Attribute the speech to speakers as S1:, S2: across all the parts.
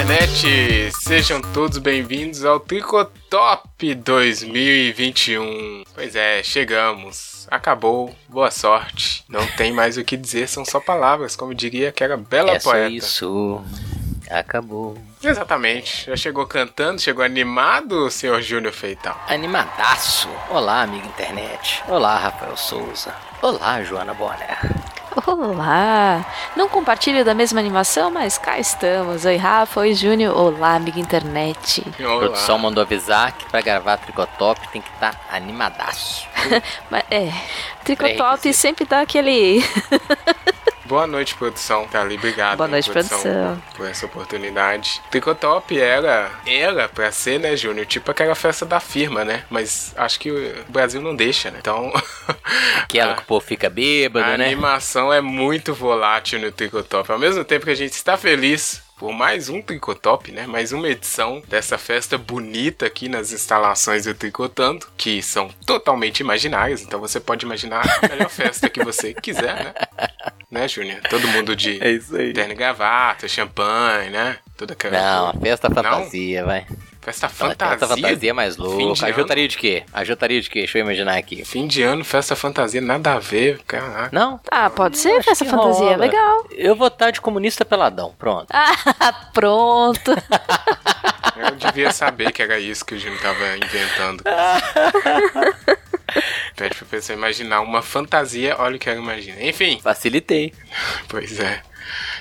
S1: gente, sejam todos bem-vindos ao Tricotop 2021. Pois é, chegamos. Acabou, boa sorte. Não tem mais o que dizer, são só palavras, como diria aquela bela
S2: é só
S1: poeta.
S2: isso. Acabou.
S1: Exatamente. Já chegou cantando, chegou animado, senhor Júnior Feital.
S2: Animadaço. Olá, amiga internet. Olá, Rafael Souza. Olá, Joana Bonner.
S3: Olá! Não compartilho da mesma animação, mas cá estamos. Oi, Rafa, oi, Júnior. Olá, amiga internet.
S2: A
S1: Olá.
S2: produção mandou avisar que pra gravar Tricotop tem que estar animadaço.
S3: Mas, é, Tricotop
S2: Pré-requisito.
S3: sempre dá aquele.
S1: Boa noite, produção. Tá ali,
S2: Ah,
S1: obrigado.
S3: Boa
S1: hein,
S3: noite, produção.
S1: Por essa oportunidade. Tricotop era, era pra ser, né, Júnior? Tipo aquela festa da firma, né? Mas acho que o Brasil não deixa, né? Então,
S2: Aquela
S1: Ah.
S2: que o povo fica bêbado,
S1: a
S2: né?
S1: animação é muito volátil no Tricotop. Ao mesmo tempo que a gente está feliz por mais um Tricotop, né? Mais uma edição dessa festa bonita aqui nas instalações do Tricotando, que são totalmente imaginárias, então você pode imaginar a melhor festa que você quiser, né? Né, Júnior? Todo mundo de
S2: É isso aí.
S1: Terno e gravata, champanhe, né? Toda aquela.
S2: Não, a
S1: coisa.
S2: festa fantasia, vai.
S1: Festa
S2: A festa
S1: fantasia.
S2: fantasia é mais
S1: Fim de
S2: louca. A
S1: ano.
S2: jotaria de quê? A jotaria de quê? Deixa eu imaginar aqui.
S1: Fim de ano, festa fantasia, nada a ver, caraca.
S2: Não?
S3: Ah, pode ser festa
S2: Hum, que
S3: fantasia,
S2: rola.
S3: legal.
S2: Eu vou estar de comunista peladão. Pronto.
S3: Ah, pronto.
S1: Eu devia saber que era isso que o Júnior tava inventando. Pede pra pessoa imaginar uma fantasia, olha o que ela imagina. Enfim,
S2: Facilitei.
S1: pois é.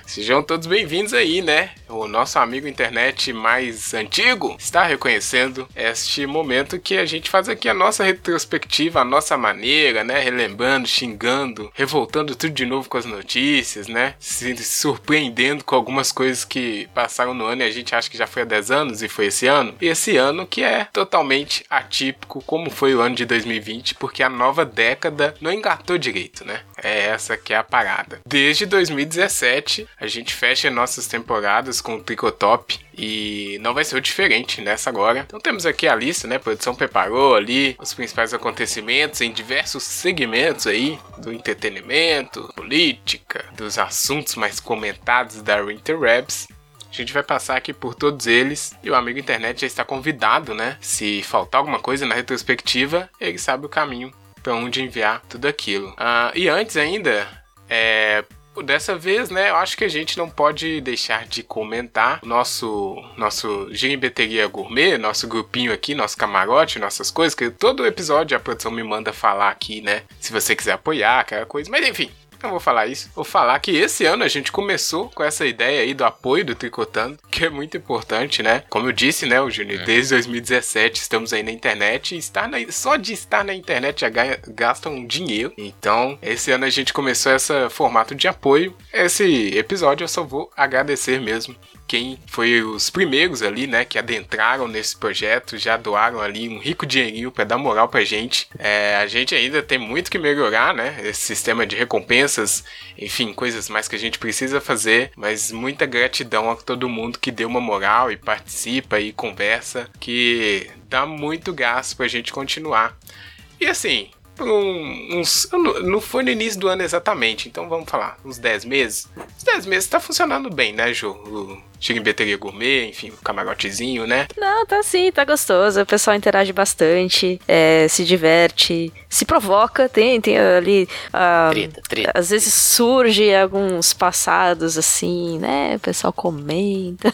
S1: Sejam todos bem-vindos aí, né? O nosso amigo internet mais antigo está reconhecendo este momento que a gente faz aqui a nossa retrospectiva, a nossa maneira, né? Relembrando, xingando, revoltando tudo de novo com as notícias, né? Se surpreendendo com algumas coisas que passaram no ano e a gente acha que já foi há 10 anos e foi esse ano. E esse ano que é totalmente atípico, como foi o ano de 2020, porque a nova década não engatou direito, né? É essa que é a parada. Desde 2017, a gente fecha nossas temporadas com o Tricotop e não vai ser diferente nessa agora. Então temos aqui a lista, né? A produção preparou ali os principais acontecimentos em diversos segmentos aí do entretenimento, política, dos assuntos mais comentados da Winter Raps. A gente vai passar aqui por todos eles e o amigo internet já está convidado, né? Se faltar alguma coisa na retrospectiva, ele sabe o caminho para onde enviar tudo aquilo. Ah, e antes ainda, é, dessa vez, né, eu acho que a gente não pode deixar de comentar o nosso nosso Girimbeteria Gourmet, nosso grupinho aqui, nosso camarote, nossas coisas, que todo episódio a produção me manda falar aqui, né? Se você quiser apoiar, aquela coisa, mas enfim. Não vou falar isso. Vou falar que esse ano a gente começou com essa ideia aí do apoio do Tricotando, que é muito importante, né? Como eu disse, né, o Júnior, desde 2017 estamos aí na internet e estar na- só de estar na internet já ganha- gasta um dinheiro. Então, esse ano a gente começou esse formato de apoio. Esse episódio eu só vou agradecer mesmo quem foi os primeiros ali, né, que adentraram nesse projeto, já doaram ali um rico dinheirinho para dar moral pra gente. É, a gente ainda tem muito que melhorar, né, esse sistema de recompensas, enfim, coisas mais que a gente precisa fazer, mas muita gratidão a todo mundo que deu uma moral e participa e conversa, que dá muito gás pra gente continuar. E assim, por um, uns. eu Não, não foi no início do ano exatamente, então vamos falar, uns 10 meses. Uns 10 meses tá funcionando bem, né, Ju? O Chirimbeteria Gourmet, enfim, o camarotezinho, né?
S3: Não, tá sim, tá gostoso. O pessoal interage bastante, é, se diverte, se provoca. Tem, tem ali. ah,
S2: Treta, treta.
S3: às vezes surge alguns passados assim, né? O pessoal comenta.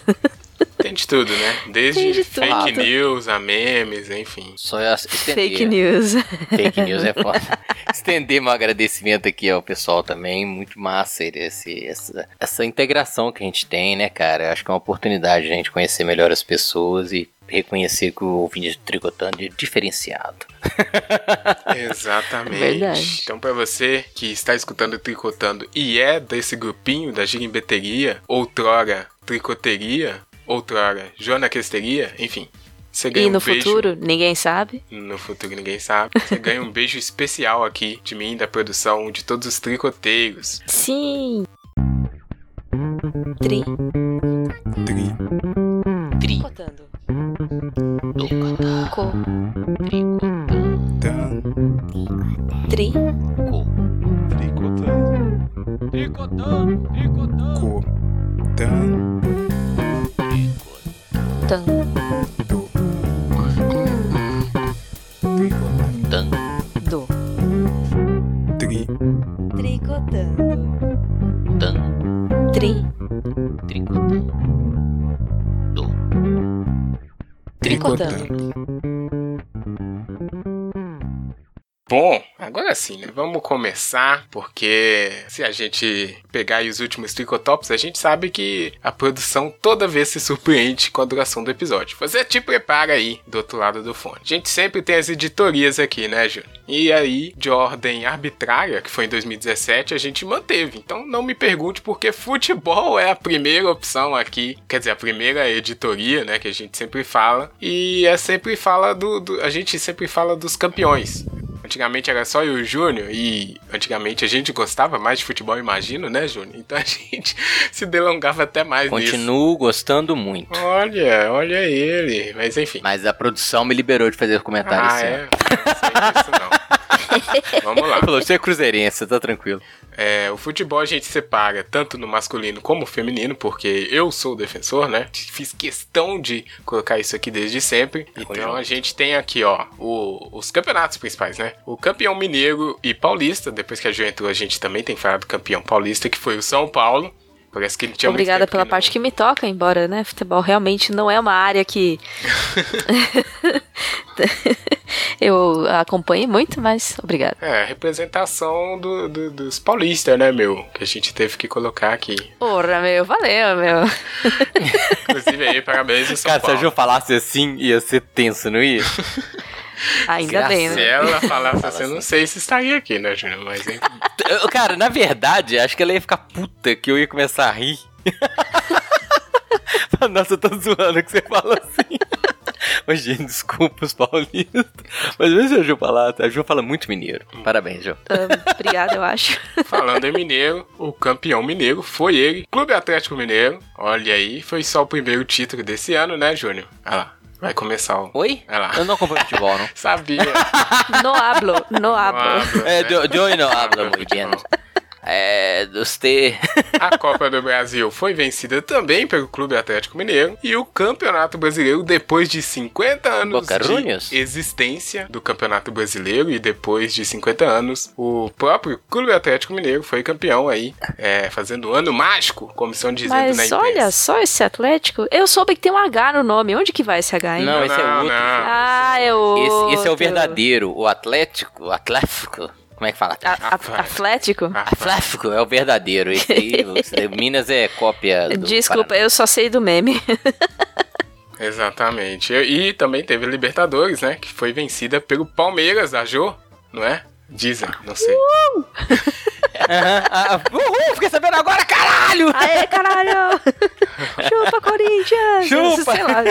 S1: Tem de tudo, né? Desde
S3: Tem de tudo.
S1: fake news a memes, enfim.
S2: Só eu estender.
S3: Fake news.
S2: Fake news é foda. Estender meu agradecimento aqui ao pessoal também. Muito massa esse, essa, essa integração que a gente tem, né, cara? Eu acho que é uma oportunidade de a gente conhecer melhor as pessoas e reconhecer que o ouvinte do Tricotando é diferenciado.
S1: Exatamente.
S3: Verdade.
S1: Então, pra você que está escutando o Tricotando e é desse grupinho da Girimbeteria, outrora Tricoteria, outrora Joanaquesteria, enfim. Você ganha
S3: E no
S1: um beijo.
S3: futuro, ninguém sabe.
S1: No futuro ninguém sabe. Você ganha um beijo especial aqui de mim, da produção, de todos os tricoteiros.
S3: Sim. Tri.
S1: Tri.
S2: Tri.
S3: Cotando. Co. Tri.
S1: Tricotando. Tricotando. Tricotando.
S3: Tan. Do.
S1: Tri.
S4: Tricotando.
S2: Dan,
S3: Tri.
S2: tricotando. Do.
S3: Tricotando.
S1: Bom, agora sim, né? Vamos começar, porque se a gente pegar aí os últimos tricotops, a gente sabe que a produção toda vez se surpreende com a duração do episódio. Você te prepara aí do outro lado do fone. A gente sempre tem as editorias aqui, né, Júnior? E aí, de ordem arbitrária, que foi em 2017, a gente manteve. Então não me pergunte porque futebol é a primeira opção aqui, quer dizer, a primeira editoria, né, que a gente sempre fala. E é sempre fala do- do a gente sempre fala dos campeões. Antigamente era só eu e o Júnior, e antigamente a gente gostava mais de futebol, imagino, né, Júnior? Então a gente se delongava até mais nisso.
S2: Continuo gostando muito.
S1: Olha, olha ele. Mas enfim.
S2: Mas a produção me liberou de fazer comentários.
S1: ah,
S2: assim.
S1: é? Não sei disso, não. Vamos lá.
S2: Falou, você é cruzeirense, tá tranquilo.
S1: É, o futebol a gente separa tanto no masculino como no feminino, porque eu sou defensor, né? Fiz questão de colocar isso aqui desde sempre. Então a gente tem aqui, ó, o- os campeonatos principais, né? O campeão mineiro e paulista. Depois que a Ju entrou, a gente também tem que falar do campeão paulista, que foi o São Paulo. Parece que ele tinha muito
S3: Obrigada
S1: tempo
S3: pela
S1: não-
S3: parte que me toca, embora, né? Futebol realmente não é uma área que eu acompanhe muito, mas obrigada.
S1: É, a representação do- do- dos paulistas, né, meu? Que a gente teve que colocar aqui.
S3: Porra, meu, valeu, meu.
S1: Inclusive aí, parabéns ao São
S2: Cara, se a
S1: Paulo.
S2: Ju falasse assim, ia ser tenso, não ia?
S3: Ainda bem,
S1: Se
S3: né?
S1: ela falasse assim, eu
S2: assim.
S1: não sei se estaria aqui, né, Júnior? Mas enfim.
S2: Eu- Cara, na verdade, acho que ela ia ficar puta que eu ia começar a rir. Fala, Nossa, eu tô zoando que você fala assim. Ô, gente, desculpa os paulistas. Mas vê se a Ju falar. A Ju fala muito mineiro. Parabéns, Ju.
S3: Ah, Obrigada, eu acho.
S1: Falando em Mineiro, o campeão mineiro foi ele, Clube Atlético Mineiro. Olha aí, foi só o primeiro título desse ano, né, Júnior? Olha lá, vai começar o.
S2: Oi?
S1: Olha lá.
S2: Eu não acompanho futebol, não.
S1: Sabia.
S3: No hablo, no hablo.
S2: É,
S1: né?
S2: de hoje não habla
S1: Habla
S2: muito bem.
S1: futebol.
S2: É, dos T.
S1: A Copa do Brasil foi vencida também pelo Clube Atlético Mineiro e o Campeonato Brasileiro, depois de 50 anos
S2: Boca Juniors?
S1: de existência do Campeonato Brasileiro e depois de 50 anos, o próprio Clube Atlético Mineiro foi campeão aí, é, fazendo o ano mágico, como estão dizendo na
S3: Mas
S1: imprensa.
S3: olha só esse Atlético. Eu soube que tem um H no nome. Onde que vai esse H, hein?
S2: Não, esse é
S1: não,
S2: outro.
S1: não.
S3: Ah, é o.
S2: Esse, esse é o
S3: outro.
S2: verdadeiro. O Atlético. O Atlético. Como é que fala?
S3: A- a- Atlético?
S1: Ah,
S2: Atlético é o verdadeiro. Esse aí, esse daí, Minas é cópia do
S3: Desculpa, eu só sei do meme.
S1: Exatamente. E, e também teve a Libertadores, né? Que foi vencida pelo Palmeiras, a Jô, não é? Dizem, não sei.
S2: Aham, ah, ah, Uhul, fiquei sabendo agora, caralho!
S3: Aê, caralho! Chupa, Corinthians!
S2: Chupa!
S3: Sei lá.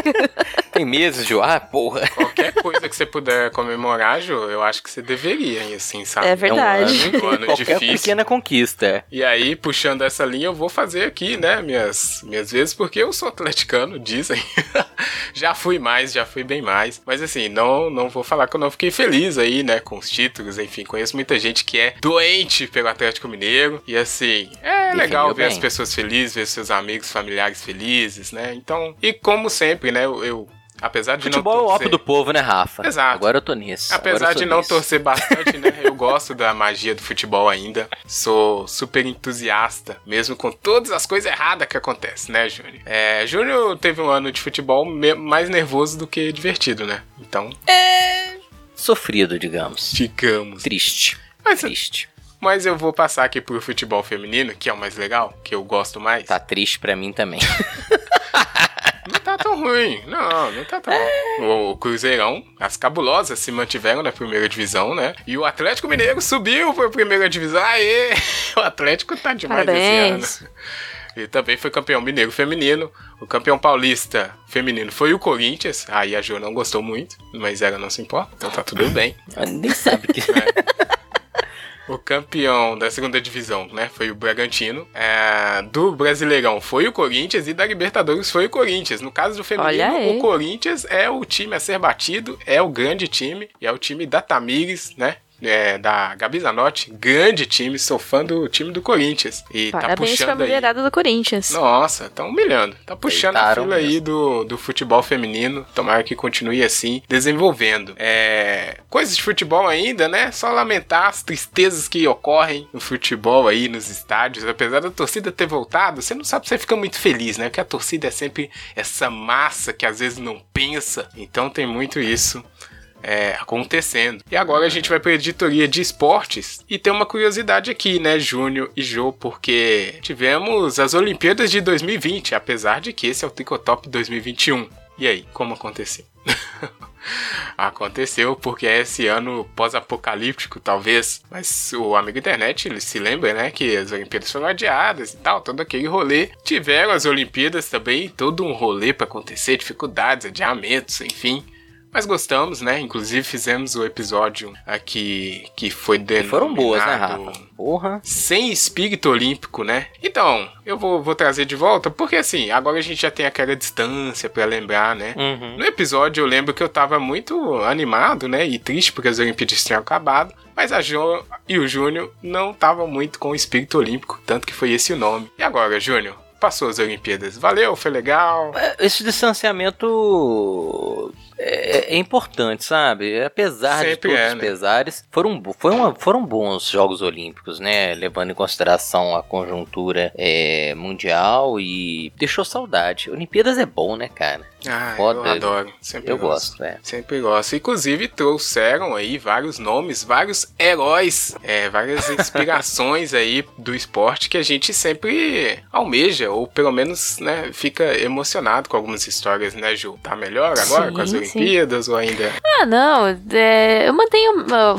S2: Tem meses, Ju. Ah, porra.
S3: É
S1: Qualquer coisa que você puder comemorar, Jô, eu acho que você deveria, hein, assim, sabe?
S3: É verdade.
S1: É um ano, um ano
S2: Qualquer
S1: difícil. É,
S2: pequena conquista.
S1: E aí, puxando essa linha, eu vou fazer aqui, né, minhas, minhas vezes, porque eu sou atleticano, dizem. já fui mais, já fui bem mais. Mas assim, não, não vou falar que eu não fiquei feliz aí, né, com os títulos, enfim. Conheço muita gente que é doente pelo Atlético Mineiro. E assim, é
S2: Defendeu
S1: legal ver
S2: bem.
S1: as pessoas felizes, ver seus amigos, familiares felizes, né? Então, e como sempre, né, eu. eu, apesar de
S2: Futebol é
S1: não
S2: o
S1: torcer...
S2: ópio do povo, né, Rafa?
S1: Exato.
S2: Agora eu tô nisso. Agora
S1: Apesar
S2: eu sou
S1: de não
S2: nisso.
S1: torcer bastante, né? Eu gosto da magia do futebol ainda. Sou super entusiasta, mesmo com todas as coisas erradas que acontecem, né, Júnior? É, Júnior teve um ano de futebol me- mais nervoso do que divertido, né? Então,
S2: Sofrido, digamos.
S1: digamos.
S2: Triste.
S1: Mas, é-
S2: Triste.
S1: mas eu vou passar aqui pro futebol feminino, que é o mais legal, que eu gosto mais.
S2: Tá triste pra mim também.
S1: Não tá tão ruim. Não, não tá tão ruim. O- O Cruzeirão, as cabulosas se mantiveram na primeira divisão, né? E o Atlético Mineiro subiu pra primeira divisão. Aê! O Atlético tá demais
S3: Parabéns.
S1: esse né? ano. E também foi campeão mineiro feminino. O campeão paulista feminino foi o Corinthians. Aí a Jo não gostou muito, mas ela não se importa. Então tá tudo bem.
S2: Ela Nem sabe que.
S1: O campeão da segunda divisão, né, foi o Bragantino. É, do Brasileirão foi o Corinthians e da Libertadores foi o Corinthians. No caso do
S3: Olha
S1: feminino,
S3: aí.
S1: o Corinthians é o time a ser batido, é o grande time e é o time da Tamires, né? é, da Gabi Zanotti, grande time, sou fã do time do Corinthians. E tá
S3: Parabéns pra
S1: puxando aí.
S3: mulherada do Corinthians.
S1: Nossa, tá humilhando. Tá puxando a
S2: Deitaram
S1: fila aí do, do futebol feminino. Tomara que continue assim, desenvolvendo. É, coisas de futebol ainda, né? Só lamentar as tristezas que ocorrem no futebol aí, nos estádios. Apesar da torcida ter voltado, você não sabe se você fica muito feliz, né? Porque a torcida é sempre essa massa que às vezes não pensa. Então tem muito isso é, acontecendo. E agora a gente vai para editoria de esportes e tem uma curiosidade aqui, né, Júnior e Jô, porque tivemos as Olimpíadas de 2020, apesar de que esse é o Tricotop 2021. E aí, como aconteceu? Aconteceu porque é esse ano pós-apocalíptico, talvez. Mas o amigo internet ele se lembra, né? Que as Olimpíadas foram adiadas e tal, todo aquele rolê. Tiveram as Olimpíadas também, todo um rolê para acontecer, dificuldades, adiamentos, enfim. Mas gostamos, né? Inclusive fizemos o episódio aqui que foi
S2: E
S1: denominado...
S2: foram boas, né, Rafa? Porra.
S1: Sem espírito olímpico, né? Então, eu vou, vou trazer de volta, porque assim, agora a gente já tem aquela distância pra lembrar, né?
S2: Uhum.
S1: No episódio eu lembro que eu tava muito animado, né? E triste porque as Olimpíadas tinham acabado. Mas a Jo e o Júnior não estavam muito com o espírito olímpico, tanto que foi esse o nome. E agora, Júnior? Passou as Olimpíadas. Valeu, foi legal.
S2: É, Esse distanciamento é, é importante, sabe? Apesar de
S1: Sempre
S2: todos
S1: é,
S2: os
S1: né?
S2: pesares, foram, bo- foi uma- foram bons os Jogos Olímpicos, né? Levando em consideração a conjuntura é, mundial e deixou saudade. Olimpíadas é bom, né, cara?
S1: Ah, eu
S2: Foda.
S1: adoro. Sempre
S2: Eu gosto, é.
S1: Sempre gosto. Inclusive, trouxeram aí vários nomes, vários heróis, é, várias inspirações aí do esporte que a gente sempre almeja, ou pelo menos, né, fica emocionado com algumas histórias, né, Ju? Tá melhor agora
S3: Sim,
S1: com as
S3: sim.
S1: Olimpíadas ou ainda.
S3: Ah, não. é, eu mantenho meu,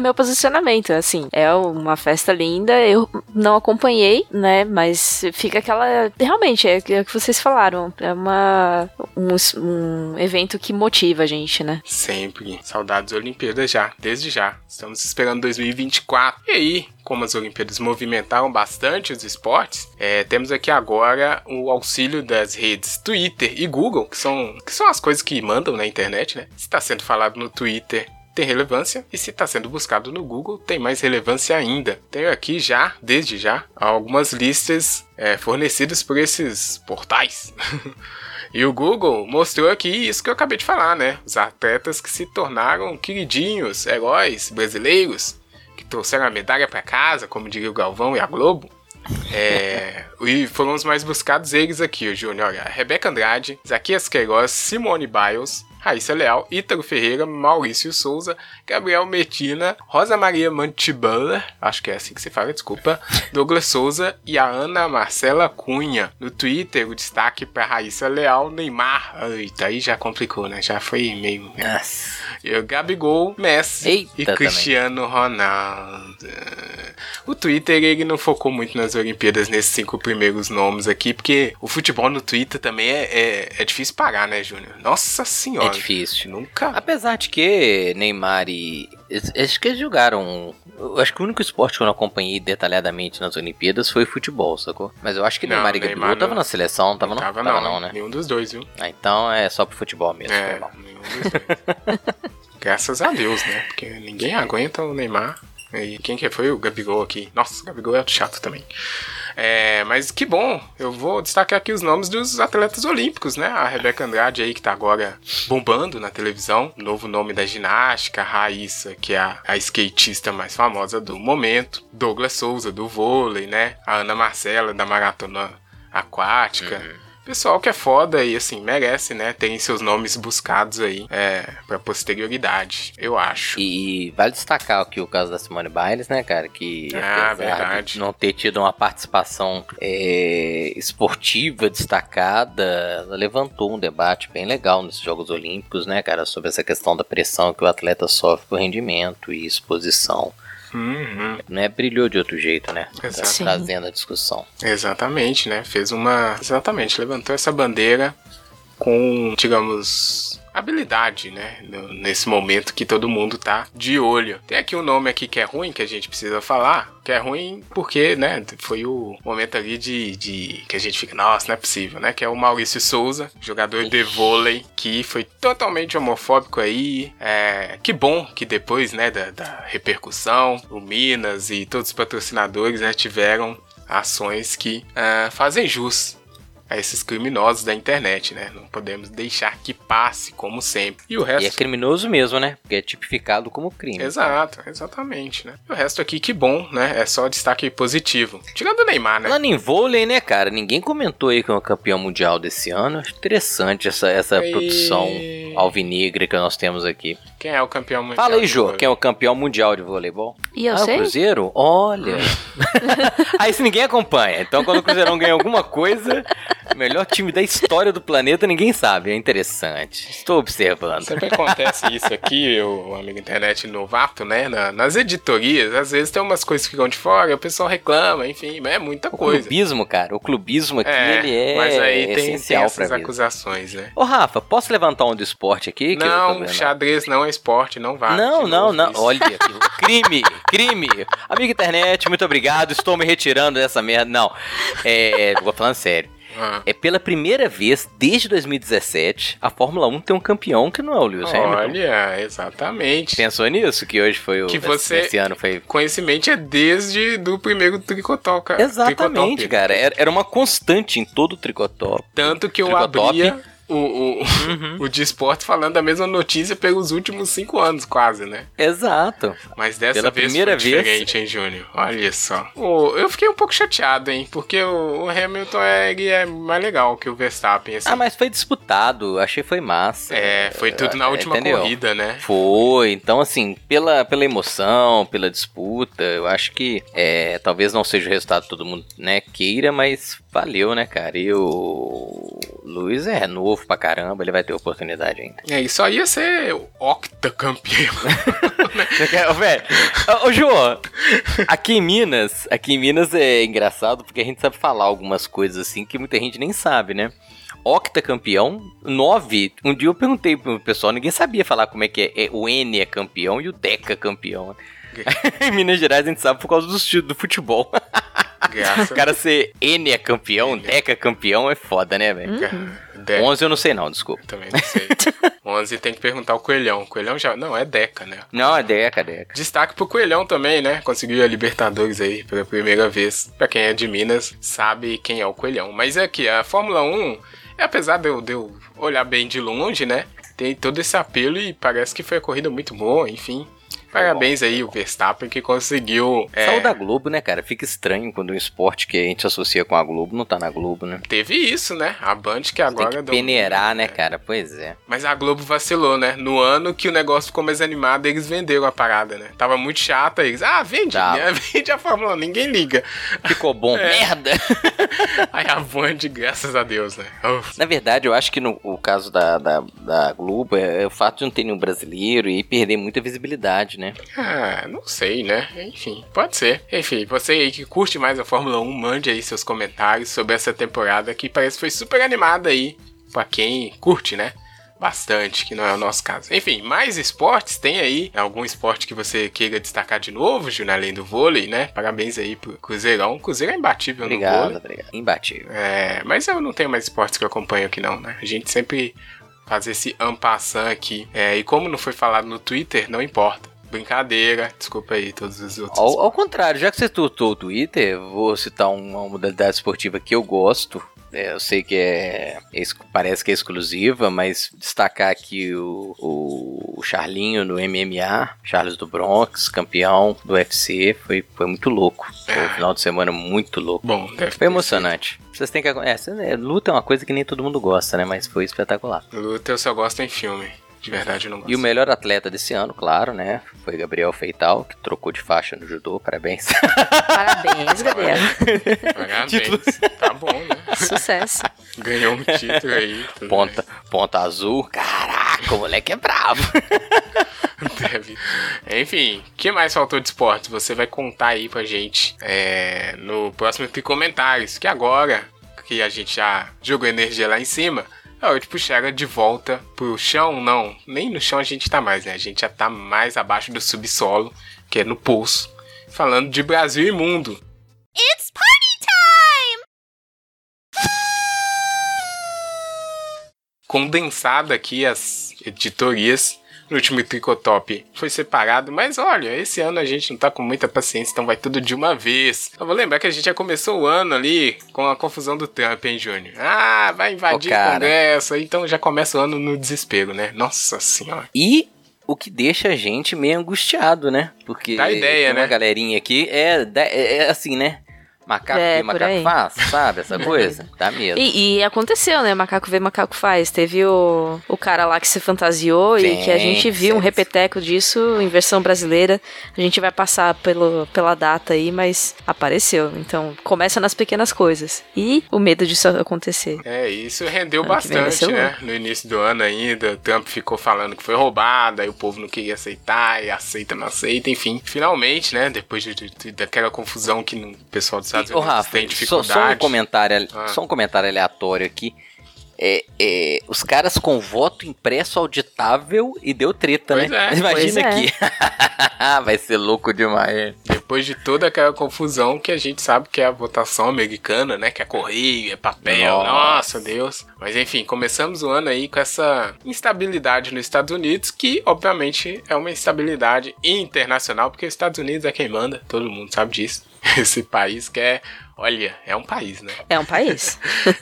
S3: meu posicionamento, assim. É uma festa linda. Eu não acompanhei, né? Mas fica aquela. Realmente, é o que é o que vocês falaram. É uma, um, es- um evento que motiva a gente, né?
S1: Sempre. Saudades Olimpíadas já, desde já. Estamos esperando 2024. E aí, como as Olimpíadas movimentaram bastante os esportes, é, temos aqui agora o auxílio das redes Twitter e Google, que são, que são as coisas que mandam na internet, né? Se está sendo falado no Twitter. Tem relevância e se está sendo buscado no Google tem mais relevância ainda. Tenho aqui já, desde já, algumas listas é, fornecidas por esses portais. E o Google mostrou aqui isso que eu acabei de falar, né? Os atletas que se tornaram queridinhos, heróis brasileiros, que trouxeram a medalha pra casa, como diria o Galvão e a Globo. É, e foram os mais buscados eles aqui, o Júnior. Olha, Rebeca Andrade, Zaquias Queiroz, Simone Biles, Raíssa Leal, Ítalo Ferreira, Maurício Souza, Gabriel Medina, Rosa Maria Mantibana, acho que é assim que se fala, desculpa, Douglas Souza e a Ana Marcela Cunha. No Twitter, o destaque para Raíssa Leal, Neymar. Eita, aí já complicou, né? Já foi meio...
S2: Nossa.
S1: E o Gabigol, Messi
S2: Eita,
S1: e
S2: também.
S1: Cristiano Ronaldo. O Twitter ele não focou muito nas Olimpíadas nesses cinco primeiros nomes aqui, porque o futebol no Twitter também é, é, é difícil parar, né, Júnior? Nossa senhora.
S2: É difícil. Ah,
S1: Nunca.
S2: Apesar de que Neymar e. eles- Acho que eles jogaram. eu Acho que o único esporte que eu não acompanhei detalhadamente nas Olimpíadas foi futebol, sacou? Mas eu acho que
S1: Não,
S2: Neymar e
S1: Neymar
S2: Gabigol estavam
S1: não-
S2: na seleção, estavam não?
S1: tava,
S2: Tava
S1: não,
S2: né?
S1: Nenhum dos dois, viu?
S2: Ah, então é só pro futebol mesmo.
S1: É,
S2: foi mal.
S1: nenhum dos dois. Graças a Deus, né? Porque ninguém aguenta o Neymar. E quem que foi o Gabigol aqui? Nossa, o Gabigol é chato também. É, mas que bom, eu vou destacar aqui os nomes dos atletas olímpicos, né? A Rebeca Andrade aí, que tá agora bombando na televisão, novo nome da ginástica, a Raíssa, que é a, a skatista mais famosa do momento, Douglas Souza, do vôlei, né? A Ana Marcela, da maratona aquática. Pessoal que é foda e, assim, merece, né? Tem seus nomes buscados aí é, pra posterioridade, eu acho.
S2: E, e vale destacar aqui o caso da Simone Biles, né, cara? Que
S1: Ah,
S2: apesar
S1: verdade.
S2: de não ter tido uma participação é, esportiva destacada, ela levantou um debate bem legal nesses Jogos Olímpicos, né, cara? Sobre essa questão da pressão que o atleta sofre por rendimento e exposição.
S1: Uhum.
S2: Né? Brilhou de outro jeito, né? Tá
S1: Exato.
S3: Sim.
S2: Trazendo a discussão.
S1: Exatamente, né? Fez uma. Exatamente, levantou essa bandeira com, digamos, habilidade, né? No- Nesse momento que todo mundo tá de olho. Tem aqui um nome aqui que é ruim, que a gente precisa falar. Que é ruim porque, né? Foi o momento ali de, de que a gente fica, nossa, não é possível, né? Que é o Maurício Souza, jogador de vôlei, que foi totalmente homofóbico aí. É, que bom que depois, né, da, da repercussão, o Minas e todos os patrocinadores, né, tiveram ações que ah, fazem jus a esses criminosos da internet, né? Não podemos deixar que passe, como sempre. E o
S2: E é
S1: resto.
S2: criminoso mesmo, né? Porque é tipificado como crime. né?
S1: Exato, exatamente, né? E o resto aqui, que bom, né? É só destaque positivo. Tirando o Neymar, né?
S2: Falando em vôlei, né, cara? Ninguém comentou aí que é o campeão mundial desse ano. Acho interessante essa, essa
S1: E-
S2: produção alvinegra que nós temos aqui.
S1: Quem é o campeão mundial?
S2: Fala aí,
S1: de
S2: Jô,
S1: vôlei?
S2: quem é o campeão mundial de voleibol?
S3: E eu
S2: ah,
S3: sei?
S2: o Cruzeiro? Olha. aí se ninguém acompanha. Então, quando o Cruzeirão ganha alguma coisa, o melhor time da história do planeta, ninguém sabe. É interessante. Estou observando.
S1: Sempre acontece isso aqui, o amigo internet novato, né? Na- nas editorias, às vezes tem umas coisas que ficam de fora, o pessoal reclama, enfim, mas é muita
S2: O
S1: coisa.
S2: clubismo, cara, o clubismo aqui, ele é
S1: mas aí tem- tem,
S2: essencial pra
S1: essas
S2: mim.
S1: acusações, né?
S2: Ô, Rafa, posso levantar um do esporte aqui? que eu tô
S1: não,
S2: vendo?
S1: xadrez não é esporte, não vale.
S2: Não,
S1: de novo
S2: não, não.
S1: isso.
S2: Olha, crime, crime. Amiga internet, muito obrigado. Estou me retirando dessa merda. Não, é, vou falando sério.
S1: Ah,
S2: É pela primeira vez desde 2017 a Fórmula 1 tem um campeão que não é o Lewis Hamilton.
S1: olha, exatamente.
S2: Pensou nisso? Que hoje foi o.
S1: Que você-
S2: Esse ano foi.
S1: Conhecimento é desde do primeiro tricotol, cara.
S2: Exatamente,
S1: Tricotópio.
S2: cara. Era era uma constante em todo o tricotó.
S1: Tanto que eu
S2: Tricotop.
S1: abria o, o,
S2: Uhum.
S1: o de esporte falando a mesma notícia pelos últimos cinco anos, quase, né?
S2: Exato.
S1: Mas dessa
S2: Pela
S1: vez
S2: primeira
S1: foi
S2: vez-
S1: diferente, hein, Júnior? Olha só. O- eu fiquei um pouco chateado, hein? Porque o, o Hamilton é, ele é mais legal que o Verstappen, assim.
S2: Ah, mas foi disputado. Achei foi massa.
S1: É, foi tudo na
S2: É,
S1: última
S2: entendeu?
S1: corrida, né?
S2: Foi, então assim, pela, pela emoção, pela disputa, eu acho que é, talvez não seja o resultado que todo mundo né, queira, mas valeu, né, cara? E o Luiz é novo pra caramba, ele vai ter oportunidade ainda.
S1: É, isso aí ia ser octacampeão.
S2: Você quer- Ô, velho, ô, ô, Jô, aqui em Minas, aqui em Minas é engraçado porque a gente sabe falar algumas coisas assim que muita gente nem sabe, né? Octacampeão, nove. Um dia eu perguntei pro pessoal, ninguém sabia falar como é que é. é o N é campeão e o Deca campeão. em Minas Gerais a gente sabe por causa do, estilo do futebol.
S1: Graças
S2: O cara ser N é campeão, Deca campeão é foda, né, velho?
S1: Deca,
S2: 11 eu não sei não, desculpa.
S1: também não sei. 11 tem que perguntar o Coelhão. O Coelhão já... Não, é Deca, né?
S2: Não, é Deca, Deca.
S1: Destaque pro Coelhão também, né? Conseguiu a Libertadores aí pela primeira vez. Pra quem é de Minas, sabe quem é o Coelhão. Mas é aqui, a Fórmula 1, apesar de eu, de eu olhar bem de longe, né? Tem todo esse apelo e parece que foi a corrida muito boa, enfim. Parabéns aí, o Verstappen, que conseguiu. é,
S2: Saiu da Globo, né, cara? Fica estranho quando um esporte que a gente associa com a Globo não tá na Globo, né?
S1: Teve isso, né? A Band que
S2: Tem
S1: agora. deu-
S2: que
S1: um
S2: peneirar, né, cara? Pois é.
S1: Mas a Globo vacilou, né? No ano que o negócio ficou mais animado, eles venderam a parada, né? Tava muito chata, eles. Ah, vende,
S2: Tá.
S1: né? vende a Fórmula 1, ninguém liga.
S2: Ficou bom. Merda!
S1: Aí a Band, graças a Deus, né? Uf.
S2: Na verdade, eu acho que no o caso da, da, da Globo é, é o fato de não ter nenhum brasileiro e perder muita visibilidade, né?
S1: Ah, não sei, né? Enfim, pode ser. Enfim, você aí que curte mais a Fórmula 1, mande aí seus comentários sobre essa temporada que parece que foi super animada aí. Pra quem curte, né? Bastante, que não é o nosso caso. Enfim, mais esportes tem aí. Algum esporte que você queira destacar de novo, Júnior, além do vôlei, né? Parabéns aí pro Cruzeirão. Cruzeiro é imbatível no
S2: Obrigado,
S1: vôlei.
S2: obrigado. Imbatível.
S1: É, mas eu não tenho mais esportes que eu acompanho aqui não, né? A gente sempre faz esse ampassan aqui. É, e como não foi falado no Twitter, não importa. Brincadeira, desculpa aí todos os outros.
S2: Ao, ao contrário, já que você tutou o Twitter, vou citar um, uma modalidade esportiva que eu gosto. É, eu sei que é, é ex- parece que é exclusiva, mas destacar aqui o, o- o Charlinho no MMA, Charles do Bronx, campeão do UFC, foi, foi muito louco. Foi um final de semana muito louco.
S1: Bom, né? deve ter
S2: Foi emocionante. Vocês têm que. É, cê- é, luta é uma coisa que nem todo mundo gosta, né? Mas foi espetacular.
S1: sido. Luta eu só gosto é em filme. De verdade eu não gosto.
S2: E o melhor atleta desse ano, claro, né? Foi Gabriel Feital, que trocou de faixa no judô, parabéns.
S3: Parabéns, Gabriel.
S1: Parabéns.
S2: título.
S1: Tá bom, né?
S3: Sucesso.
S1: Ganhou um título aí. tudo
S2: Ponta, ponta azul. Caraca, o moleque é bravo.
S1: bem. Deve. Enfim, o que mais faltou de esportes? Você vai contar aí pra gente é, no próximo Tri Comentários, que agora que a gente já jogou energia lá em cima, Aí, tipo, chega de volta pro chão, não. Nem no chão a gente tá mais, né? A gente já tá mais abaixo do subsolo, que é no pulso. Falando de Brasil e mundo.
S5: It's party time!
S1: condensado aqui as editorias. No último Tricotop foi separado, mas olha, esse ano a gente não tá com muita paciência, então vai tudo de uma vez. Eu vou lembrar que a gente já começou o ano ali com a confusão do Trump, hein, Júnior? Ah, vai invadir
S2: Ô,
S1: o
S2: cara.
S1: Congresso, então já começa o ano no desespero, né? Nossa senhora.
S2: E o que deixa a gente meio angustiado, né? Porque
S1: Dá ideia,
S2: tem uma
S1: né?
S2: galerinha aqui é, dá- é, é assim, né? Macaco
S3: É,
S2: que
S3: por
S2: macaco
S3: aí.
S2: faz, sabe? Essa coisa. Dá medo.
S3: E, e aconteceu, né? Macaco vê, macaco faz. Teve o, o cara lá que se fantasiou e
S2: Sim,
S3: que a gente viu
S2: certo.
S3: um repeteco disso em versão brasileira. A gente vai passar pelo, pela data aí, mas apareceu. Então começa nas pequenas coisas. E o medo disso acontecer.
S1: É, isso rendeu
S3: Ano que vem vai
S1: bastante,
S3: ser o
S1: né? No início do ano ainda, o Trump ficou falando que foi roubado, aí o povo não queria aceitar, e aceita, não aceita, enfim. Finalmente, né? Depois de, de- daquela confusão que no- o pessoal dos Estados
S2: Ô,
S1: Unidos
S2: Rafa,
S1: tem
S2: só,
S1: dificuldade.
S2: só um comentário, ale-
S1: Ah.
S2: só um comentário aleatório aqui. É, é, os caras com voto impresso auditável e deu treta,
S1: Pois
S2: né?
S1: é.
S2: Imagina
S3: Pois é.
S2: aqui. Vai ser louco demais.
S1: Depois de toda aquela confusão que a gente sabe que é a votação americana, né? Que é correio, é papel,
S2: Nossa.
S1: nossa Deus. Mas enfim, começamos o ano aí com essa instabilidade nos Estados Unidos, que obviamente é uma instabilidade internacional, porque os Estados Unidos é quem manda, todo mundo sabe disso. Esse país que é, olha, é um país, né?
S3: É um país.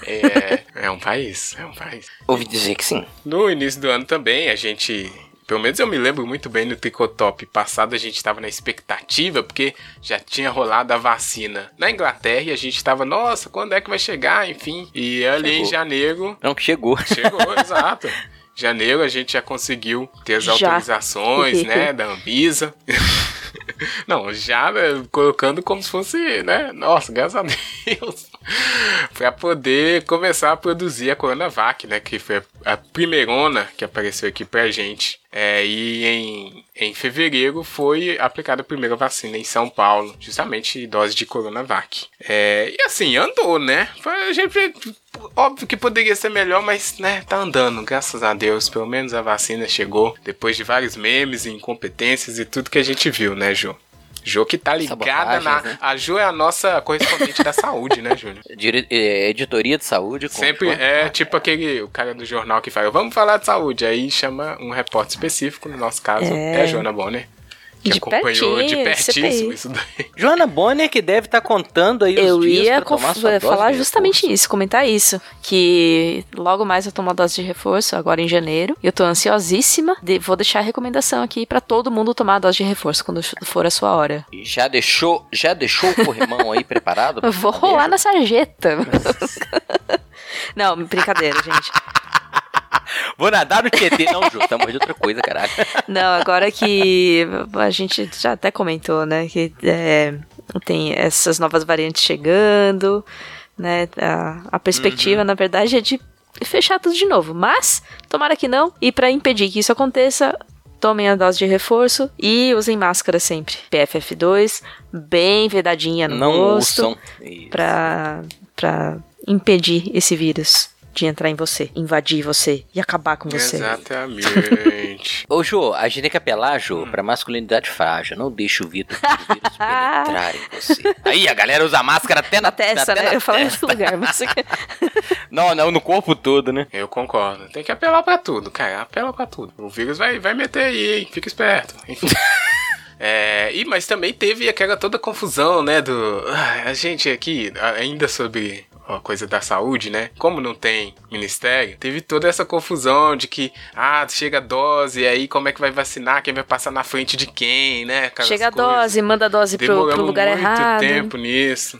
S1: É, é um país, é um país.
S2: Ouvi dizer que sim.
S1: No início do ano também, a gente. Pelo menos eu me lembro muito bem no Tricotop passado, a gente estava na expectativa, porque já tinha rolado a vacina na Inglaterra e a gente estava, nossa, quando é que vai chegar? Enfim. E ali em
S2: Chegou.
S1: janeiro.
S2: Não, que chegou.
S1: Chegou, exato. Janeiro a gente já conseguiu ter as
S3: Já.
S1: autorizações, né, da Anvisa. Não, já né, colocando como se fosse, né? Nossa, graças a Deus. pra poder começar a produzir a Coronavac, né? Que foi a primeirona que apareceu aqui pra gente. É, e em, em fevereiro foi aplicada a primeira vacina em São Paulo, justamente dose de Coronavac. É, e assim, andou, né? Foi- A gente, óbvio que poderia ser melhor, mas né, tá andando, graças a Deus. Pelo menos a vacina chegou depois de vários memes e incompetências e tudo que a gente viu, né, Ju? Jo que tá ligada
S2: Sabotagens,
S1: na.
S2: né?
S1: A Jo é a nossa correspondente da saúde, né, Júnior?
S2: Dire- é, editoria de saúde. com-
S1: Sempre é tipo aquele o cara do jornal que fala, vamos falar de saúde. Aí chama um repórter específico, no nosso caso, é, a Joana Bonner. Que
S3: De
S1: acompanhou de
S3: pertinho,
S1: pertíssimo
S3: CPI.
S1: isso daí.
S2: Joana Bonner que deve estar contando aí
S3: Eu
S2: os dias
S3: ia
S2: pra tomar
S3: conf- é,
S2: sua dose
S3: falar
S2: de
S3: justamente
S2: reforço.
S3: isso, comentar isso. Que logo mais eu tomo a dose de reforço, agora em janeiro. E eu tô ansiosíssima. De- vou deixar a recomendação aqui pra todo mundo tomar a dose de reforço quando ch- for a sua hora.
S2: E Já deixou, já deixou o corrimão aí preparado?
S3: Eu vou rolar na sarjeta. É. Não, brincadeira, gente.
S2: Vou nadar no Tietê, não, Ju. Tá morrendo outra coisa, caralho.
S3: Não, agora que a gente já até comentou, né? Que é, tem essas novas variantes chegando, né? A, a perspectiva, na verdade, é de fechar tudo de novo. Mas, tomara que não. E pra impedir que isso aconteça, tomem a dose de reforço e usem máscara sempre. PFF2, bem vedadinha no
S2: Não
S3: rosto.
S2: ouçam. Isso.
S3: Pra, pra impedir esse vírus de entrar em você, invadir você e acabar com você.
S1: Exatamente.
S2: Ô, Jô, a gente tem que apelar, Jô, pra masculinidade frágil. Não deixa o Vitor e o vírus penetrar em você. Aí a galera usa máscara até na,
S3: Na testa,
S2: até
S3: né?
S2: na
S3: Eu falava em
S2: testa.
S3: outro lugar, mas.
S2: Não, não, no corpo todo, né?
S1: Eu concordo. Tem que apelar pra tudo, cara. Apela pra tudo. O vírus vai, vai meter aí, hein? Fica esperto. Enfim. É, e, mas também teve aquela toda confusão, né? Do. Ah, A gente aqui, a- ainda sobre a coisa da saúde, né? Como não tem ministério, teve toda essa confusão de que, ah, chega a dose, e aí como é que vai vacinar, quem vai passar na frente de quem, né? Aquelas
S3: Chega a
S1: coisas.
S3: dose, manda a dose pro,
S1: Demoramos
S3: pro lugar
S1: muito
S3: errado.
S1: tempo nisso.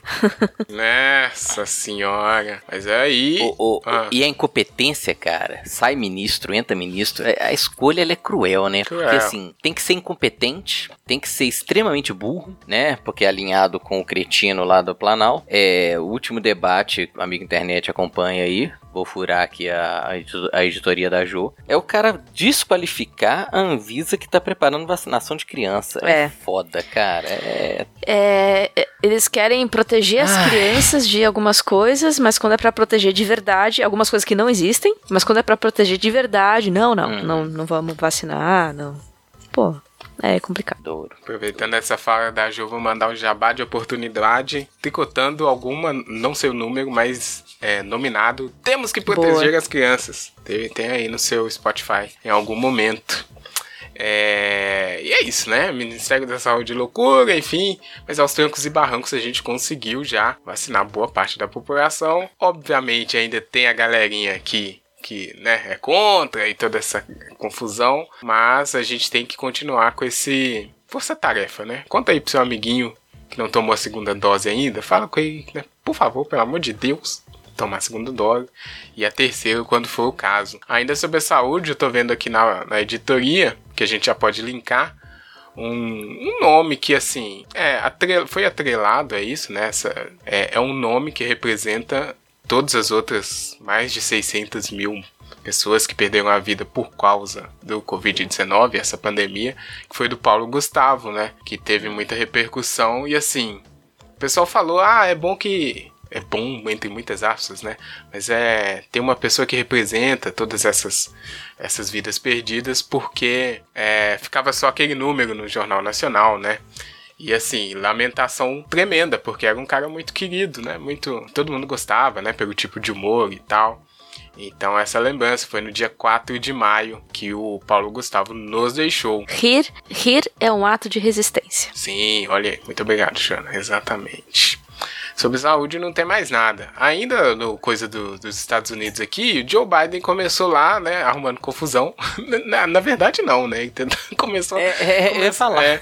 S1: Nossa senhora. Mas é aí.
S2: O- o-
S1: Ah.
S2: E a incompetência, cara, sai ministro, entra ministro, é- a escolha ela é cruel, né? Porque
S1: Cruel.
S2: assim, tem que ser incompetente, tem que ser extremamente burro, né? Porque é alinhado com o cretino lá do Planal. É, o último debate gente, amigo internet, acompanha aí. Vou furar aqui a, a edu- a editoria da Jo. É o cara desqualificar a Anvisa que tá preparando vacinação de criança. É,
S3: É.
S2: foda, cara. É
S3: É, é, eles querem proteger as
S2: Ai.
S3: crianças de algumas coisas, mas quando é pra proteger de verdade, algumas coisas que não existem, mas quando é pra proteger de verdade, não, não,
S2: Hum.
S3: não, não vamos vacinar, não. Pô, é complicado.
S2: duro.
S1: Aproveitando essa fala da Jo, vou mandar um jabá de oportunidade, tricotando alguma, não sei o número, mas é, nominado. Temos que proteger as crianças. Tem, tem aí no seu Spotify, em algum momento. É, e é isso, né? Ministério da Saúde loucura, enfim. Mas aos trancos e barrancos a gente conseguiu já vacinar boa parte da população. Obviamente ainda tem a galerinha que, que né, é contra e toda essa confusão. Mas a gente tem que continuar com esse força-tarefa, né? Conta aí pro seu amiguinho que não tomou a segunda dose ainda. Fala com ele, né? Por favor, pelo amor de Deus tomar a segunda dose e a terceira quando for o caso. Ainda sobre a saúde, eu tô vendo aqui na, na editoria, que a gente já pode linkar, um, um nome que, assim, é, atre- foi atrelado a isso, né? Essa- é, é um nome que representa todas as outras mais de 600 mil pessoas que perderam a vida por causa do Covid-19, essa pandemia, que foi do Paulo Gustavo, né? Que teve muita repercussão e, assim, o pessoal falou, ah, é bom que. É bom, entre muitas aspas, né? Mas é. Tem uma pessoa que representa todas essas, essas vidas perdidas, porque é, ficava só aquele número no Jornal Nacional, né? E assim, lamentação tremenda, porque era um cara muito querido, né? Muito. Todo mundo gostava, né? Pelo tipo de humor e tal. Então, essa lembrança foi no dia 4 de maio que o Paulo Gustavo nos deixou.
S3: Rir, rir é um ato de resistência.
S1: Sim, olha aí. Muito obrigado, Xana. Exatamente. Sobre saúde não tem mais nada. Ainda no coisa do- dos Estados Unidos aqui, o Joe Biden começou lá, né, arrumando confusão. Na, na verdade não, né? Ele tenta- Começou,
S2: É, é, eu ia falar.
S1: é,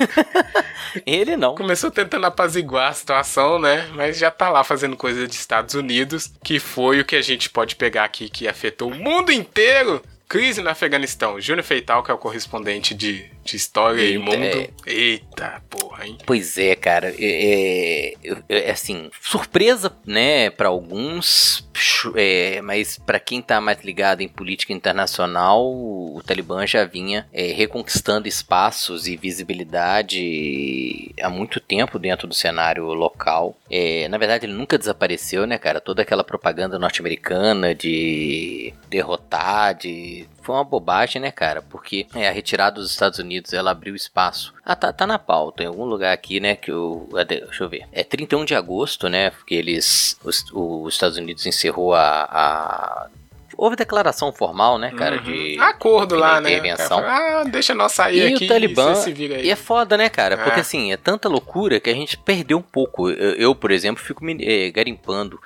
S2: Ele não.
S1: começou tentando apaziguar a situação, né? Mas já tá lá fazendo coisa de Estados Unidos, que foi o que a gente pode pegar aqui que afetou o mundo inteiro. Crise no Afeganistão. Júnior Feital, que é o correspondente de, de História e
S2: Eita,
S1: Mundo.
S2: é.
S1: Eita, porra, hein?
S2: Pois é, cara. É, é- é, assim, surpresa, né, pra alguns, psh, é, mas pra quem tá mais ligado em política internacional, o Talibã já vinha é, reconquistando espaços e visibilidade há muito tempo dentro do cenário local. É, na verdade, ele nunca desapareceu, né, cara? Toda aquela propaganda norte-americana de derrotar, de foi uma bobagem, né, cara? Porque é, a retirada dos Estados Unidos, ela abriu espaço. Ah, tá, tá na pauta, em algum lugar aqui, né, que o... ah, de- Deixa eu ver. É 31 de agosto, né, porque eles... Os, o- os Estados Unidos encerrou a... a- Houve declaração formal, né, cara,
S1: Uhum.
S2: de...
S1: acordo lá, né?
S2: intervenção.
S1: O cara fala, ah, deixa nós sair
S2: E o
S1: aqui,
S2: Talibã-
S1: você se vira aí.
S2: E é foda, né, cara? Porque
S1: É.
S2: assim, é tanta loucura que a gente perdeu um pouco. Eu, eu, por exemplo, fico me, eh, garimpando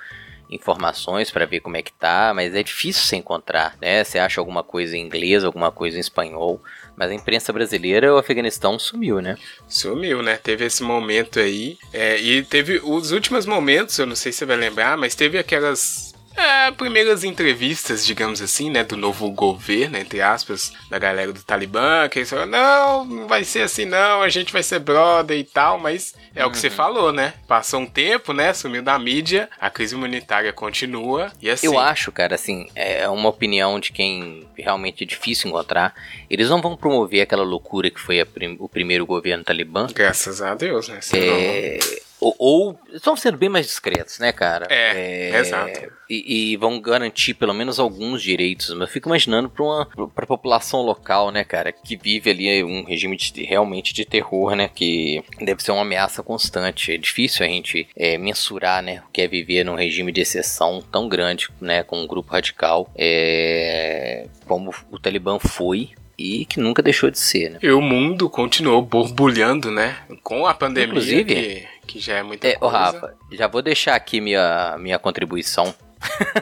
S2: informações pra ver como é que tá, mas é difícil você encontrar, né? Você acha alguma coisa em inglês, alguma coisa em espanhol, mas a imprensa brasileira, o Afeganistão sumiu, né?
S1: Sumiu, né? Teve esse momento aí. É, e teve os últimos momentos, eu não sei se você vai lembrar, mas teve aquelas. é, primeiras entrevistas, digamos assim, né, do novo governo, entre aspas, da galera do Talibã, que eles falaram, não, não vai ser assim não, a gente vai ser brother e tal, mas é o que você
S2: Uhum.
S1: falou, né? Passou um tempo, né, sumiu da mídia, a crise humanitária continua, e assim...
S2: Eu acho, cara, assim, é uma opinião de quem realmente é difícil encontrar. Eles não vão promover aquela loucura que foi a prim- o primeiro governo talibã.
S1: Graças a Deus, né? Senão-
S2: É, ou, ou estão sendo bem mais discretos, né, cara?
S1: É, exato.
S2: E, e vão garantir pelo menos alguns direitos. Mas eu fico imaginando para uma pra população local, né, cara, que vive ali um regime de- realmente de terror, né, que deve ser uma ameaça constante. É difícil a gente é, mensurar, né, o que é viver num regime de exceção tão grande, né, com um grupo radical, é, como o Talibã foi e que nunca deixou de ser, né?
S1: E o mundo continuou borbulhando, né? Com a pandemia,
S2: Inclusive-
S1: que, que já é muita
S2: É, ô
S1: coisa.
S2: Rafa, já vou deixar aqui minha, minha contribuição.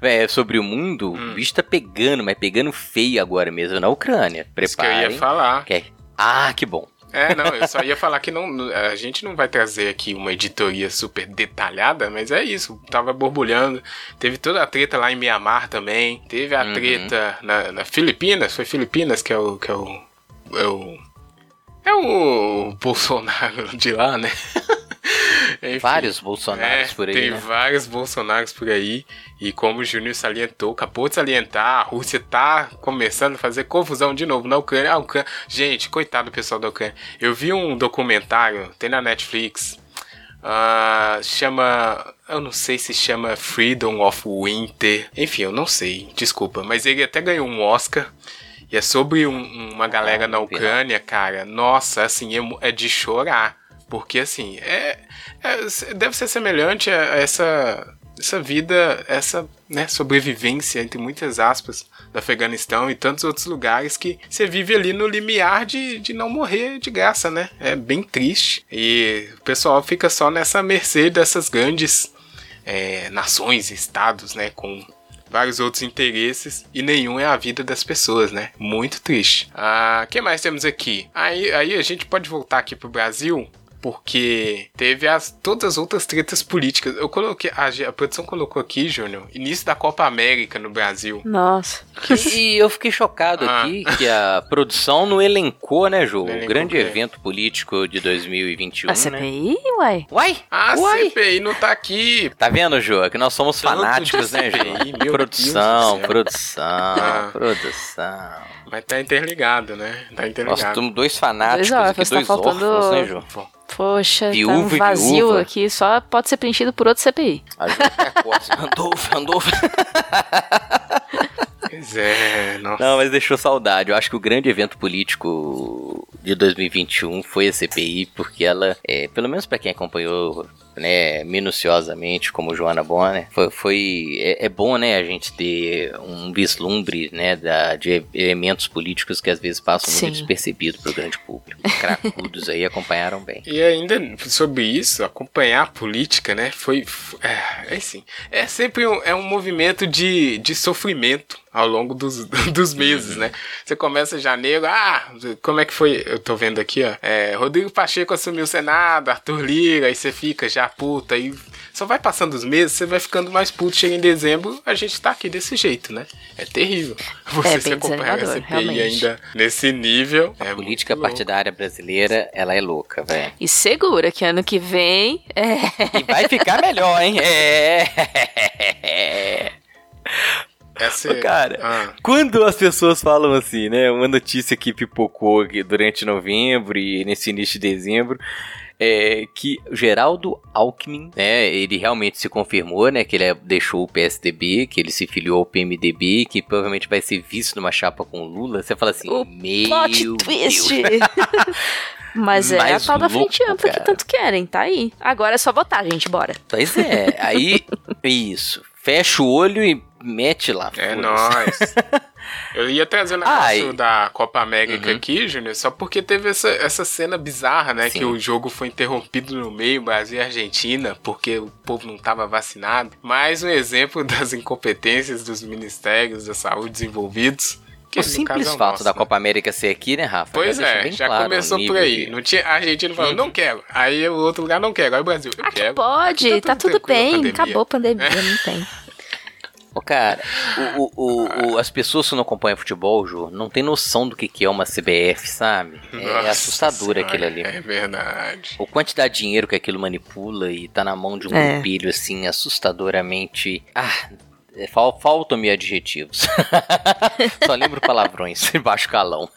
S2: É, sobre o mundo,
S1: Hum.
S2: o bicho tá pegando, mas pegando feio agora mesmo na Ucrânia.
S1: Isso que eu ia
S2: Preparem.
S1: falar.
S2: Que- Ah, que bom.
S1: É, não, eu só ia falar que não, a gente não vai trazer aqui uma editoria super detalhada, mas é isso, tava borbulhando. Teve toda a treta lá em Mianmar também, teve a
S2: Uhum.
S1: treta na, na Filipinas, foi Filipinas que é o. Que é o, é o é o Bolsonaro de lá, né? Enfim,
S2: Vários Bolsonaros
S1: é,
S2: por aí,
S1: Tem
S2: né?
S1: vários Bolsonaros por aí. E como o Júnior salientou, acabou de salientar, a Rússia tá começando a fazer confusão de novo na Ucrânia. A Ucrânia... Gente, coitado do pessoal da Ucrânia. Eu vi um documentário, tem na Netflix. ah, chama. Eu não sei se chama Freedom of Winter. Enfim, eu não sei, desculpa. Mas ele até ganhou um Oscar. E é sobre um- uma galera na
S2: não vi, não.
S1: Ucrânia, cara. Nossa, assim, é mo- é de chorar. Porque, assim, é, é- deve ser semelhante a a essa, essa vida, essa né, sobrevivência, entre muitas aspas, do Afeganistão e tantos outros lugares que você vive ali no limiar de, de não morrer de graça, né? É bem triste. E o pessoal fica só nessa mercê dessas grandes é, nações, estados, né? Com vários outros interesses e nenhum é a vida das pessoas, né? Muito triste. Ah, o que mais temos aqui? Aí, aí a gente pode voltar aqui pro Brasil. Porque teve as, todas as outras tretas políticas. Eu coloquei. A, ge- a produção colocou aqui, Júnior, início da Copa América no Brasil.
S3: Nossa.
S2: E, e eu fiquei chocado
S1: Ah.
S2: aqui que a produção não elencou, né, Ju?
S1: Não
S2: O
S1: elencou
S2: grande
S1: o quê?
S2: evento político de 2021,
S3: A
S2: né?
S3: CPI, uai.
S2: Uai!
S1: A
S2: Uai!
S1: CPI não tá aqui.
S2: Tá vendo, Ju? É que nós somos
S1: Tanto de
S2: fanáticos, né,
S1: CPI,
S2: Ju?
S1: meu
S2: Produção,
S1: Deus do céu.
S2: produção,
S1: Ah.
S2: produção.
S1: Mas tá interligado, né? Tá
S2: Nós
S1: interligado.
S2: somos dois fanáticos
S3: Dois
S2: aqui,
S3: órfãos, tá
S2: dois
S3: faltando-
S2: órfãos, né, Ju?
S3: Poxa,
S2: Viúva
S3: tá
S2: e
S3: um vazio
S2: viúva.
S3: aqui, só pode ser preenchido por outro CPI.
S2: A Ju tá corta. Randolfo, Randolfo.
S1: Pois é, nossa.
S2: Não, mas deixou saudade. Eu acho que o grande evento político de 2021 foi a CPI, porque ela, é, pelo menos pra quem acompanhou né, minuciosamente, como Joana Bonner, foi, foi- é, é bom, né, a gente ter um vislumbre, né, da, de elementos políticos que às vezes passam
S3: Sim.
S2: muito despercebido pro grande público. Cracudos aí acompanharam bem.
S1: E ainda sobre isso, acompanhar a política, né? Foi. f- É, é assim. É sempre um, é um movimento de, de sofrimento ao longo dos, dos meses,
S2: Uhum.
S1: né? Você começa em janeiro, ah, como é que foi? Eu tô vendo aqui, ó. É, Rodrigo Pacheco assumiu o Senado, Arthur Lira, aí você fica já puta, aí só vai passando os meses, você vai ficando mais puto. Chega em dezembro, a gente tá aqui desse jeito, né? É terrível. Você se
S3: É, bem
S1: acompanhar a
S3: desanimador,
S1: CPI
S3: realmente.
S1: ainda nesse nível.
S2: A
S1: é
S2: política
S1: muito louco.
S2: partidária brasileira, ela é louca, velho.
S3: E segura que ano que vem. É.
S2: E vai ficar melhor, hein? É.
S1: Essa-
S2: Ô, é cara.
S1: Ah.
S2: Quando as pessoas falam assim, né? Uma notícia que pipocou aqui durante novembro e nesse início de dezembro. É que Geraldo Alckmin, né, ele realmente se confirmou, né, que ele é- deixou o PSDB, que ele se filiou ao PMDB, que provavelmente vai ser vice numa chapa com o Lula. Você fala assim,
S3: O
S2: meu
S3: Plot
S2: Deus.
S3: twist! Mas é
S2: Mais
S3: a tal da
S2: louco,
S3: frente ampla
S2: cara.
S3: que tanto querem, tá aí. Agora é só votar, gente, bora.
S2: Pois é, aí, isso, fecha o olho e mete lá.
S1: É
S2: foda-se.
S1: nóis. Eu ia trazer o negócio
S2: Ai.
S1: da Copa América
S2: Uhum.
S1: aqui, Júnior, só porque teve essa, essa cena bizarra, né?
S2: Sim.
S1: Que o jogo foi interrompido no meio, Brasil e Argentina, porque o povo não tava vacinado. Mais um exemplo das incompetências dos ministérios da saúde desenvolvidos. Que
S2: o
S1: no
S2: simples
S1: caso é o
S2: fato
S1: nosso,
S2: da
S1: né?
S2: Copa América ser aqui, né, Rafa?
S1: Pois
S2: deixa
S1: é,
S2: bem
S1: já
S2: claro o
S1: começou por
S2: nível
S1: aí.
S2: de- Uhum.
S1: Não tinha, a Argentina falou, não quero. Aí o outro lugar, não quero. Aí o Brasil,
S2: Ah,
S1: eu
S3: Aqui
S1: quero.
S3: pode,
S1: Aqui
S3: tá tudo
S1: tranquilo,
S3: bem,
S1: pandemia.
S3: acabou a pandemia,
S2: É.
S3: não tem.
S2: Ô, cara, o- o- o- o- as pessoas que não acompanham futebol, Ju, não tem noção do que, que é uma CBF, sabe? É
S1: Nossa
S2: assustador
S1: Senhora,
S2: aquilo ali.
S1: É verdade.
S2: O quantidade de dinheiro que aquilo manipula e tá na mão de um
S3: É.
S2: grupilho, assim, assustadoramente. Ah, é, fal- faltam-me adjetivos. Só lembro palavrões, baixo calão.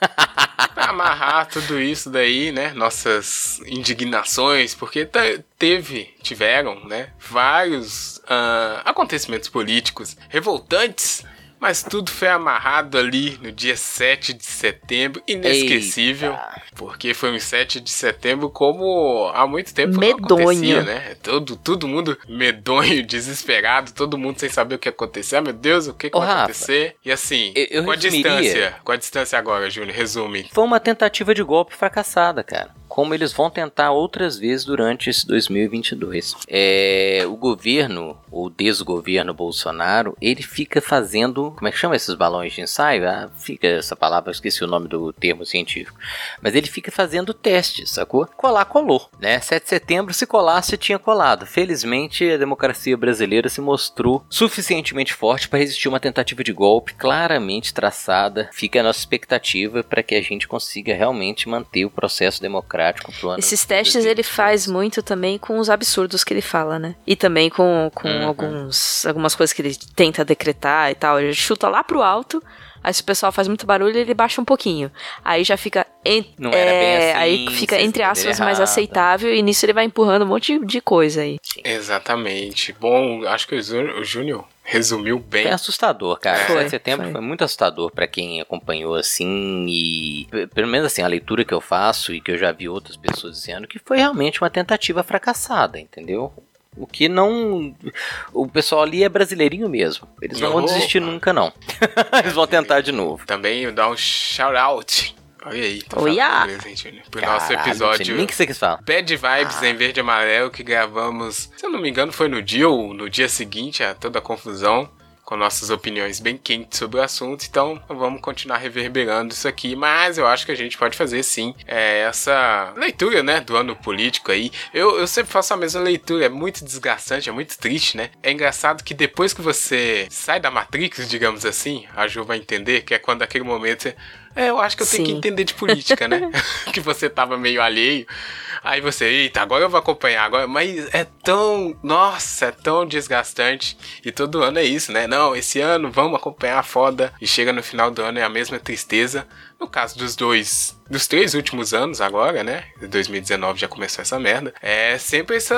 S1: Pra amarrar tudo isso daí, né? Nossas indignações, porque te- teve, tiveram, né? Vários ah, acontecimentos políticos revoltantes, mas tudo foi amarrado ali no dia 7 de setembro, inesquecível.
S2: Eita.
S1: Porque foi um 7 de setembro como há muito tempo não
S3: Medonho.
S1: acontecia, né? Todo, todo mundo medonho, desesperado, todo mundo sem saber o que ia acontecer. Ah, meu Deus, o que, que
S2: Ô,
S1: vai
S2: Rafa,
S1: acontecer? E assim,
S2: eu- eu
S1: com a
S2: resumiria-
S1: distância, com a distância agora, Júnior, resume.
S2: Foi uma tentativa de golpe fracassada, cara. Como eles vão tentar outras vezes durante esse 2022. É, o governo, ou desgoverno Bolsonaro, ele fica fazendo ensaio. Como é que chama esses balões de ensaio? Ah, fica essa palavra, eu esqueci o nome do termo científico. Mas ele fica fazendo testes, sacou? Colar, colou. Né? 7 de setembro, se colasse, tinha colado. Felizmente, a democracia brasileira se mostrou suficientemente forte para resistir uma tentativa de golpe claramente traçada. Fica a nossa expectativa para que a gente consiga realmente manter o processo democrático pro ano.
S3: Esses testes ele faz muito também com os absurdos que ele fala, né? E também com, com
S2: Uhum.
S3: alguns, algumas coisas que ele tenta decretar e tal. Ele chuta lá pro alto, aí se o pessoal faz muito barulho, ele baixa um pouquinho. Aí já fica. en-
S2: Não era bem
S3: é,
S2: assim,
S3: Aí fica,
S2: vocês
S3: entre aspas,
S2: entenderam
S3: mais
S2: errado.
S3: aceitável, e nisso ele vai empurrando um monte de, de coisa aí.
S1: Exatamente. Bom, acho que o Jú- o Júnior resumiu bem.
S2: Foi assustador, cara.
S3: Foi,
S2: 7 de setembro
S3: foi.
S2: foi, muito assustador pra quem acompanhou assim e p- pelo menos assim a leitura que eu faço e que eu já vi outras pessoas dizendo que foi realmente uma tentativa fracassada, entendeu? O que não o pessoal ali é brasileirinho mesmo. Eles não vão
S1: Opa.
S2: desistir nunca não. Eles vão tentar de novo.
S1: Também eu dar um shout out. Olha aí, tô
S3: Olha!
S1: falando inglês, hein, Júnior? Pro nosso
S2: Caralho, não sei
S1: episódio
S2: Nem que você quis falar.
S1: Bad Vibes em verde e amarelo que gravamos, se eu não me engano, foi no dia ou no dia seguinte a toda a confusão, com nossas opiniões bem quentes sobre o assunto, então vamos continuar reverberando isso aqui, mas eu acho que a gente pode fazer sim é, essa leitura, né, do ano político aí. Eu, eu sempre faço a mesma leitura, é muito desgastante, é muito triste, né? É engraçado que depois que você sai da Matrix, digamos assim, a Ju vai entender que é quando aquele momento você. É, eu acho que eu tenho que
S3: Sim.
S1: entender de política, né? que você tava meio alheio. Aí você, eita, agora eu vou acompanhar agora. Mas é tão. Nossa, é tão desgastante. E todo ano é isso, né? Não, esse ano vamos acompanhar a foda. E chega no final do ano é a mesma tristeza. No caso dos dois. Dos três últimos anos agora, né? 2019 já começou essa merda. É sempre essa.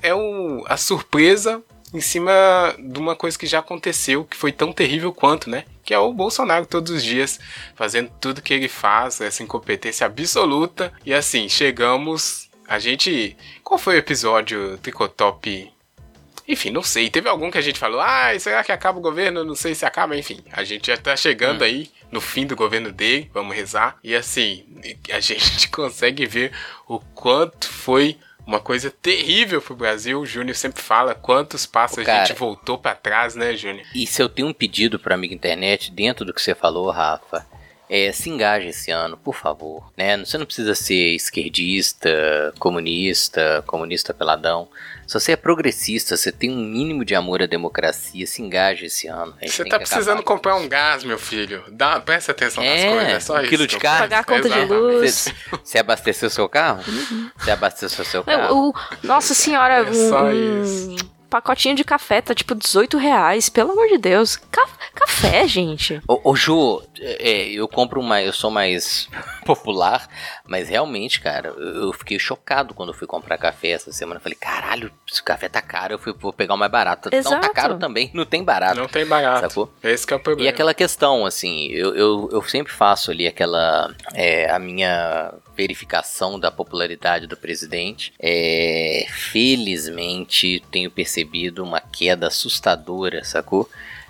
S1: É o, a surpresa em cima de uma coisa que já aconteceu, que foi tão terrível quanto, né? Que é o Bolsonaro todos os dias fazendo tudo que ele faz, essa incompetência absoluta. E assim, chegamos. A gente. Qual foi o episódio Tricotop? Enfim, não sei. Teve algum que a gente falou, ah, será que acaba o governo? Não sei se acaba, enfim. A gente já tá chegando
S2: É.
S1: aí no fim do governo dele, vamos rezar. E assim, a gente consegue ver o quanto foi uma coisa terrível pro Brasil. O Júnior sempre fala quantos passos
S2: Ô,
S1: a
S2: cara.
S1: gente voltou pra trás, né, Júnior?
S2: E se eu tenho um pedido para amiga internet, dentro do que você falou, Rafa, é, se engaje esse ano, por favor. Né? Você não precisa ser esquerdista, comunista, comunista peladão. Se você é progressista, você tem um mínimo de amor à democracia, se engaje esse ano. A gente
S1: Você
S2: tem
S1: tá
S2: que
S1: precisando
S2: acabar.
S1: comprar um gás, meu filho. Dá, presta atenção nas
S2: É,
S1: coisas, é só
S2: um
S1: isso.
S2: quilo de carne.
S3: Pagar a conta de
S1: Exatamente.
S3: luz.
S2: Você, você abasteceu seu carro? Você abasteceu seu carro?
S3: Meu, o- nossa senhora,
S1: É
S3: um,
S1: só
S3: um
S1: isso.
S3: pacotinho de café tá tipo 18 reais, pelo amor de Deus. Ca- café, gente.
S2: Ô, ô, Ju, é, eu compro mais, eu sou mais popular, mas realmente, cara, eu eu fiquei chocado quando eu fui comprar café essa semana. Eu falei, caralho, esse café tá caro, eu fui, vou pegar o mais barato. Não, tá
S3: Exato.
S2: caro também, não tem barato.
S1: Não tem barato.
S2: Sacou?
S1: Esse que é o problema.
S2: E aquela questão, assim, eu, eu, eu sempre faço ali aquela. é, a minha verificação da popularidade do presidente. É, felizmente, tenho percebido uma queda assustadora, sacou?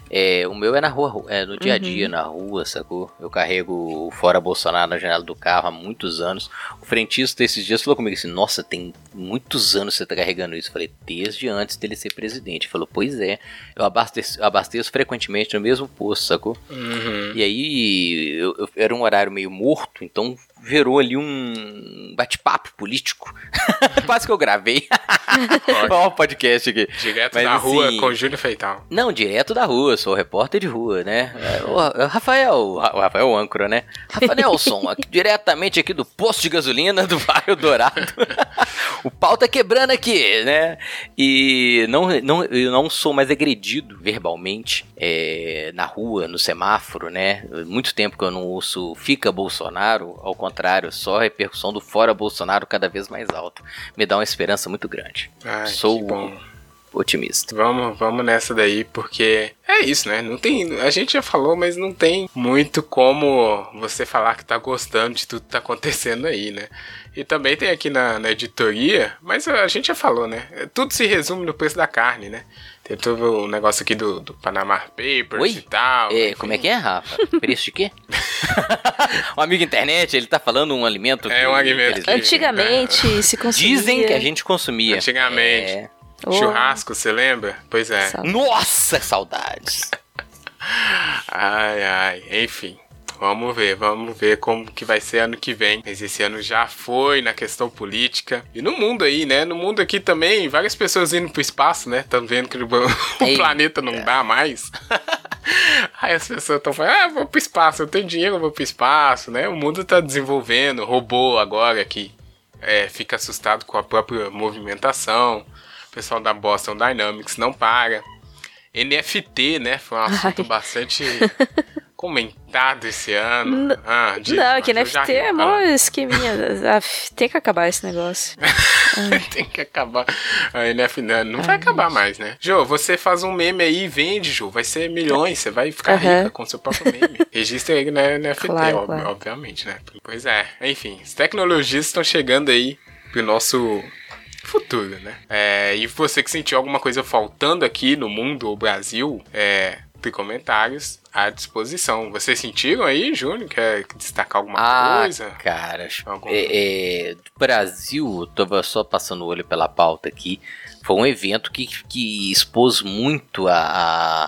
S2: É, o meu é na rua, é no dia a dia, na rua, sacou? Eu carrego o fora Bolsonaro na janela do carro há muitos anos. O frentista esses dias falou comigo assim: Nossa, tem muitos anos que você tá carregando isso. Eu falei, desde antes dele ser presidente. Ele falou, pois é. Eu abasteço, abasteço frequentemente no mesmo posto, sacou?
S1: Uhum.
S2: E aí eu- eu- era um horário meio morto, então gerou ali um bate-papo político. Quase que eu gravei. Ó, o podcast aqui.
S1: Direto
S2: Mas,
S1: da rua
S2: assim,
S1: com o Júnior Feital.
S2: Não, direto da rua, sou repórter de rua, né? É, O o Rafael, o Ra- o Rafael Âncora, né? Rafaelson, aqui, diretamente aqui do posto de gasolina do Bairro Dourado. o pau tá quebrando aqui, né? E não, não, eu não sou mais agredido verbalmente é, na rua, no semáforo, né? Muito tempo que eu não ouço fica Bolsonaro, ao contrário, só a repercussão do fora Bolsonaro cada vez mais alta. Me dá uma esperança muito grande.
S1: Ai,
S2: Sou um
S1: que bom.
S2: Otimista.
S1: Vamos, vamos nessa daí, porque é isso, né? Não tem, a gente já falou, mas não tem muito como você falar que tá gostando de tudo que tá acontecendo aí, né? E também tem aqui na, na editoria, mas a gente já falou, né? Tudo se resume no preço da carne, né? Tem todo o negócio aqui do, do Panama Papers
S2: Oi?
S1: e tal.
S2: É, como é que é, Rafa? Preço de quê? um amigo internet, ele tá falando um alimento.
S1: É um alimento
S2: infelizmente,
S1: que-
S3: Antigamente se consumia.
S2: Dizem que a gente consumia.
S1: Antigamente.
S2: É. tá
S3: Oh,
S1: Churrasco, você lembra? Pois é.
S3: sabe.
S2: Nossa, saudades.
S1: Ai, ai. Enfim. Vamos ver, vamos ver como que vai ser ano que vem. Mas esse ano já foi na questão política. E no mundo aí, né? No mundo aqui também, várias pessoas indo pro espaço, né? Estão vendo que o, o
S2: Ei.
S1: planeta não dá mais. Aí as pessoas estão falando, ah, eu vou pro espaço, eu tenho dinheiro, eu vou pro espaço, né? O mundo tá desenvolvendo, robô agora que é, fica assustado com a própria movimentação. O pessoal da Boston Dynamics não para. NFT, né? Foi um assunto
S3: Ai.
S1: bastante comentado esse ano.
S3: N-
S1: ah, diz,
S3: Não, que
S1: mas eu já
S3: NFT
S1: ri,
S3: é mó esqueminha. Aff, tem que acabar esse negócio.
S1: fala. Tem que acabar. A NFT não, não vai acabar mais, né? Jô, você faz um meme aí e vende, Jô. Vai ser milhões, você vai ficar
S3: Aham.
S1: rica com seu próprio meme. Registra né, ele na NFT,
S3: Claro,
S1: ob-
S3: claro.
S1: obviamente, né? Pois é. Enfim, as tecnologias estão chegando aí pro nosso futuro, né? É, e você que sentiu alguma coisa faltando aqui no mundo ou Brasil, é, tem comentários à disposição. Vocês sentiram aí, Júnior? Quer destacar alguma
S2: ah,
S1: coisa?
S2: cara.
S1: Alguma-
S2: É, é, do Brasil, eu tava só passando o olho pela pauta aqui. Foi um evento que, que expôs muito a, a,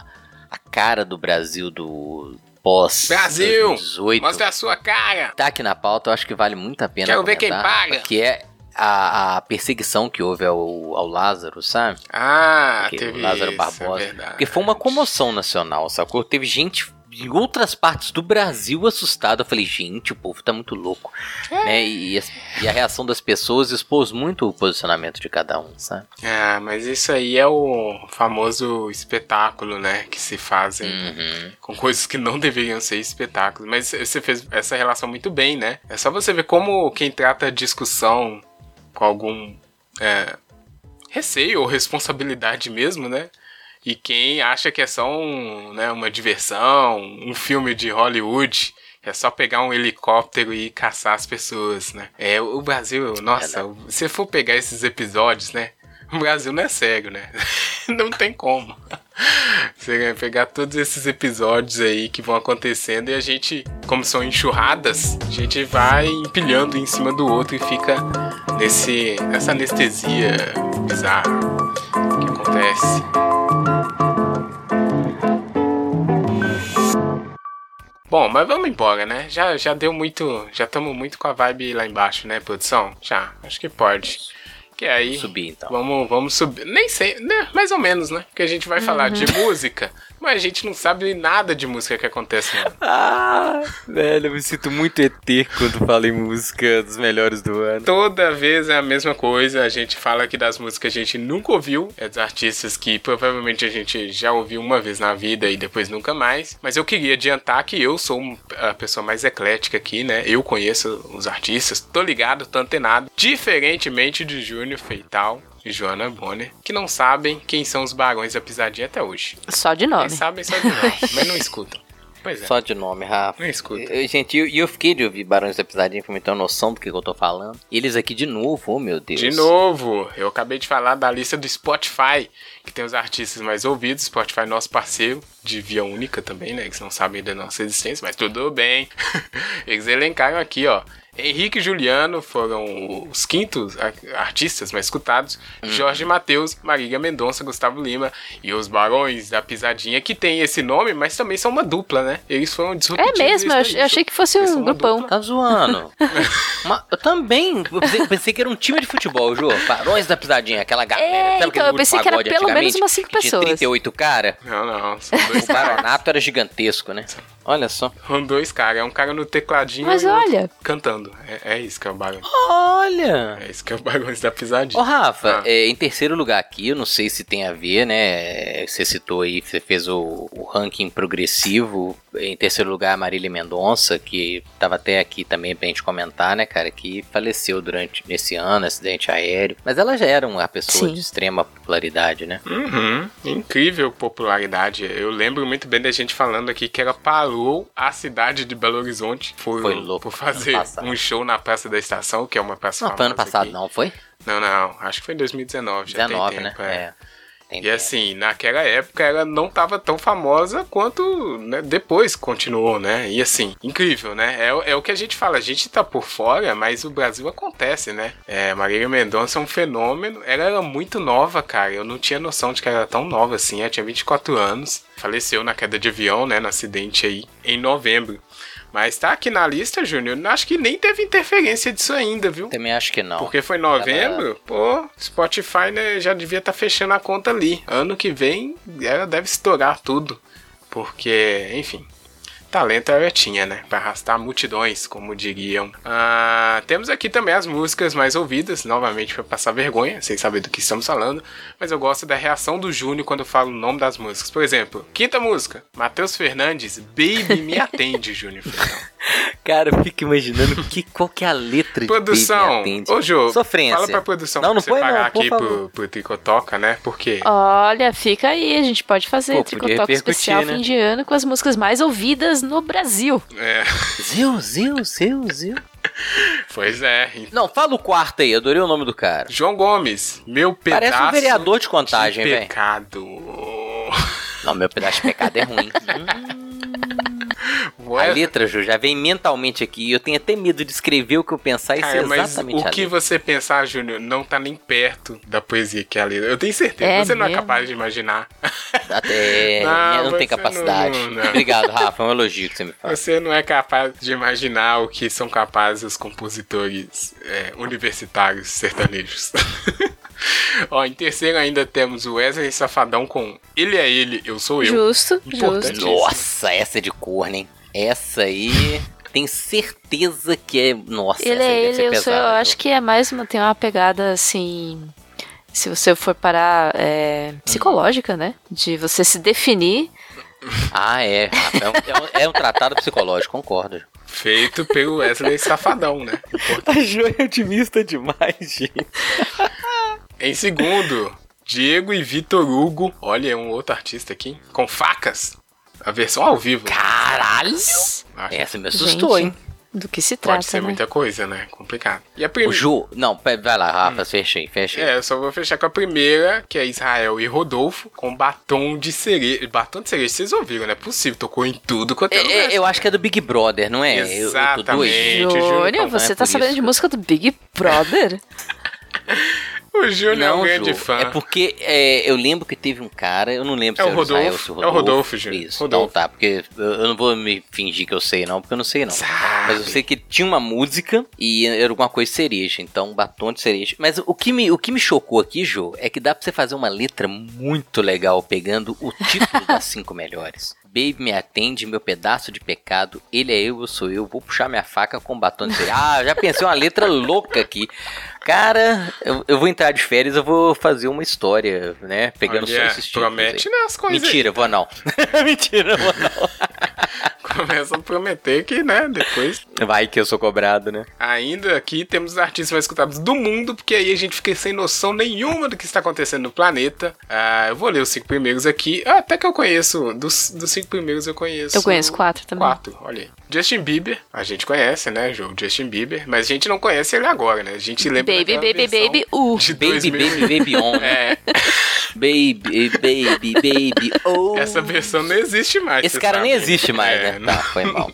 S2: a cara do Brasil do pós
S1: Brasil!
S2: 2018.
S1: Mostra a sua cara!
S2: tá aqui na pauta, eu acho que vale muito a pena.
S1: Quero ver quem
S2: comentar,
S1: paga.
S2: Que é a, a perseguição que houve ao, ao Lázaro, sabe?
S1: Ah,
S2: Que
S1: teve
S2: o Lázaro
S1: isso,
S2: Barbosa.
S1: é verdade.
S2: Porque foi uma comoção nacional, sacou? Teve gente em outras partes do Brasil assustada. Eu falei, gente, o povo tá muito louco. Né? E, e as- e a reação das pessoas expôs muito o posicionamento de cada um, sabe?
S1: Ah, mas isso aí é o famoso espetáculo, né? Que se fazem
S2: Uhum.
S1: com coisas que não deveriam ser espetáculos. Mas você fez essa relação muito bem, né? É só você ver como quem trata discussão com algum é, receio ou responsabilidade mesmo, né? E quem acha que é só um, né, uma diversão, um filme de Hollywood, é só pegar um helicóptero e caçar as pessoas, né? É, o Brasil, nossa, se for pegar esses episódios, né? O Brasil não é cego, né? Não tem como. Você vai pegar todos esses episódios aí que vão acontecendo e a gente, como são enxurradas, a gente vai empilhando em cima do outro e fica nesse, nessa anestesia bizarra que acontece. Bom, mas vamos embora, né? Já, já deu muito. Já estamos muito com a vibe lá embaixo, né, produção? Já, acho que pode. Que aí.
S2: Subir, então.
S1: Vamos, vamos subir. Nem sei, né? Mais ou menos, né? Porque a gente vai falar de música, mas a gente não sabe nada de música que acontece. né? Não.
S2: Ah, velho, eu me sinto muito ET quando falo em música dos melhores do ano.
S1: Toda vez é a mesma coisa. A gente fala aqui das músicas que a gente nunca ouviu, é dos artistas que provavelmente a gente já ouviu uma vez na vida e depois nunca mais. Mas eu queria adiantar que eu sou um- a pessoa mais eclética aqui, né? Eu conheço os artistas, tô ligado, tô antenado. Diferentemente de Júnior Feital e Joana Bonner, que não sabem quem são os Barões da Pisadinha até hoje.
S3: Só de
S1: Eles
S3: nome.
S1: sabem só de nome, mas não escutam. Pois é.
S2: Só de nome, Rafa.
S1: Não escuta.
S2: Eu- gente, e eu, e eu fiquei de ouvir Barões da Pisadinha pra me ter uma noção do que, que eu tô falando. E eles aqui de novo, oh
S3: É
S2: meu Deus.
S1: De novo, eu acabei de falar da lista do Spotify, que tem os artistas mais ouvidos. Spotify, nosso parceiro, de via única também, né? Eles não sabem da nossa existência, mas tudo bem. Eles elencaram aqui, ó. Henrique e Juliano foram os quintos ar- artistas mais escutados.
S3: Uhum.
S1: Jorge Matheus, Marília Mendonça, Gustavo Lima e os Barões da Pisadinha, que tem esse nome, mas também são uma dupla, né? Eles foram
S3: É
S1: disruptivos.
S3: mesmo, eu,
S1: nisso
S3: eu
S1: daí,
S3: achei que fosse
S1: Eles são
S3: um
S1: uma
S3: grupão.
S2: Tá zoando. Mas eu também. Eu pensei, pensei que era um time de futebol, Jô. Barões da Pisadinha, aquela galera.
S3: É,
S2: sabe aquele
S3: então, eu
S2: grupo de
S3: pensei que era
S2: pagode
S3: pelo menos
S2: antigamente,
S3: umas cinco
S2: que Tinha
S3: pessoas.
S2: 38 cara.
S1: Não, não. São dois
S2: O
S1: caras.
S2: baronato era gigantesco, né? Olha só.
S1: São dois caras. É um cara no tecladinho
S3: Mas
S1: e o outro
S3: olha.
S1: cantando. É, é isso que é o bagulho.
S2: Olha!
S1: É isso que é o bagulho da pisadinha.
S2: Ô, Rafa,
S1: Ah.
S2: é, em terceiro lugar aqui, eu não sei se tem a ver, né? Você citou aí, você fez o, o ranking progressivo. Em terceiro lugar, a Marília Mendonça, que tava até aqui também pra gente comentar, né, cara? Que faleceu durante esse ano, acidente aéreo. Mas ela já era uma pessoa
S3: Sim.
S2: de extrema popularidade, né?
S1: Uhum. Incrível popularidade. Eu lembro muito bem da gente falando aqui que ela parou a cidade de Belo Horizonte por,
S2: Foi louco,
S1: por fazer
S2: ano passado.
S1: um show na Praça da Estação, que é uma praça
S2: Não, foi ano
S1: famosa
S2: passado,
S1: aqui.
S2: não foi?
S1: Não, não. Acho que foi em 2019. Já
S2: 19,
S1: tem
S2: né?
S1: tempo, é.
S2: É. Tem
S1: E
S2: tempo.
S1: assim, naquela época ela não tava tão famosa quanto né, depois continuou, né? E assim, incrível, né? É, o- é o que a gente fala, a gente tá por fora, mas o Brasil acontece, né? É, Marília Mendonça é um fenômeno. Ela era muito nova, cara. Eu não tinha noção de que ela era tão nova assim. Ela tinha 24 anos. Faleceu na queda de avião, né? No acidente aí, em novembro. Mas tá aqui na lista, Júnior. Acho que nem teve interferência disso ainda, viu?
S2: Também acho que não.
S1: Porque foi em novembro, pô, Spotify né, já devia estar fechando a conta ali. Ano que vem ela deve estourar tudo. Porque, enfim, talento ela tinha, né? Pra arrastar multidões, como diriam. Ah, temos aqui também as músicas mais ouvidas, novamente pra passar vergonha, sem saber do que estamos falando. Mas eu gosto da reação do Júnior quando eu falo o nome das músicas. Por exemplo, quinta música, Matheus Fernandes, Baby Me Atende, Júnior. Ferrão.
S2: Cara, eu fico imaginando que, qual que é a letra
S1: Produção,
S2: de Baby atende.
S1: ô Jô,
S2: Sofrência.
S1: fala pra produção
S2: Não,
S1: pra
S2: não põe
S1: separar
S2: não, por
S1: aqui pro,
S2: favor.
S1: pro Tricotoca, né? Porque
S3: Olha, fica aí, a gente pode
S2: Pô,
S3: fazer
S2: podia
S3: tricotoque
S2: repercutir,
S3: especial
S2: né?
S3: fim de ano com as músicas mais ouvidas no Brasil.
S1: é,
S2: Zil, zil, zil, zil.
S1: pois é. E
S2: Não, fala o quarto aí, adorei o nome do cara.
S1: João Gomes, meu pedaço
S2: Parece um vereador de
S1: de
S2: contagem, velho.
S1: pecado.
S2: Não, meu pedaço de pecado é ruim.
S1: Uhum.
S2: a
S1: Ué,
S2: letra, Ju, já vem mentalmente aqui. e Eu tenho até medo de escrever o que eu pensar e
S1: cara,
S2: ser
S1: mas
S2: exatamente
S1: o
S2: a
S1: que
S2: letra.
S1: você pensar, Júnior, não tá nem perto da poesia que é a letra. Eu tenho certeza,
S3: É
S1: você não é
S3: mesmo?
S1: capaz de imaginar.
S2: Até,
S1: Não,
S2: né, eu não
S1: você
S2: tem capacidade.
S1: não- não.
S2: Obrigado, Rafa, é um elogio que você me faz.
S1: Você não é capaz de imaginar o que são capazes os compositores é, universitários sertanejos. Ó, em terceiro ainda temos o Wesley Safadão com Ele é Ele, Eu Sou Eu.
S3: Justo,
S1: Importante.
S3: justo.
S2: Nossa, essa é de corno, hein? Essa aí, tenho certeza que é... Nossa,
S3: Ele
S2: essa aí
S3: é
S2: deve
S3: ele,
S2: ser
S3: eu, sou, eu
S2: pesada, Ju.
S3: acho que é mais uma, tem uma pegada assim. Se você for parar é, psicológica, né? De você se definir.
S2: Ah, é, Rafa, é um, é um- é um tratado psicológico, concordo.
S1: Feito pelo Wesley Safadão, né?
S2: A Ju é otimista demais, gente.
S1: Em segundo, Diego e Vitor Hugo. Olha, é um outro artista aqui. Com facas. A versão ao vivo.
S2: Caralho!
S1: Acho que
S2: Essa É, me assustou,
S3: Gente,
S2: hein?
S3: Do que se
S1: Pode
S3: trata,
S1: ser
S3: né?
S1: muita coisa, né? Complicado. E a
S2: O
S1: primeira.
S2: Ju, não, pe- vai lá, Rafa, fechei, fechei.
S1: Hum. É, eu só vou fechar com a primeira, que é Israel e Rodolfo, com batom de cereja. Batom de cereja, vocês ouviram, não é possível, tocou em tudo quanto
S2: É, é, eu acho que é do Big Brother, não é? Eu- Eu, tô doido.
S1: Exatamente. Gente, Júnior,
S3: Júnior,
S1: então,
S2: não é
S3: você tá
S2: por
S3: sabendo
S2: isso
S3: de
S2: que-
S3: música do Big Brother?
S1: O Júnior é um
S2: Não,
S1: grande
S2: Ju,
S1: fã.
S2: é porque é, eu lembro que teve um cara, eu não lembro
S1: É
S2: se
S1: o
S2: era Israel,
S1: Rodolfo,
S2: se
S1: é o Rodolfo, Ju,
S2: Isso,
S1: Rodolfo.
S2: não tá, porque eu, eu não vou me fingir que eu sei não, porque eu não sei não.
S1: Sabe.
S2: Mas eu sei que tinha uma música e era alguma coisa de cereja, então batom de cereja. Mas o que me, o que me chocou aqui, Jô, é que dá pra você fazer uma letra muito legal pegando o título das cinco melhores. Baby me atende, meu pedaço de pecado, ele é eu, eu sou eu, vou puxar minha faca com batom de cereja. Ah, já pensei uma letra louca aqui. Cara, eu, eu vou entrar de férias, eu vou fazer uma história, né? Pegando
S1: Olha,
S2: só esses títulos.
S1: Promete
S2: aí.
S1: né, as coisas. aí.
S2: Mentira, vou não. Mentira, vou não.
S1: Começa a prometer que, né, depois.
S2: Vai que eu sou cobrado, né?
S1: Ainda aqui temos os artistas mais escutados do mundo, porque aí a gente fica sem noção nenhuma do que está acontecendo no planeta. Ah, eu vou ler os cinco primeiros aqui. Ah, até que eu conheço. Dos, dos cinco primeiros eu conheço.
S3: Eu conheço quatro também.
S1: Quatro, olha aí. Justin Bieber, a gente conhece, né, João? Justin Bieber, mas a gente não conhece ele agora, né? A gente lembra
S3: Baby,
S1: daquela
S3: baby,
S1: versão
S3: baby, uh.
S1: de
S2: Baby,
S1: 2000
S2: baby, baby on.
S1: É,
S2: Baby, baby, baby, oh.
S1: essa versão não existe mais.
S2: Esse
S1: você
S2: cara nem
S1: sabe.
S2: existe mais,
S1: É,
S2: né?
S1: não-
S2: Tá, foi mal.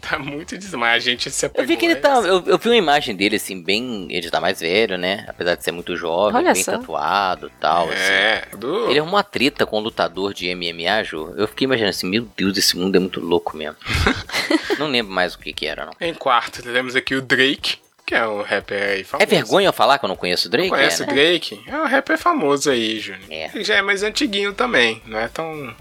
S1: tá muito demais, a gente se apegou.
S2: Eu vi que ele
S1: a
S2: tá.
S1: essa.
S2: Eu, eu vi uma imagem dele, assim, bem. Ele tá mais velho, né? Apesar de ser muito jovem,
S3: Olha
S2: bem
S3: só.
S2: tatuado e tal. assim.
S1: É, do...
S2: Ele é uma treta com um lutador de MMA, Ju. Eu fiquei imaginando assim, meu Deus, esse mundo é muito louco mesmo. não lembro mais o que que era, não.
S1: Em quarto, temos aqui o Drake, que é um rapper aí famoso.
S2: é É vergonha eu falar que eu não conheço o Drake?
S1: Conhece
S2: é,
S1: o
S2: né?
S1: Drake? É um rapper famoso aí, Júnior.
S2: É.
S1: Ele já é mais antiguinho também, não é tão,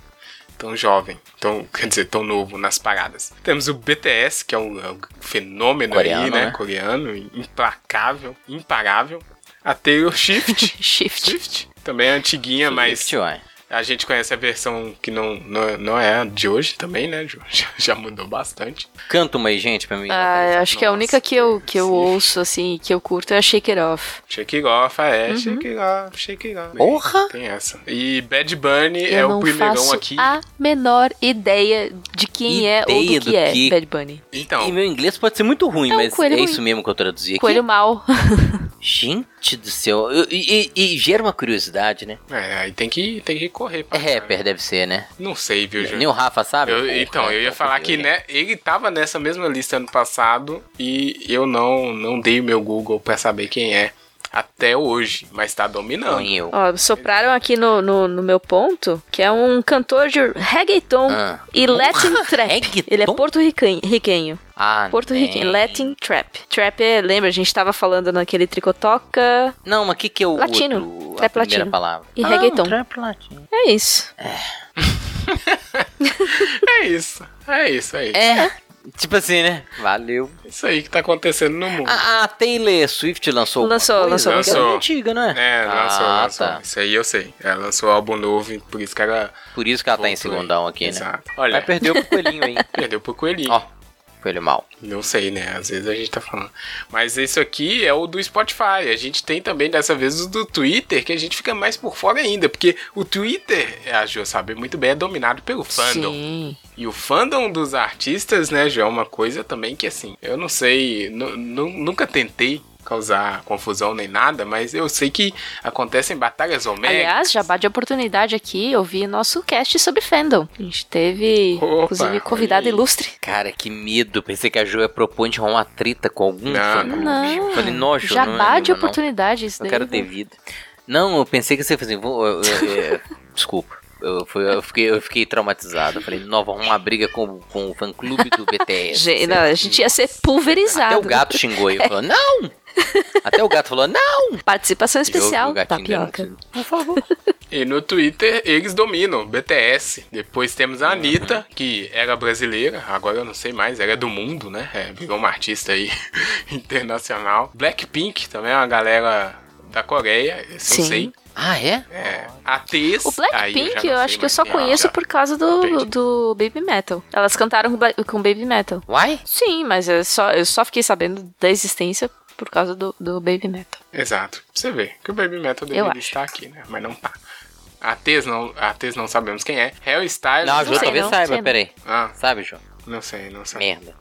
S1: tão jovem. Tão, quer dizer, tão novo nas paradas. Temos o BTS, que é um, é um fenômeno aí,
S2: Coreano,
S1: né?
S2: né?
S1: Coreano, implacável, imparável. A Taylor Shift.
S3: Shift.
S1: Shift. Também é antiguinha, mas
S2: Swift, ué.
S1: a gente conhece a versão que não, não, não é a de hoje também, né, Ju? Já, já mudou bastante.
S2: Canta uma aí, gente, pra mim.
S3: Ah, eu acho que a
S1: Nossa,
S3: única que eu, que eu
S1: sim.
S3: ouço, assim, que eu curto é a Shake It Off.
S1: Shake It Off, é. Shake It Off, Shake It Off.
S2: Uhum. Porra!
S1: Tem essa. E Bad Bunny
S3: Eu
S1: é
S3: não
S1: o primeirão
S3: faço
S1: aqui.
S3: a menor ideia de quem é ou
S2: Ideia
S3: do
S2: do
S3: que é
S2: que-
S3: Bad Bunny.
S1: Então,
S2: E meu inglês pode ser muito ruim,
S3: É um
S2: mas é
S3: coelho
S2: isso
S3: ruim.
S2: mesmo que eu traduzi aqui.
S3: Coelho mal.
S2: Gente, Gente do céu. E, e- e gera uma curiosidade, né?
S1: É, aí tem que, tem que correr. pra
S2: É,
S1: saber.
S2: rapper deve ser, né?
S1: Não sei, viu, Júlio?
S2: Nem o Rafa sabe?
S1: Eu-
S2: Porra,
S1: então, eu ia
S2: então
S1: falar que
S2: fudeu,
S1: né, ele tava nessa mesma lista ano passado e eu não, não dei o meu Google pra saber quem é até hoje, mas tá dominando.
S2: Nem eu.
S3: Ó, sopraram aqui no, no, no meu ponto que é um cantor de reggaeton
S2: Ah.
S3: e Latin trap.
S2: Reggaeton?
S3: Ele é porto-riquenho.
S2: Ah, tem.
S3: Porto-riquenho. Latin trap. Trap é, lembra, a gente tava falando naquele tricotoca.
S2: Não, mas o que, que é o
S3: Latino.
S2: outro?
S3: Trap
S2: a primeira
S3: latino.
S2: palavra.
S3: E
S2: ah,
S3: reggaeton.
S2: um Trap latino.
S3: É isso.
S1: É isso, é isso, é isso. É,
S2: É. Tipo assim, né? Valeu.
S1: isso aí que tá acontecendo no mundo.
S2: Ah, a Taylor Swift lançou
S3: Lançou,
S2: alguma coisa?
S3: lançou.
S2: Porque Ela é
S1: Lançou.
S2: antiga, não é?
S1: É, lançou,
S2: ah,
S1: lançou.
S2: Tá.
S1: Isso aí eu sei. Ela lançou álbum novo, por isso que ela.
S2: Por isso que ela tá em segundão aqui, né?
S1: Exato.
S2: Vai
S1: Olha,
S2: perder pro coelhinho, hein?
S1: perdeu pro Coelhinho.
S2: Ó, coelho mal.
S1: Não sei, né? Às vezes a gente tá falando. Mas isso aqui é o do Spotify. A gente tem também, dessa vez, o do Twitter, que a gente fica mais por fora ainda. Porque o Twitter, é, a Ju sabe muito bem, é dominado pelo fandom.
S3: Sim.
S1: E o fandom dos artistas, né, Ju, é uma coisa também que, assim, eu não sei, nu- nu- nunca tentei causar confusão nem nada, mas eu sei que acontecem batalhas homéricas.
S3: Aliás, já bate a oportunidade aqui, eu vi nosso cast sobre fandom. A gente teve,
S1: Opa,
S3: inclusive, convidado
S1: olha aí.
S3: ilustre.
S2: Cara, que medo. Pensei que a Ju ia propor de arrumar uma treta com algum
S1: Não,
S2: fã.
S1: não.
S3: Não.
S2: Falei, nojo,
S3: já
S2: não
S3: bate
S2: anima, não.
S3: oportunidade né?" isso
S2: Eu
S3: daí.
S2: quero ter vida. Não, eu pensei que você ia fazer. vou- eu- eu- eu- desculpa. Eu, fui- eu fiquei, eu fiquei traumatizado. Eu falei, não, vamos arrumar uma briga com, com o fã clube do BTS.
S3: Gente, não, a gente ia ser pulverizado.
S2: Até o gato xingou e falou, não! Até o gato falou, não!
S3: Participação
S2: E
S3: especial,
S2: o gatinho
S3: tapioca.
S2: dando- Por favor.
S1: E no Twitter eles dominam, BTS. Depois temos a Anitta, que era brasileira, agora eu não sei mais, era do mundo, né? É, virou uma artista aí internacional. Blackpink também é uma galera da Coreia, isso eu
S3: Sim.
S1: sei.
S2: Ah, é?
S1: É, atriz.
S3: O
S1: aí já
S3: Blackpink, eu,
S1: não sei
S3: acho que eu
S1: mais
S3: só
S1: quem é.
S3: conheço por causa do,
S1: Entendi.
S3: do Baby Metal. Elas cantaram com, Bla- com Baby Metal.
S2: Uai?
S3: Sim, mas eu só, eu só fiquei sabendo da existência por causa do, do Baby Metal.
S1: Exato. Pra você ver que o Baby Metal deveria
S3: acho.
S1: estar aqui, né? Mas não tá. A Tez não, a Tez não sabemos quem é. Harry Styles.
S2: Não, a Ju
S3: sei,
S2: talvez
S3: não, sei
S2: saiba,
S3: não.
S2: peraí.
S1: Ah,
S2: Sabe, Ju?
S1: não sei, não sei.
S2: Merda.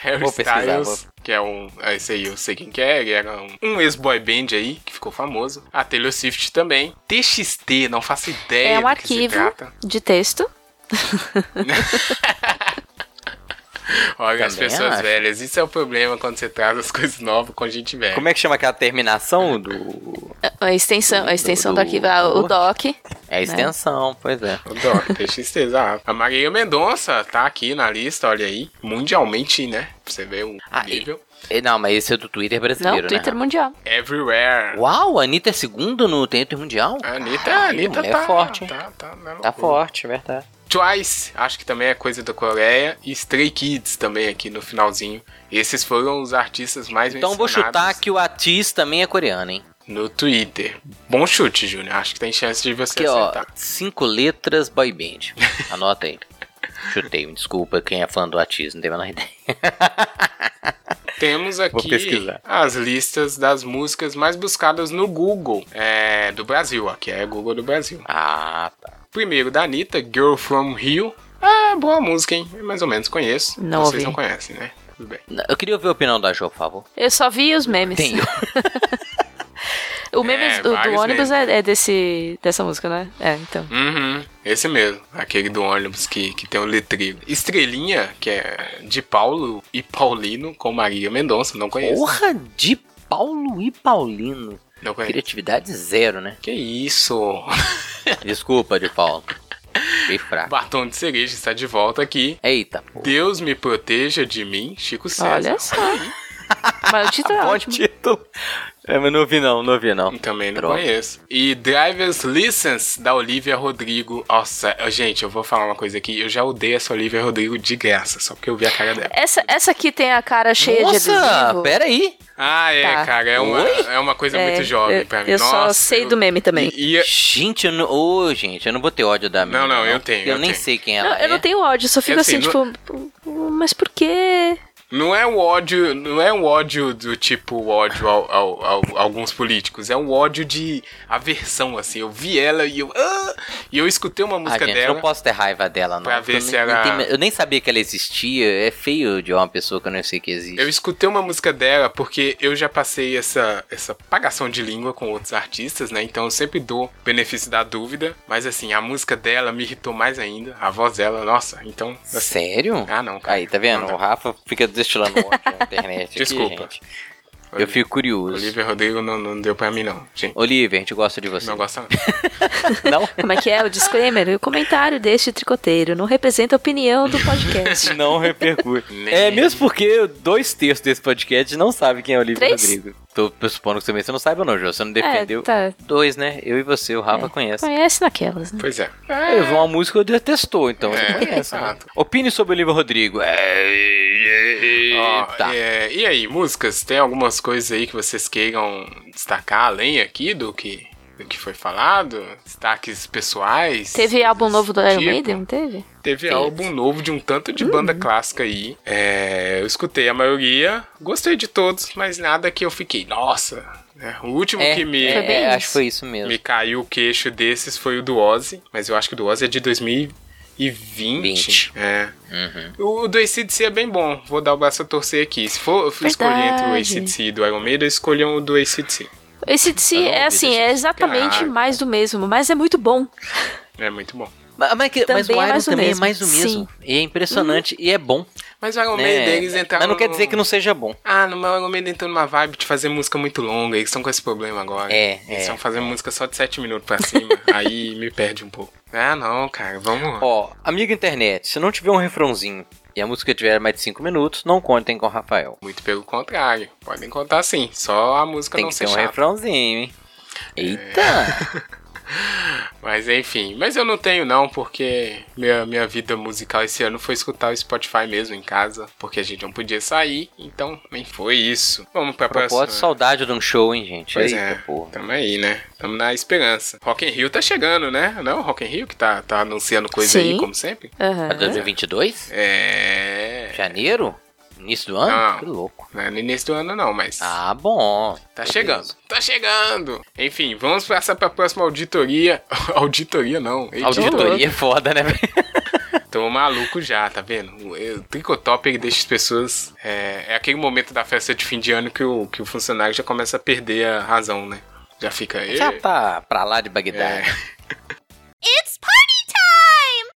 S1: Harry
S2: Vou pesquisar,
S1: Styles,
S2: vou-
S1: que é um. é Esse aí eu sei quem que é, ele era um, um ex-boy band aí, que ficou famoso. A Taylor Swift também. TXT, não faço ideia.
S3: É um
S1: do que se
S3: arquivo
S1: trata.
S3: de texto.
S1: Olha, as
S2: Também
S1: pessoas
S2: acho.
S1: velhas. Isso é o problema quando você traz as coisas novas com gente velha.
S2: Como é que chama aquela terminação do.
S3: A extensão, a extensão do,
S2: do-
S3: arquivo, ah, o
S2: do-
S3: doc.
S2: É a extensão, pois é.
S1: Eu adoro, TXT, exato. A Maria Mendonça tá aqui na lista, olha aí. Mundialmente, né? Pra você ver o
S2: Ah, e-
S1: nível.
S2: E Não, mas esse é do Twitter
S3: Não,
S2: brasileiro, né?
S3: Twitter mundial.
S1: Everywhere.
S2: Uau, a Anitta é segundo no Twitter Mundial?
S1: A Anitta, a
S2: Caralho,
S1: Anitta
S2: mulher é
S1: tá,
S2: forte, hein?
S1: tá, tá, na
S2: Tá
S1: loucura.
S2: forte, é verdade.
S1: Twice, acho que também é coisa da Coreia. E Stray Kids também aqui no finalzinho. Esses foram os artistas mais
S2: Então vou chutar
S1: mencionados
S2: que o Atis também é coreano, hein?
S1: no Twitter. Bom chute, Júnior. Acho que tem chance de você
S2: Aqui, ó,
S1: acertar.
S2: cinco letras boy band. Anota aí. Chutei, me desculpa quem é fã do Atis, não tem a menor ideia.
S1: Temos aqui
S2: pesquisar.
S1: as listas das músicas mais buscadas no Google é, do Brasil. Aqui é Google do Brasil.
S2: Ah, tá.
S1: Primeiro da Anitta, Girl From Rio. Ah, boa música, hein? Mais ou menos conheço.
S3: Não
S1: Vocês
S3: ouvi.
S1: não conhecem, né? Tudo bem.
S2: Eu queria ouvir a opinião da Jo, por favor.
S3: Eu só vi os memes.
S2: Tenho.
S3: O memes
S1: É,
S3: do, do
S1: vários
S3: ônibus é, é desse, dessa música, né? É, então.
S1: Uhum, esse mesmo. Aquele do ônibus que, que tem o letreiro. Estrelinha, que é de Paulo e Paulino com Maria Mendonça. Não conheço.
S2: Porra de Paulo e Paulino.
S1: Não conheço.
S2: Criatividade zero, né?
S1: Que isso?
S2: Desculpa, de Paulo. Bem fraco.
S1: Batom de cereja está de volta aqui.
S2: Eita, pô.
S1: Deus me proteja de mim, Chico César.
S3: Olha só. Mas o título é
S2: Tá Bom tipo-
S3: ótimo.
S2: título. É, mas não ouvi não, não ouvi não.
S1: Hum, Também não
S2: Droga.
S1: conheço. E Driver's License, da Olivia Rodrigo. Nossa, eu- gente, eu vou falar uma coisa aqui. Eu já odeio essa Olivia Rodrigo de graça, só porque eu vi a cara dela.
S3: Essa, essa aqui tem a cara cheia de
S2: Nossa,
S3: adesivo.
S2: peraí.
S1: Ah, é,
S3: Tá.
S1: cara. É uma,
S2: Oi?
S1: é uma coisa
S3: É,
S1: muito jovem
S3: eu,
S1: pra mim.
S3: Eu só
S1: Nossa,
S3: sei
S1: eu-
S3: do meme também.
S1: E, e-
S2: Gente, eu não... Ô, gente, eu não vou ter ódio da minha.
S1: Não, não, eu tenho,
S2: Eu,
S1: eu
S2: nem
S1: tenho.
S2: sei quem
S3: Não,
S2: ela é.
S3: eu não tenho ódio, só fico
S1: assim,
S3: assim, tipo, mas por quê?
S1: Não é um ódio, não é um ódio do tipo ódio ao, ao- ao- a alguns políticos, é um ódio de aversão, assim. Eu vi ela e eu. ah! e eu escutei uma música
S2: ah, gente, eu
S1: dela.
S2: não posso ter raiva dela, não.
S1: Pra ver
S2: Eu
S1: se
S2: nem-
S1: ela-
S2: nem tenho- Eu nem sabia que ela existia. É feio de uma pessoa que eu não sei que existe.
S1: Eu escutei uma música dela porque eu já passei essa, essa pagação de língua com outros artistas, né? Então eu sempre dou benefício da dúvida. Mas assim, a música dela me irritou mais ainda. A voz dela, nossa, então. assim,
S2: Sério?
S1: ah, não, cara.
S2: Aí, tá vendo?
S1: Não dá.
S2: O Rafa fica destilando ódio na internet. aqui,
S1: Desculpa.
S2: gente. Eu fico curioso. Oliver.
S1: Olivia Rodrigo não, não deu pra mim, não. Gente,
S2: a gente gosta de você.
S1: não gosta não.
S2: Não?
S3: Como é que é o disclaimer? O comentário deste tricoteiro não representa a opinião do podcast.
S2: Não repercute.
S1: Nem-
S2: É mesmo porque dois terços desse podcast não sabem quem é o Olivia
S3: Três?
S2: Rodrigo. Tô supondo que também você não saiba, não, João. Você não defendeu.
S3: É, tá. É.
S2: Dois, né? Eu e você, o Rafa conhece.
S3: Conhece naquelas, né?
S1: Pois é.
S2: Eu vi uma música que eu detestou, então. Você
S1: É,
S2: conhece, né?
S1: exato.
S2: Opine sobre o Olivia Rodrigo.
S1: Ó,
S2: É... Tá.
S1: é, e aí, músicas? Tem algumas coisas aí que vocês queiram destacar além aqui do que, do que foi falado? Destaques pessoais?
S3: Teve álbum novo do Iron
S1: Tipo,
S3: Maiden, Uhum. não teve?
S1: Teve álbum novo de um tanto de banda clássica aí. É, eu escutei a maioria, gostei de todos, mas nada que eu fiquei, nossa. né? O último
S2: É,
S1: que me,
S2: é,
S3: Foi bem
S2: é,
S3: isso.
S2: acho que foi isso mesmo.
S1: me caiu o queixo desses foi o do Ozzy, mas eu acho que o do Ozzy é de 2020.
S2: Vinte. Uhum.
S1: É. O do ACDC é bem bom, vou dar o braço a torcer aqui. Se for for escolher entre o
S3: Verdade.
S1: ACDC e do Iron Maiden, escolham o do ACDC.
S3: Esse
S2: Eu não
S3: é
S2: ouvi
S3: assim,
S2: desse.
S3: é exatamente
S1: Caraca.
S3: mais do mesmo, mas é muito bom.
S1: É muito bom.
S2: Ma- Mas, que- mas o
S3: Também é
S2: Iron
S3: mais o
S2: também é
S3: mesmo. Uhum.
S2: mais o mesmo. E é impressionante e é bom.
S1: Mas o Iron
S2: né?
S1: Maiden, eles entraram.
S2: Mas não quer
S1: no-
S2: dizer que não seja bom.
S1: Ah, no Iron Maiden entrou numa vibe de fazer música muito longa, eles estão com esse problema agora.
S2: É,
S1: Eles
S2: é,
S1: estão fazendo música só de 7 minutos pra cima, aí me perde um pouco. Ah, não, cara, vamos.
S2: Ó, amigo internet, se não tiver um refrãozinho e a música tiver mais de 5 minutos, não contem com o Rafael.
S1: Muito pelo contrário, podem contar sim, só a música
S2: Tem
S1: não
S2: que
S1: ser É,
S2: ter um
S1: chata.
S2: refrãozinho, hein? Eita!
S1: Mas enfim, mas eu não tenho não, porque minha, minha vida musical esse ano foi escutar o Spotify mesmo em casa, porque a gente não podia sair, então nem foi isso. Vamos pra
S2: A propósito,
S1: próxima.
S2: saudade de um show, hein, gente?
S1: Pois
S2: Eita,
S1: é,
S2: porra.
S1: tamo aí, né? Tamo na esperança. Rock in Rio tá chegando, né? Não, Rock in Rio que tá, tá anunciando coisa aí,
S3: Sim.
S1: como sempre.
S3: Aham.
S2: Pra 2022?
S1: É...
S2: Janeiro? Início do ano?
S1: Não.
S2: Que louco.
S1: Não é no início do ano não, mas...
S2: Ah, bom.
S1: Tá
S2: Beleza.
S1: chegando, tá chegando! Enfim, vamos passar pra próxima auditoria. auditoria não,
S2: Auditoria é foda, né? velho?
S1: Tô maluco já, tá vendo? O, o Tricotop ele deixa as pessoas. É, é aquele momento da festa de fim de ano que o, que o funcionário já começa a perder a razão, né? Já fica. "Ê".
S2: Já tá pra lá de
S1: É.
S2: Bagdá.
S5: It's party time!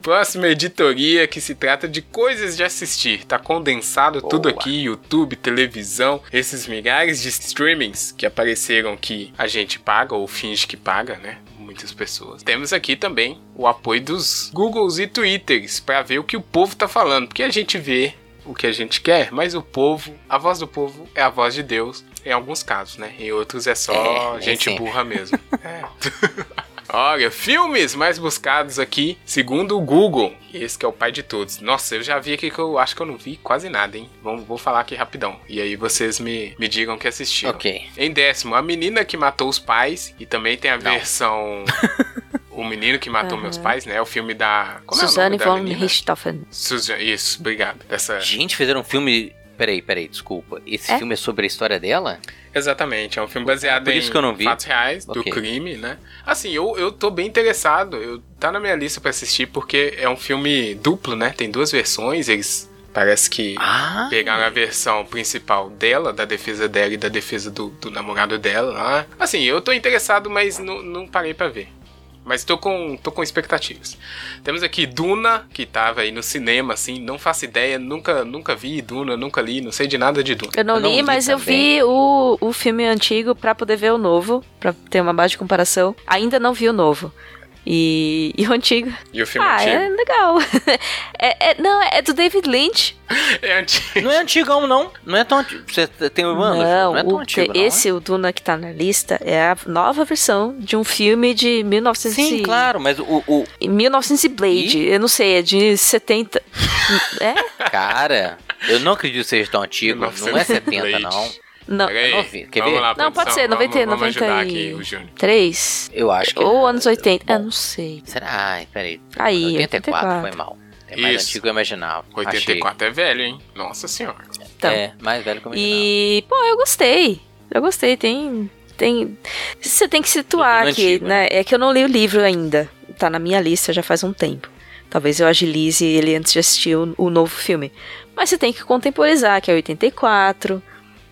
S1: Próxima editoria que se trata de coisas de assistir. Tá condensado tudo
S2: Boa.
S1: aqui: YouTube, televisão, esses milhares de streamings que apareceram que a gente paga ou finge que paga, né? Muitas pessoas. Temos aqui também o apoio dos Googles e Twitters pra ver o que o povo tá falando, porque a gente vê o que a gente quer, mas o povo, a voz do povo é a voz de Deus em alguns casos, né? Em outros é só
S2: É, nem
S1: gente
S2: sempre.
S1: burra mesmo. É. Olha, filmes mais buscados aqui, segundo o Google. Esse que é o pai de todos. Nossa, eu já vi aqui que eu acho que eu não vi quase nada, hein? Vamos, vou falar aqui rapidão. E aí vocês me, me digam que assistiram.
S2: ok.
S1: Em décimo, A Menina que Matou os Pais. E também tem a
S2: Não.
S1: versão... o Menino que Matou Meus Pais, né? O filme da... Como é
S3: Suzanne
S1: o
S3: von
S1: nome da menina?
S3: Richthofen.
S1: Suzanne, isso, obrigado. Dessa...
S2: Gente, fizeram um filme. Peraí, peraí, desculpa. Esse
S3: É?
S2: filme é sobre a história dela?
S1: Exatamente, é um filme baseado
S2: Por isso
S1: em
S2: que eu não vi.
S1: fatos reais do
S2: Ok.
S1: crime, né? Assim, eu, eu tô bem interessado, eu, tá na minha lista pra assistir porque é um filme duplo, né? Tem duas versões, eles parece que
S2: Ah!
S1: pegaram a versão principal dela, da defesa dela e da defesa do, do namorado dela lá. Assim, eu tô interessado, mas não, não parei pra ver. Mas tô com, tô com expectativas. Temos aqui Duna, que tava aí no cinema, assim, não faço ideia, nunca, nunca vi Duna, nunca li, não sei de nada de Duna.
S3: Eu não,
S2: Eu não
S3: li,
S2: vi
S3: mas eu
S2: também.
S3: vi o, o filme antigo pra poder ver o novo, pra ter uma base de comparação. Ainda não vi o novo. E, e o antigo?
S1: E o filme
S3: Ah,
S1: antigo?
S3: é legal. É- é- não, é do David Lynch.
S1: É antigo.
S2: Não é antigão, não. Não é tão antigo. Você tem o ano? Não, é
S3: o
S2: tão
S3: que-
S2: antigo, não.
S3: esse, o Duna que tá na lista, é a nova versão de um filme de
S2: é?
S3: 1900
S2: Sim,
S3: e-
S2: claro, mas o, o-
S3: 1900 e Blade. Eu não sei, é de 70. é?
S2: Cara, eu não acredito que seja tão antigo. Não é 70, não.
S3: Não. é
S1: Peraí,
S2: Eu não vi. Quer
S1: vamos
S2: ver?
S1: lá,
S3: Não, pode
S1: produção,
S3: ser, 90,
S1: vamos, vamos ajudar
S3: 90 e-
S1: aqui o Júnior.
S3: 3?
S2: Eu acho que. é.
S3: Ou anos 80?
S2: Bom,
S3: Ah, não sei.
S2: Será? Ai, peraí.
S3: Aí,
S2: 84,
S3: 84.
S2: foi mal. É mais
S1: Isso.
S2: antigo que eu imaginava.
S1: 84 é velho, hein? Nossa senhora.
S3: Então.
S2: É, mais velho que eu imaginava.
S3: E, pô, eu gostei. Eu gostei, tem. tem... Você tem que situar
S2: Tudo
S3: aqui,
S2: antigo,
S3: né? É que eu não li o livro ainda. Tá na minha lista já faz um tempo. Talvez eu agilize ele antes de assistir o, o novo filme. Mas você tem que contemporizar, que é 84,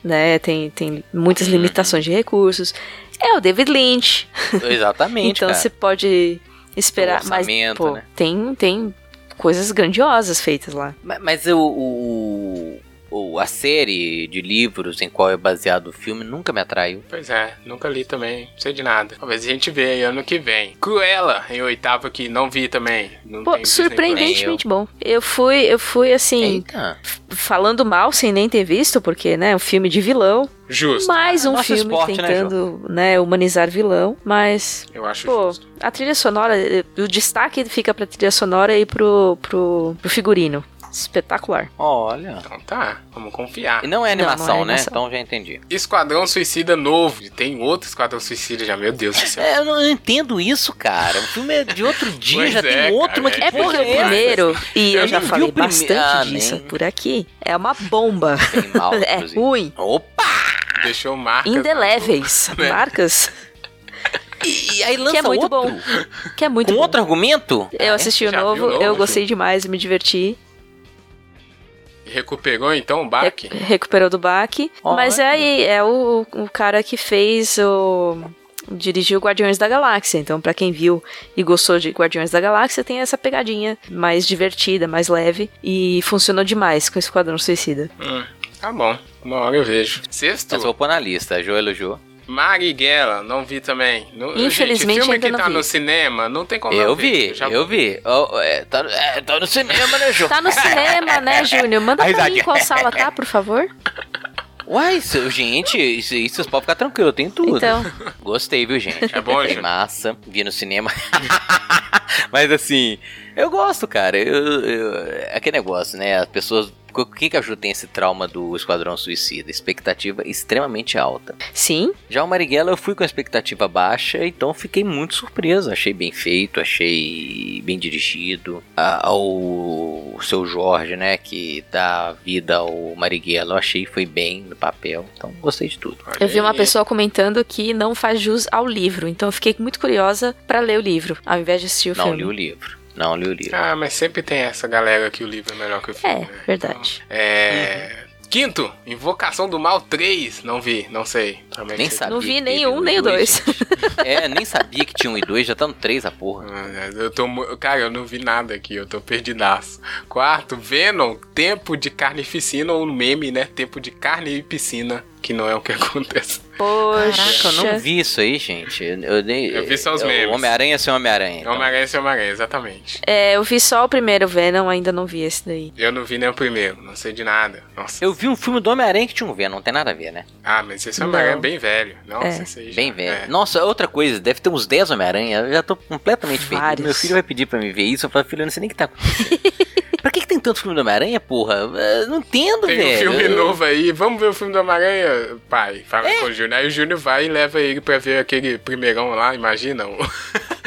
S3: né? Tem, tem
S2: Uhum.
S3: muitas limitações de recursos. É o David Lynch.
S2: Exatamente,
S3: Então
S2: cara.
S3: você pode esperar,
S2: Tem um
S3: mas
S2: é. orçamento,
S3: pô,
S2: né?
S3: tem tem coisas grandiosas feitas lá.
S2: Ma- Mas o, o- o- a série de livros em qual é baseado o filme nunca me atraiu.
S1: Pois é, nunca li também, não sei de nada. Talvez a gente vê aí ano que vem. Cruella, em oitavo que não vi também. Não
S3: Pô,
S1: tenho visto nem
S3: surpreendentemente bom. Eu fui, eu fui assim,
S2: Eita.
S3: f- falando mal sem nem ter visto, porque né, é um filme de vilão,
S1: Cruella. Justo,
S3: mais um
S2: Nosso
S3: filme
S2: esporte, né,
S3: tentando, né, humanizar vilão, mas
S1: eu acho
S3: Pô,
S1: justo.
S3: a trilha sonora, eh, o destaque fica pra trilha sonora e pro, pro, pro figurino.
S2: É,
S3: Espetacular.
S2: Olha.
S1: Então tá, vamos confiar.
S2: E não é
S3: Não, não é
S2: animação, né?
S3: animação.
S2: Então já entendi.
S1: Esquadrão Suicida novo. Tem outro Esquadrão Suicida já, meu Deus do céu.
S2: É, eu não entendo isso, cara. O filme é de outro dia,
S1: Pois
S2: já
S1: é,
S2: tem outro, mas que
S1: cara,
S3: É porque
S2: porra
S3: o
S2: é essa?
S3: primeiro, e eu,
S1: Eu
S3: já
S2: nem vi
S3: falei
S2: o prime-
S3: bastante
S2: Ah,
S3: disso
S2: nem-
S3: por aqui, é uma bomba.
S2: né? Tem mal,
S3: é
S2: inclusive.
S3: ruim.
S2: Opa!
S1: Deixou marcas.
S3: Indeléveis.
S1: né?
S3: Marcas.
S2: E aí lança
S3: Que é muito
S2: outro.
S3: bom. Que é muito
S2: Com
S3: bom.
S2: outro argumento? É.
S3: Eu assisti o
S1: Já viu
S3: novo,
S1: o novo,
S3: eu gostei demais, me diverti.
S1: Recuperou então o baque?
S3: Re- recuperou do baque.
S2: Olha.
S3: Mas é aí, é o, o cara que fez o. Dirigiu Guardiões da Galáxia. Então, pra quem viu e gostou de Guardiões da Galáxia, tem essa pegadinha mais divertida, mais leve. E funcionou demais com o Esquadrão Suicida.
S1: Hum, tá bom, uma hora eu vejo. Sexto,
S2: Essa eu vou pôr na lista, Joel elogiou.
S1: Marighella, não vi também. Não-
S3: Infelizmente,
S1: gente, filme
S3: ainda
S1: que
S3: não
S1: tá
S3: vi.
S1: no cinema, não tem como não
S2: Eu
S1: ver.
S2: vi,
S1: já-
S2: eu vi. Oh, é, tá, é, tá no cinema, né, Joel?
S3: Tá no cinema, né, Júnior? Manda pra mim
S2: Risadinha.
S3: qual sala tá, por favor.
S2: Uai, isso- gente, isso, isso vocês podem ficar tranquilo, tem tudo.
S3: Então.
S2: Gostei, viu, gente?
S1: É bom,
S2: Achei
S1: Ju?
S2: massa, vi no cinema. Mas assim, eu gosto, cara. Eu, eu- é aquele negócio, né? As pessoas. O que que a Ju tem esse trauma do Esquadrão Suicida? Expectativa extremamente alta.
S3: Sim,
S2: Já o Marighella eu fui com a expectativa baixa, então fiquei muito surpreso. Achei bem feito, achei bem dirigido. A- ao- O seu Jorge, né, que dá vida ao Marighella, eu achei que foi bem no papel, então gostei de tudo.
S1: Olha
S3: Eu vi uma
S1: aí.
S3: pessoa comentando que não faz jus ao livro, então eu fiquei muito curiosa pra ler o livro, ao invés de assistir o
S2: Não
S3: filme.
S2: li o livro, não li o livro.
S1: Ah, mas sempre tem essa galera que o livro é melhor que o filme.
S3: É,
S1: né?
S3: verdade.
S1: É. Quinto, Invocação do Mal 3. Não vi, não sei. Realmente
S2: Nem sabia.
S3: Não vi
S2: que
S3: nem
S2: teve
S3: um, nem o dois.
S2: gente. É, nem sabia que tinha um e dois, já tá no três a porra.
S1: Ah, Eu tô, mu- cara, eu não vi nada aqui, eu tô perdidaço. Quarto, Venom, Tempo de Carnificina, ou meme, né? Tempo de Carne e Piscina, que não é o que acontece.
S3: Poxa.
S2: Caraca, eu não vi isso aí, gente. Eu, eu nem,
S1: Eu vi só os
S2: é, o
S1: memes.
S2: Homem-Aranha sem Homem-Aranha.
S1: É
S2: então.
S1: Homem-Aranha sem Homem-Aranha, exatamente.
S3: É, eu vi só o primeiro Venom, ainda não vi esse daí.
S1: Eu não vi nem o primeiro, não sei de nada. Nossa.
S2: Eu vi um filme do Homem-Aranha que tinha um V, não tem nada a ver, né?
S1: Ah, mas esse
S3: Não.
S1: Homem-Aranha é bem velho. Nossa,
S3: É.
S1: esse aí já-
S2: Bem velho.
S1: é.
S2: Nossa, outra coisa, deve ter uns 10 Homem-Aranha. Eu já tô completamente
S3: Vários.
S2: perdido. Meu filho vai pedir pra me ver isso. Eu falo, filho, eu não sei nem o que tá acontecendo. pra que, que tem tanto filme do Homem-Aranha, porra? Eu não entendo,
S1: Tem um
S2: velho.
S1: filme
S2: Eu-
S1: novo aí, vamos ver o filme do Homem-Aranha, pai. Fala
S2: É.
S1: com o Júnior. Aí o Júnior vai e leva ele pra ver aquele primeirão lá, imagina, o,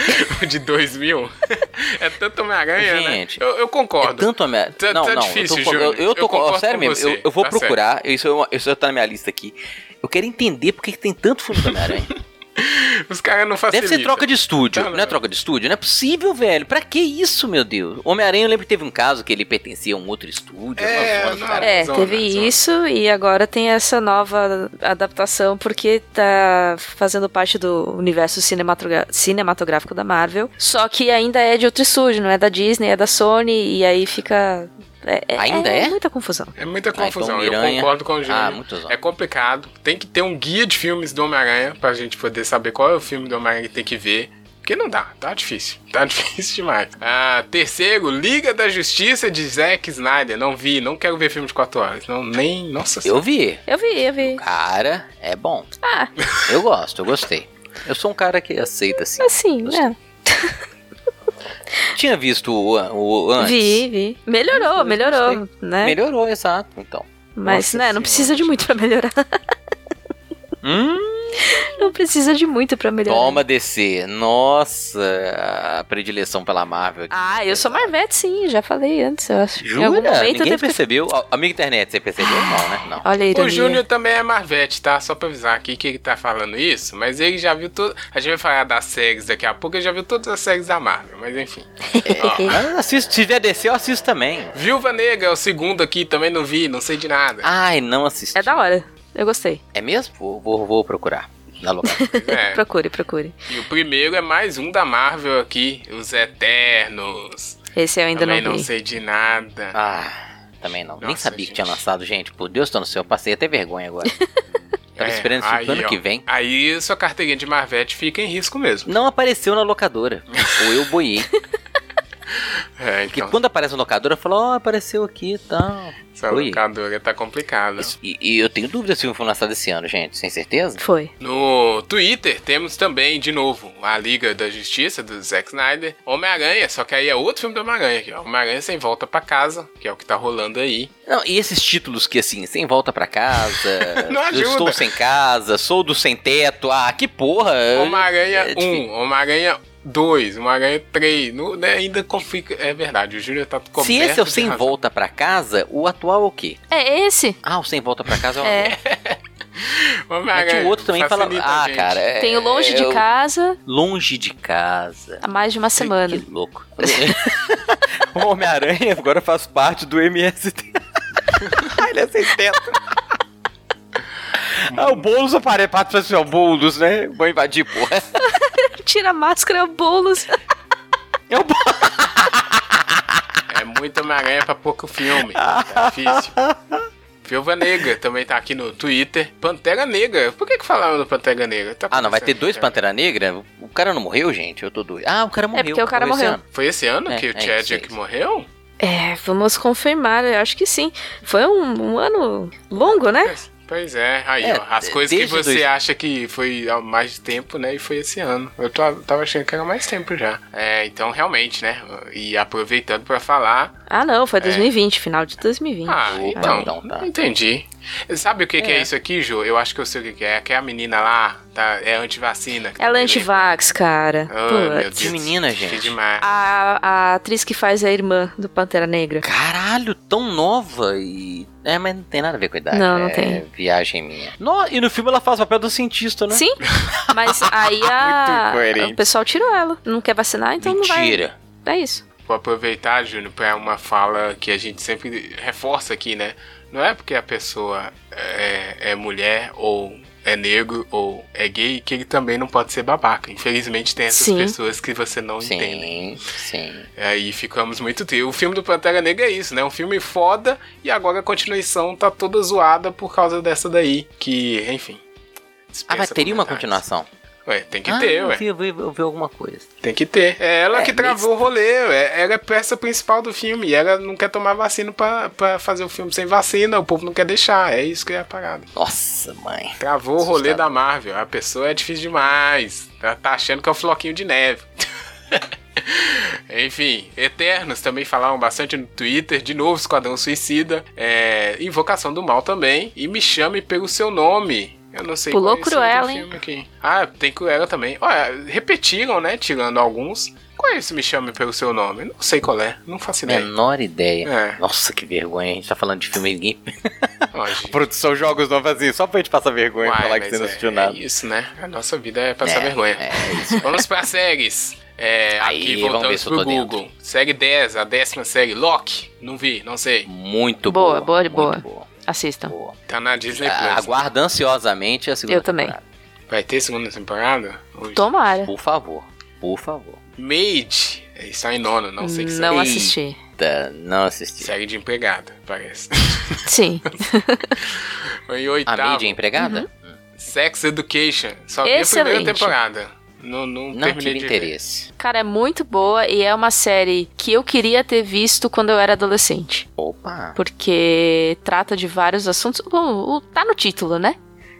S1: o de 2000. É tanto Homem-Aranha, né?
S2: Gente,
S1: Eu, eu
S2: É
S1: concordo.
S2: tanto Homem-Aranha.
S1: Tá-
S2: não,
S1: tá
S2: não.
S1: difícil,
S2: eu tô, eu,
S1: Júnior.
S2: eu tô
S1: Eu
S2: com-
S1: concordo
S2: sério
S1: com
S2: mesmo,
S1: você,
S2: eu, eu vou
S1: tá
S2: procurar. Isso, é uma- isso tá na minha lista aqui. Eu quero entender por que, que tem tanto filme do Homem-Aranha.
S1: Os caras não
S2: Deve
S1: facilitam.
S2: ser troca de estúdio.
S1: Tá,
S2: não é
S1: né?
S2: troca de estúdio? Não é possível, velho. Pra que isso, meu Deus? Homem-Aranha, eu lembro que teve um caso que ele pertencia a um outro estúdio.
S1: É,
S2: uma foda,
S1: não,
S2: cara.
S3: É,
S1: Zona,
S3: teve
S1: zona.
S3: isso e agora tem essa nova adaptação porque tá fazendo parte do universo cinematogra- cinematográfico da Marvel. Só que ainda é de outro estúdio, não é da Disney, é da Sony e aí fica. é-
S2: Ainda é?
S3: Muita confusão.
S1: É muita
S2: então
S1: confusão, eu
S2: Miranha-
S1: concordo com o Júnior.
S2: Ah, muito zona.
S1: É complicado. Tem que ter um guia de filmes do Homem-Aranha pra gente poder saber qual é o filme do Homem-Aranha que tem que ver. Porque não dá, tá difícil. Tá difícil demais. Ah, terceiro, Liga da Justiça de Zack Snyder. Não vi, não quero ver filme de 4 horas. Não, nem. Nossa
S2: Eu vi.
S3: Eu vi, eu vi.
S2: Cara, é bom.
S3: Ah.
S2: Eu gosto, eu gostei. Eu sou um cara que aceita, assim.
S3: Assim,
S2: Gostei.
S3: né?
S2: Tinha visto o, an- o antes.
S3: Vi, vi. Melhorou, melhorou, né?
S2: Melhorou, exato. Então.
S3: Mas,
S1: Nossa
S3: né, não
S1: Senhora.
S3: precisa de muito pra melhorar.
S2: Hum,
S3: Não precisa de muito pra melhorar.
S2: Toma DC. Nossa, a predileção pela Marvel. aqui.
S3: Ah, eu sou Marvete, sim, já falei antes, eu acho. Em algum
S2: Jura?
S3: momento eu
S2: Ninguém
S3: devo ter- Ah.
S2: percebeu? Ó, Amigo internet, você percebeu? Não, né? Não.
S3: Olha a ironia.
S1: O Júnior também é Marvete, tá? Só pra avisar aqui que ele tá falando isso, mas ele já viu tudo. A gente vai falar das séries daqui a pouco, ele já viu todas as séries da Marvel, mas enfim. Ó,
S2: Ah, eu assisto, se tiver DC, eu assisto também.
S1: Viúva Negra é o segundo aqui, também não vi, não sei de nada.
S2: Ai, não assisti.
S3: É da hora. Eu gostei.
S2: É mesmo? Vou, vou, vou procurar. Na locadora.
S1: Pois é.
S3: Procure, procure.
S1: E o primeiro é mais um da Marvel aqui, Os Eternos.
S3: Esse eu ainda
S1: também
S3: não
S1: não
S3: vi.
S1: sei de nada.
S2: Ah, também não. Nem
S1: Nossa,
S2: sabia que tinha
S1: gente.
S2: lançado, gente. Por Deus, tô no céu. Passei até vergonha agora. Tava
S1: É,
S2: esperando isso pro
S1: aí,
S2: ano
S1: ó.
S2: que vem.
S1: Aí sua carteirinha de Marvete fica em risco mesmo.
S2: Não apareceu na locadora. Ou eu boiei.
S1: É,
S2: Porque
S1: então,
S2: quando aparece na locadora, eu falo, ó, apareceu aqui e tal.
S1: essa
S2: Oi.
S1: locadora tá complicada.
S2: E, e eu tenho dúvida se o filme foi lançado esse ano, gente. Sem certeza?
S3: Foi.
S1: No Twitter temos também, de novo, a Liga da Justiça do Zack Snyder, Homem-Aranha, só que aí é outro filme do Homem-Aranha aqui, ó. Homem-Aranha sem volta pra casa, que é o que tá rolando aí.
S2: Não, e esses títulos que assim, sem volta pra casa,
S1: Não
S2: eu
S1: ajuda.
S2: estou sem casa, sou do sem teto, ah, que porra!
S1: Homem-Aranha
S2: é
S1: 1,
S2: difícil.
S1: Homem-Aranha 2, Homem-Aranha 3, no, né, ainda conflica. É verdade, o Júnior tá coberto
S2: Se esse é o
S1: de
S2: sem
S1: razão.
S2: volta pra casa, o atual é o quê?
S3: É esse.
S2: Ah, o sem volta pra casa é o
S3: É.
S2: é. Mas
S1: Homem-Aranha,
S2: que o outro também fala.
S1: facilita a
S2: Ah,
S1: gente.
S2: cara. é-
S3: Tem o longe
S2: é
S3: de
S2: o
S3: casa
S2: Longe de casa.
S3: há mais de uma semana.
S2: Que louco. o Homem-Aranha agora faz parte do MST. Ele é sem teto. Ah, o Boulos aparece para assim, ó, Boulos, né? Vou invadir, porra.
S3: Tira a máscara, bolos.
S2: É o Boulos.
S1: É muito Homem-Aranha pra pouco filme.
S2: É
S1: Tá difícil. Viúva Negra também tá aqui no Twitter. Pantera Negra. Por que que falaram do Pantera Negra? Tá
S2: Ah, não, vai ter
S1: acontecendo
S2: dois
S1: isso, cara.
S2: Pantera Negra? O cara não morreu, gente? Eu tô doido. Ah, o cara morreu.
S3: É, porque o cara
S2: esse
S3: morreu.
S2: ano.
S1: Foi esse ano
S2: É,
S1: que o
S2: é
S1: Chadwick
S2: isso, é
S1: morreu?
S3: É, vamos confirmar, eu acho que sim. Foi um, um ano longo, né?
S1: Pois é, aí,
S2: É,
S1: ó. As
S2: de-
S1: coisas que
S2: desde
S1: você
S2: dois-
S1: acha que foi há mais tempo, né? E foi esse ano. Eu tô- tava achando que era mais tempo já. É, então realmente, né? E aproveitando pra falar.
S3: Ah, não, foi 2020, final de 2020.
S1: Ah,
S2: Opa,
S1: então.
S2: então tá.
S1: Entendi. Sabe o que que é. isso aqui, Ju? Eu acho que eu sei o que, que é. Que é a menina lá, tá? É antivacina.
S3: Ela é antivax, cara.
S1: Ai, meu
S3: Putz.
S1: Deus.
S2: De menina,
S1: Que
S2: gente.
S1: demais.
S3: A, a atriz que faz a irmã do Pantera Negra.
S2: Caralho, tão nova e. É, mas não tem nada a ver com a idade.
S3: Não, não
S2: é
S3: tem.
S2: Viagem minha. No, e no filme ela faz o papel do cientista, né?
S3: Sim, mas aí a,
S2: Muito coerente.
S3: o pessoal tirou ela. Não quer vacinar, então
S2: Mentira.
S3: não vai. É isso.
S1: Vou aproveitar, Júnior, para uma fala que a gente sempre reforça aqui, né? Não é porque a pessoa é, é mulher ou é negro ou é gay que ele também não pode ser babaca. Infelizmente tem essas
S3: Sim.
S1: pessoas que você não entende.
S2: Sim, sim.
S1: Aí ficamos muito tristes. O filme do Pantera Negra é isso, né? Um filme foda e agora a continuação tá toda zoada por causa dessa daí. Que, enfim.
S2: Ah, mas
S1: dispensa
S2: teria uma
S1: comentários.
S2: continuação.
S1: Ué, tem que
S2: ah,
S1: ter,
S2: eu
S1: ué.
S2: vi, eu, vi, eu vi alguma coisa.
S1: Tem que ter. É ela
S2: É,
S1: que travou o rolê, é- ela é peça principal do filme. E ela não quer tomar vacina pra, pra fazer o filme sem vacina, o povo não quer deixar. É isso que é a parada.
S2: Nossa, mãe.
S1: Travou o rolê
S2: Assustado.
S1: da Marvel. A pessoa é difícil demais. Ela tá achando que é o floquinho de neve. Enfim, Eternos também falaram bastante no Twitter, de novo Esquadrão Suicida, é, Invocação do Mal também, e Me Chame Pelo Seu Nome. Eu não sei
S3: Pulou
S1: qual é esse
S3: Cruella,
S1: outro
S3: hein?
S1: filme aqui. Ah, tem Cruella também. Olha, repetiram, né, tirando alguns. Qual é esse Me Chame Pelo Seu Nome? Não sei qual é, não faço ideia.
S2: Menor ideia.
S1: É.
S2: Nossa, que vergonha. A gente tá falando de filme e ninguém.
S1: Ó, gente.
S2: Produção Jogos Novas assim, só pra gente passar vergonha e
S1: Uai,
S2: falar que
S1: mas
S2: você não
S1: é-
S2: assistiu nada.
S1: É isso, né? A nossa vida é passar
S2: É,
S1: vergonha.
S2: é
S1: Vamos para séries. É,
S2: Aí,
S1: aqui
S2: vamos ver
S1: voltamos
S2: se eu tô
S1: pro Google. Série 10, a décima série. Loki. Não vi, não sei.
S2: Muito
S3: Boa,
S2: boa.
S3: boa, de boa.
S2: Muito boa.
S3: Assistam.
S2: boa.
S1: Tá na Disney
S2: Ah,
S1: Plus.
S2: Aguardo ansiosamente a segunda
S3: Eu também.
S2: temporada.
S1: Vai ter segunda temporada? Hoje.
S3: Tomara.
S2: Por favor. Por favor.
S1: Made. É, Está em nono, não sei que série.
S3: Não
S2: Ei.
S3: assisti.
S2: Tá, não assisti.
S1: Série de empregada, parece.
S3: Sim.
S1: em
S2: A
S1: oitavo,
S2: mídia é empregada?
S3: Uhum.
S1: Sex Education. Só vi a primeira
S3: Excelente.
S1: temporada. Não, não,
S2: Não
S1: terminei de
S2: tive
S1: ver.
S2: interesse.
S3: Cara, é muito boa e é uma série que eu queria ter visto quando eu era adolescente.
S2: Opa.
S3: Porque trata de vários assuntos. Bom, o- tá no título, né?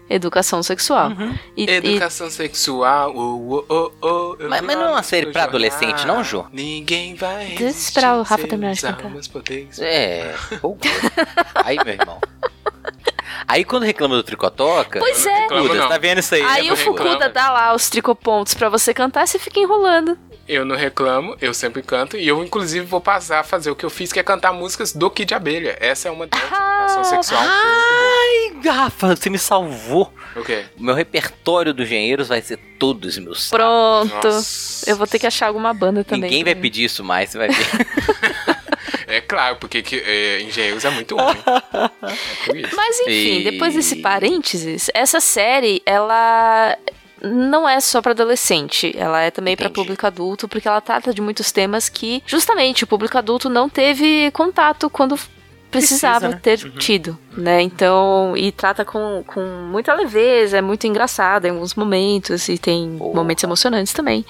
S3: Educação sexual. E, e-
S1: Uhum. Educação sexual. Oh, oh, oh, oh, eu
S2: Mas- mas não é uma série
S1: vou
S2: pra
S1: jogar.
S2: adolescente, não, Jô?
S1: Ninguém vai.
S3: Deixa eu esperar o
S1: resistir
S3: Rafa terminar de
S1: sem usar
S3: cantar.
S1: meus poderes.
S2: É. pô, Aí, meu irmão. Aí quando reclama do Tricotoca.
S3: Pois é.
S1: Reclama
S2: Buda,
S1: não.
S2: tá vendo isso aí? né,
S3: Aí o
S1: eu
S2: Rodrigo?
S1: reclamo.
S3: Fukuda dá lá os tricopontos pra você cantar e você fica enrolando.
S1: Eu não reclamo, eu sempre canto e eu, inclusive, vou passar a fazer o que eu fiz, que é cantar músicas do Kid Abelha. Essa é uma delas,
S3: Ah,
S1: ação sexual.
S2: Ai, Garrafa, você me salvou.
S1: O quê?
S2: O meu repertório dos engenheiros vai ser todos meus.
S3: Pronto.
S1: Nossa.
S3: Eu vou ter que achar alguma banda também.
S2: Ninguém vai pedir isso mais, você vai ver.
S1: É claro, porque que, é, engenheiros é muito ruim. é por isso.
S3: Mas enfim,
S2: E-
S3: depois desse parênteses, essa série, ela não é só pra adolescente, ela é também pra
S2: Entendi.
S3: público adulto, porque ela trata de muitos temas que justamente o público adulto não teve contato quando precisava
S2: Precisa, né?
S3: ter tido, né? Então, e trata com, com muita leveza, é muito engraçada em alguns momentos e tem
S2: Boa.
S3: momentos emocionantes também.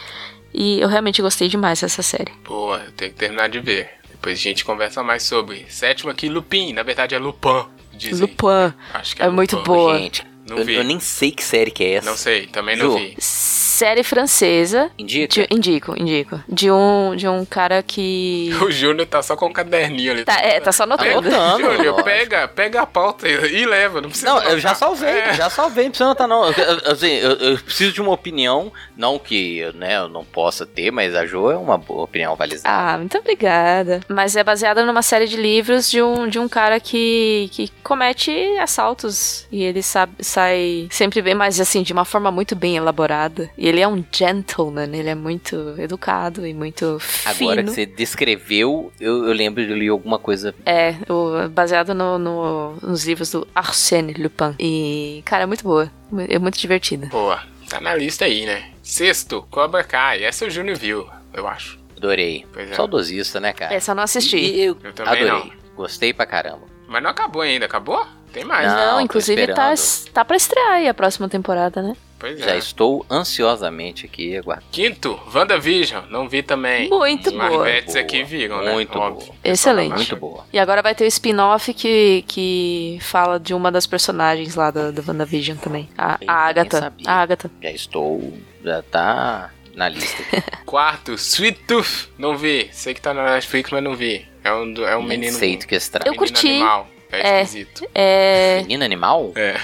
S3: E eu realmente gostei demais dessa série.
S1: Boa, eu tenho que terminar de ver. Depois a gente conversa mais sobre. Sétima aqui, Lupin. Na verdade é Lupin, dizem.
S3: Lupin
S1: Acho que é,
S3: é muito
S1: Lupin.
S3: boa.
S2: Gente,
S1: Não
S2: eu,
S1: vi.
S2: eu nem sei que série que é essa.
S1: Não sei, também
S2: Ju.
S1: não vi.
S3: Série francesa.
S2: Indica?
S3: De- indico, indico. De um, de um cara que.
S1: O Júnior tá só com o caderninho ali.
S3: Tá, é, tá só
S2: Tá
S3: anotando.
S2: botando.
S1: Júnior,
S2: lógico.
S1: pega, pega a pauta e e leva. Não precisa
S2: Não, eu já
S1: anotar.
S2: salvei,
S1: É.
S2: já salvei, não precisa anotar não. Eu, eu- assim, eu- eu preciso de uma opinião, não que né, eu não possa ter, mas a Jo é uma boa opinião valizada.
S3: Ah, muito obrigada. Mas é baseada numa série de livros de um, de um cara que, que comete assaltos. E ele sabe, sai sempre bem, mas assim, de uma forma muito bem elaborada. E ele é um gentleman, ele é muito educado e muito fino.
S2: Agora que você descreveu, eu, eu lembro de eu li alguma coisa.
S3: É, o- baseado no- no- nos livros do Arsène Lupin. E, cara, é muito boa. É muito divertida.
S1: Boa, tá na lista aí, né? Sexto, Cobra Kai. Essa o Júnior viu, eu acho.
S2: Adorei.
S1: Pois é.
S2: Saudosista, né, cara?
S3: Essa eu não É, assisti.
S2: E eu,
S1: Eu também
S2: adorei. Gostei pra caramba.
S1: Mas não acabou ainda, acabou? Tem mais.
S2: Não.
S1: né?
S3: Não,
S2: tô
S3: inclusive tá,
S2: esperando.
S3: tá pra estrear aí a próxima temporada, né?
S1: Pois
S2: Já
S1: é.
S2: estou ansiosamente aqui aguardando.
S1: Quinto, WandaVision. Não vi também.
S3: Muito
S1: Mas
S3: boa.
S1: Vetes aqui viram, né?
S2: Muito
S1: Óbvio.
S2: boa.
S3: Excelente.
S2: Muito boa.
S3: E agora vai ter o spin-off que, que fala de uma das personagens lá da, da WandaVision também. A,
S2: Bem,
S3: a
S2: nem
S3: Agatha.
S2: sabia.
S3: A Agatha.
S2: Já estou. Já tá na lista. aqui.
S3: É.
S1: Quarto, Sweet Tooth. Não vi. Sei que tá na Netflix, mas não vi. É um, do- é um
S2: Nem
S1: menino.
S2: sei do que se trata.
S3: Eu
S1: menino
S3: curti.
S1: Animal. É,
S3: É.
S1: esquisito.
S3: É.
S2: Menino animal?
S1: É.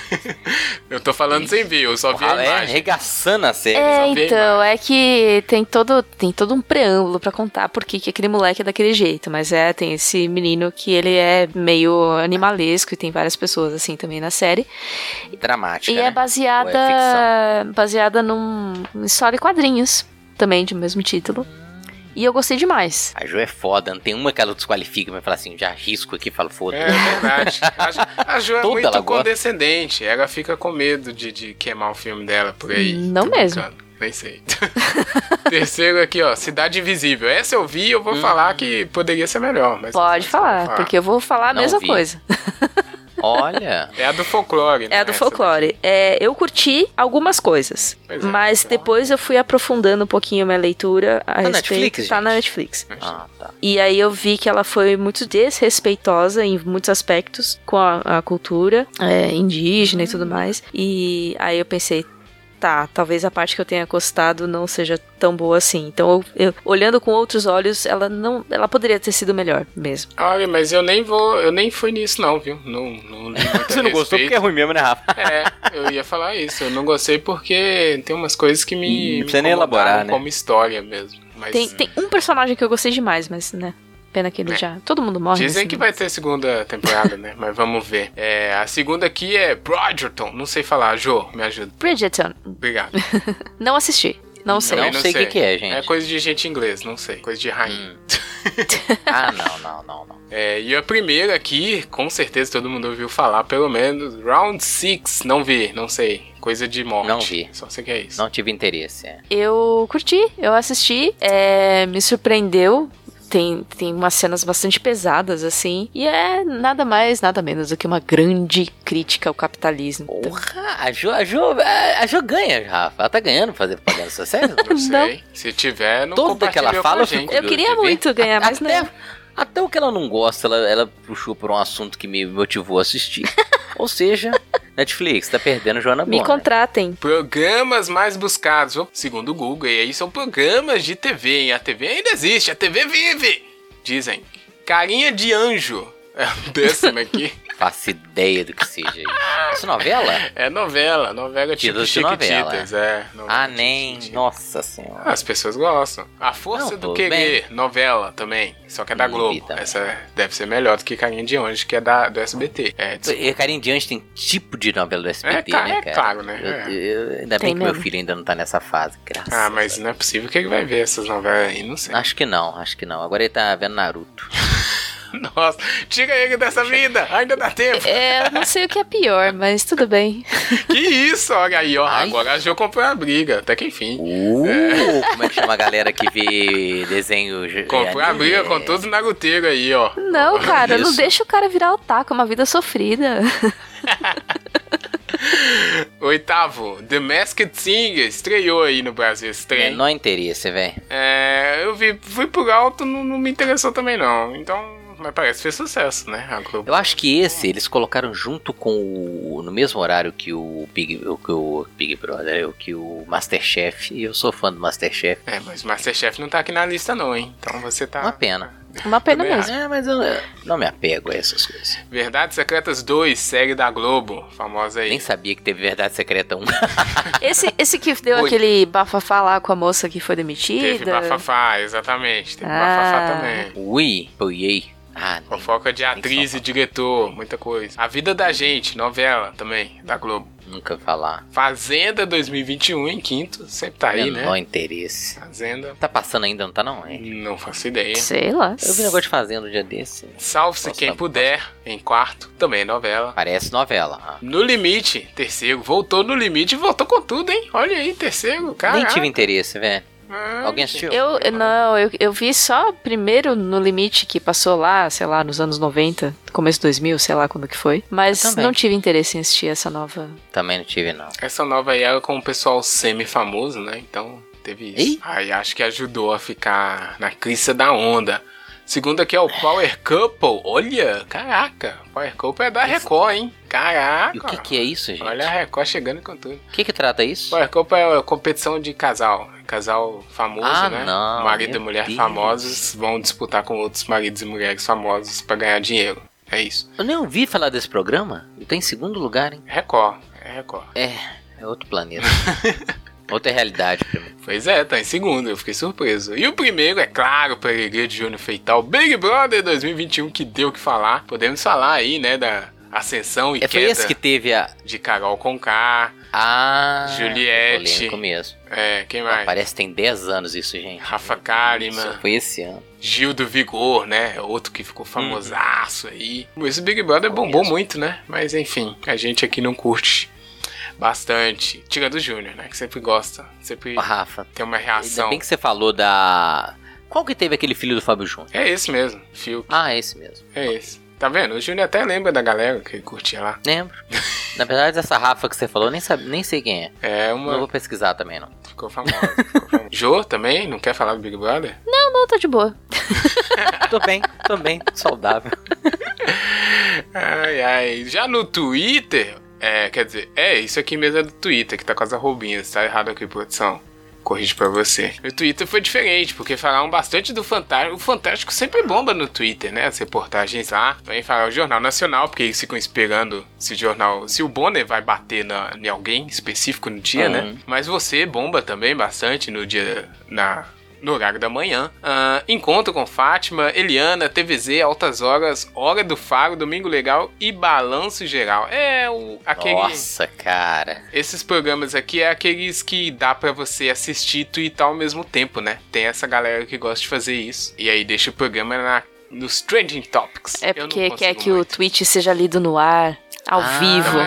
S1: eu tô falando sem ver, eu só vi a
S2: é,
S1: imagem.
S2: arregaçando a série.
S3: É,
S1: só vê a
S3: então, é que tem todo, tem todo um preâmbulo pra contar por que que aquele moleque é daquele jeito, mas é, tem esse menino que ele é meio animalesco e tem várias pessoas assim também na série.
S2: Dramática.
S3: E é
S2: né?
S3: baseada,
S2: Ou
S3: baseada num em história e quadrinhos, também de mesmo título. E eu gostei demais.
S2: A Jo é foda, não tem uma que ela desqualifica, mas fala assim, já risco aqui, falo, foda.
S1: É verdade. A Jo- A Jo é
S2: Toda
S1: muito
S2: ela gosta.
S1: condescendente. Ela fica com medo de, de queimar o filme dela por aí.
S3: Não
S1: Tô
S3: mesmo.
S1: brincando. Nem sei. Terceiro aqui, ó. Cidade Invisível. Essa eu vi eu
S2: Uhum.
S1: vou falar que poderia ser melhor. Mas
S3: Pode falar, porque eu vou falar a
S2: Não
S3: mesma
S2: vi.
S3: coisa.
S2: Olha,
S1: É a do folclore, né?
S3: É a do
S1: Essa.
S3: folclore. É, eu curti algumas coisas,
S1: Pois é,
S3: mas
S1: então.
S3: depois eu fui aprofundando um pouquinho a minha leitura a
S2: na
S3: respeito.
S2: Netflix,
S3: tá na
S2: gente?
S3: Netflix.
S2: ah, tá.
S3: E aí eu vi que ela foi muito desrespeitosa em muitos aspectos com a, a cultura é, indígena e
S1: Uhum.
S3: tudo mais. E aí eu pensei, tá, talvez a parte que eu tenha gostado não seja tão boa assim. Então, eu, eu- olhando com outros olhos, ela não, ela poderia ter sido melhor mesmo.
S1: Olha, mas eu nem vou. Eu nem fui nisso, não, viu? Não, não li muito
S2: Você não gostou porque é ruim mesmo, né, Rafa?
S1: É, eu ia falar isso. Eu não gostei porque tem umas coisas que me.
S2: Não precisa nem
S1: me
S2: elaborar,
S1: incomodaram
S2: né?
S1: Como história mesmo. Mas
S3: Tem, tem um personagem que eu gostei demais, mas né, pena que ele
S1: É.
S3: já todo mundo morre.
S1: Dizem
S3: nesse
S1: que
S3: mundo.
S1: vai ter segunda temporada, né? Mas vamos ver. É, a segunda aqui é Bridgerton. Não sei falar, Jo, me ajuda.
S3: Bridgerton,
S1: Obrigado.
S3: não assisti, não sei.
S1: Também
S2: não sei o que que é, gente.
S1: É coisa de gente inglês, não sei. Coisa de
S2: Hum.
S1: rainha.
S2: Ah, não, não, não, não.
S1: É, e a primeira aqui, com certeza todo mundo ouviu falar, pelo menos. Round 6, não vi, não sei. Coisa de morte.
S2: Não vi.
S1: Só sei que é isso.
S2: Não tive interesse.
S3: Tá.
S2: é.
S3: Eu curti, eu assisti, é, me surpreendeu. Tem, tem umas cenas bastante pesadas, assim. E é nada mais, nada menos do que uma grande crítica ao capitalismo.
S2: Porra, a Jo, a Jo, a a Jo ganha, Rafa. Ela tá ganhando fazer propaganda dessa série?
S1: Não sei. Se tiver, não
S2: Toda que ela
S1: compartilhou
S2: fala,
S1: com a
S2: eu fico
S1: gente.
S3: Eu queria muito ganhar, É, mas
S2: até,
S3: não.
S2: Até o que ela não gosta, ela, ela puxou por um assunto que me motivou a assistir. Ou seja, Netflix, tá perdendo Joana
S3: Me
S2: Bonner.
S3: contratem.
S1: Programas mais buscados, Ô, segundo o Google, e aí são programas de TV, hein? A TV ainda um existe, a TV vive! Dizem. Carinha de anjo. É o décimo aqui.
S2: Faço ideia do que seja isso. Isso é novela?
S1: É novela, novela tipo
S2: Títulos de novela.
S1: Chiquititas, é. novela
S2: Ah, nem.
S1: Chiquititas.
S2: Nossa senhora.
S1: As pessoas gostam. A Força
S2: Não,
S1: do
S2: tudo
S1: Querer, novela também, só que é da
S2: Ih, tá.
S1: Globo.
S2: também.
S1: Essa deve ser melhor do que Carinha de Anjo, que é da, do SBT. É, des-
S2: E, Cara, em diante tem tipo de novela do SBT,
S1: É, tá-
S2: né,
S1: é
S2: cara?
S1: claro, né?
S2: Eu-
S1: É.
S2: eu- ainda bem
S3: Tem
S2: que meu
S3: mesmo.
S2: filho ainda não tá nessa fase, graças
S1: ah,
S2: a
S1: mas não é possível que ele vai ver essas novelas aí, não sei.
S2: Acho que não, acho que não. Agora ele tá vendo Naruto.
S1: Nossa, tira ele dessa vida, ainda dá tempo.
S3: É, eu não sei o que é pior, mas tudo bem.
S1: Que isso, olha aí, ó.
S2: Ai.
S1: Agora a Jo comprou uma briga, até que enfim.
S2: Uh, como é que chama a galera que vê desenho?
S1: Comprou uma briga com
S2: tudo.
S1: todos os naruteiros aí, ó.
S3: Não, cara, não
S2: Isso.
S3: deixa o cara virar otaku, é uma vida sofrida.
S1: Oitavo, The Masked Singer estreou aí no Brasil esse trem.
S2: Menor interesse, velho.
S1: É, eu vi, fui por alto, não, não me interessou também não. Então, mas parece que fez sucesso, né? A Globo.
S2: Eu acho que esse eles colocaram junto com o. no mesmo horário que o Big, o- que o Big Brother, o que o Masterchef. E eu sou fã do Masterchef.
S1: É, mas Masterchef não tá aqui na lista não, hein? Então você tá...
S2: Uma pena.
S3: Uma pena
S1: Também
S3: mesmo.
S2: É, mas eu não me apego a essas coisas.
S1: Verdades Secretas 2, série da Globo, famosa aí.
S2: Nem sabia que teve Verdade Secreta 1.
S3: Esse, esse que deu
S1: Oi.
S3: aquele bafafá lá com a moça que foi
S1: Teve
S3: demitida.
S1: Bafafá, exatamente. Teve
S3: Ah.
S1: Bafafá também.
S2: Ui, boiei. Ah, nem-
S1: Fofoca de atriz e diretor, muita coisa. A Vida da Gente, novela também, da Globo.
S2: nunca vou falar.
S1: Fazenda 2021, em quinto, sempre tá aí,
S2: Menor
S1: né?
S2: interesse.
S1: Fazenda,
S2: Tá passando ainda, não tá não, hein?
S1: não faço ideia.
S3: Sei lá.
S2: Eu vi um negócio de fazenda um dia desse.
S1: Salve-se
S2: Nossa,
S1: quem
S2: tá-
S1: puder, em quarto, também é novela.
S2: Parece novela. ah.
S1: No Limite, terceiro, voltou no Limite e voltou com tudo, hein? Olha aí, terceiro, cara.
S2: Nem tive interesse, velho.
S1: Ah,
S2: Alguém assistiu?
S3: Eu, eu- não, eu, eu vi só primeiro no limite que passou lá, sei lá, nos anos 90, começo 2000, sei lá quando que foi.
S2: Eu
S3: Mas
S2: também.
S3: não tive interesse em assistir essa nova.
S2: Também não tive, não.
S1: Essa nova aí era com o pessoal semi-famoso, né? Então teve isso.
S2: Ei?
S1: Aí acho que ajudou a ficar na crista da onda. Segundo aqui é o Power Couple. Olha, caraca. Power Couple é da Record, hein? Caraca.
S2: E o que que é isso, gente?
S1: Olha a Record chegando com tudo.
S2: O que que trata isso?
S1: Power Couple é uma competição de casal. Casal famoso,
S2: Ah,
S1: né?
S2: não,
S1: Marido e
S2: meu
S1: mulher
S2: Deus.
S1: famosos vão disputar com outros maridos e mulheres famosos pra ganhar dinheiro. É isso.
S2: Eu nem ouvi falar desse programa. Eu tô em segundo lugar, hein?
S1: Record. É Record.
S2: É, é outro planeta. Outra realidade pra mim.
S1: Pois é, tá em segundo, eu fiquei surpreso. E o primeiro, é claro, pra alegria de Júnior Feital, Big Brother 2021, que deu o que falar. Podemos falar aí, né, da ascensão e
S2: É, foi
S1: queda
S2: esse que teve a.
S1: de Carol Conká.
S2: Ah,
S1: Juliette.
S2: foi polêmico mesmo.
S1: É, quem
S2: Ah,
S1: mais?
S2: parece que tem 10 anos isso, gente.
S1: Rafa
S2: Isso Uhum.
S1: Kalimann,
S2: foi esse ano.
S1: Gil do Vigor, né? é Outro que ficou famosaço aí. Esse Big Brother bombou
S2: mesmo.
S1: muito, né? Mas enfim, a gente aqui não curte bastante. Tira do Júnior, né? Que sempre gosta. Sempre
S2: Ô, Rafa,
S1: tem uma
S2: Ah, ainda
S1: reação.
S2: bem que você falou da. Qual que teve aquele filho do Fábio Júnior?
S1: É esse mesmo, Fio.
S2: Ah, esse mesmo.
S1: É esse. Tá vendo? O Júnior até lembra da galera que curtia lá.
S2: Lembro. Na verdade, essa Rafa que você falou, nem, sabe, nem sei quem é.
S1: É
S2: Não
S1: uma.
S2: vou pesquisar também, não.
S1: Ficou famosa. Ficou famosa. Jô também? Não quer falar do Big Brother?
S3: Não, tá de boa.
S2: Tô bem, tô bem, saudável.
S1: Ai, ai. Já no Twitter. É, quer dizer, é, isso aqui mesmo é do Twitter, que tá com as arrobinhas. Tá errado aqui, produção. Corrijo pra você. No Twitter foi diferente, porque falaram bastante do Fantástico. O Fantástico sempre bomba no Twitter, né? As reportagens lá. Também falaram o Jornal Nacional, porque eles ficam esperando se o jornal. Se o Bonner vai bater na, em alguém específico no dia,
S2: Uhum.
S1: né? Mas você bomba também bastante no dia. Na, no horário da manhã. Ah, encontro com Fátima, Eliana, TVZ, Altas Horas, Hora do Faro, Domingo Legal e Balanço Geral. É o aquele.
S2: Nossa, cara.
S1: Esses programas aqui é aqueles que dá pra você assistir e twittar ao mesmo tempo, né? Tem essa galera que gosta de fazer isso. E aí deixa o programa na, nos Trending Topics.
S3: É
S1: Eu não
S3: porque quer
S1: consigo
S3: que o
S1: muito.
S3: tweet seja lido no ar, ao
S2: Ah,
S3: vivo.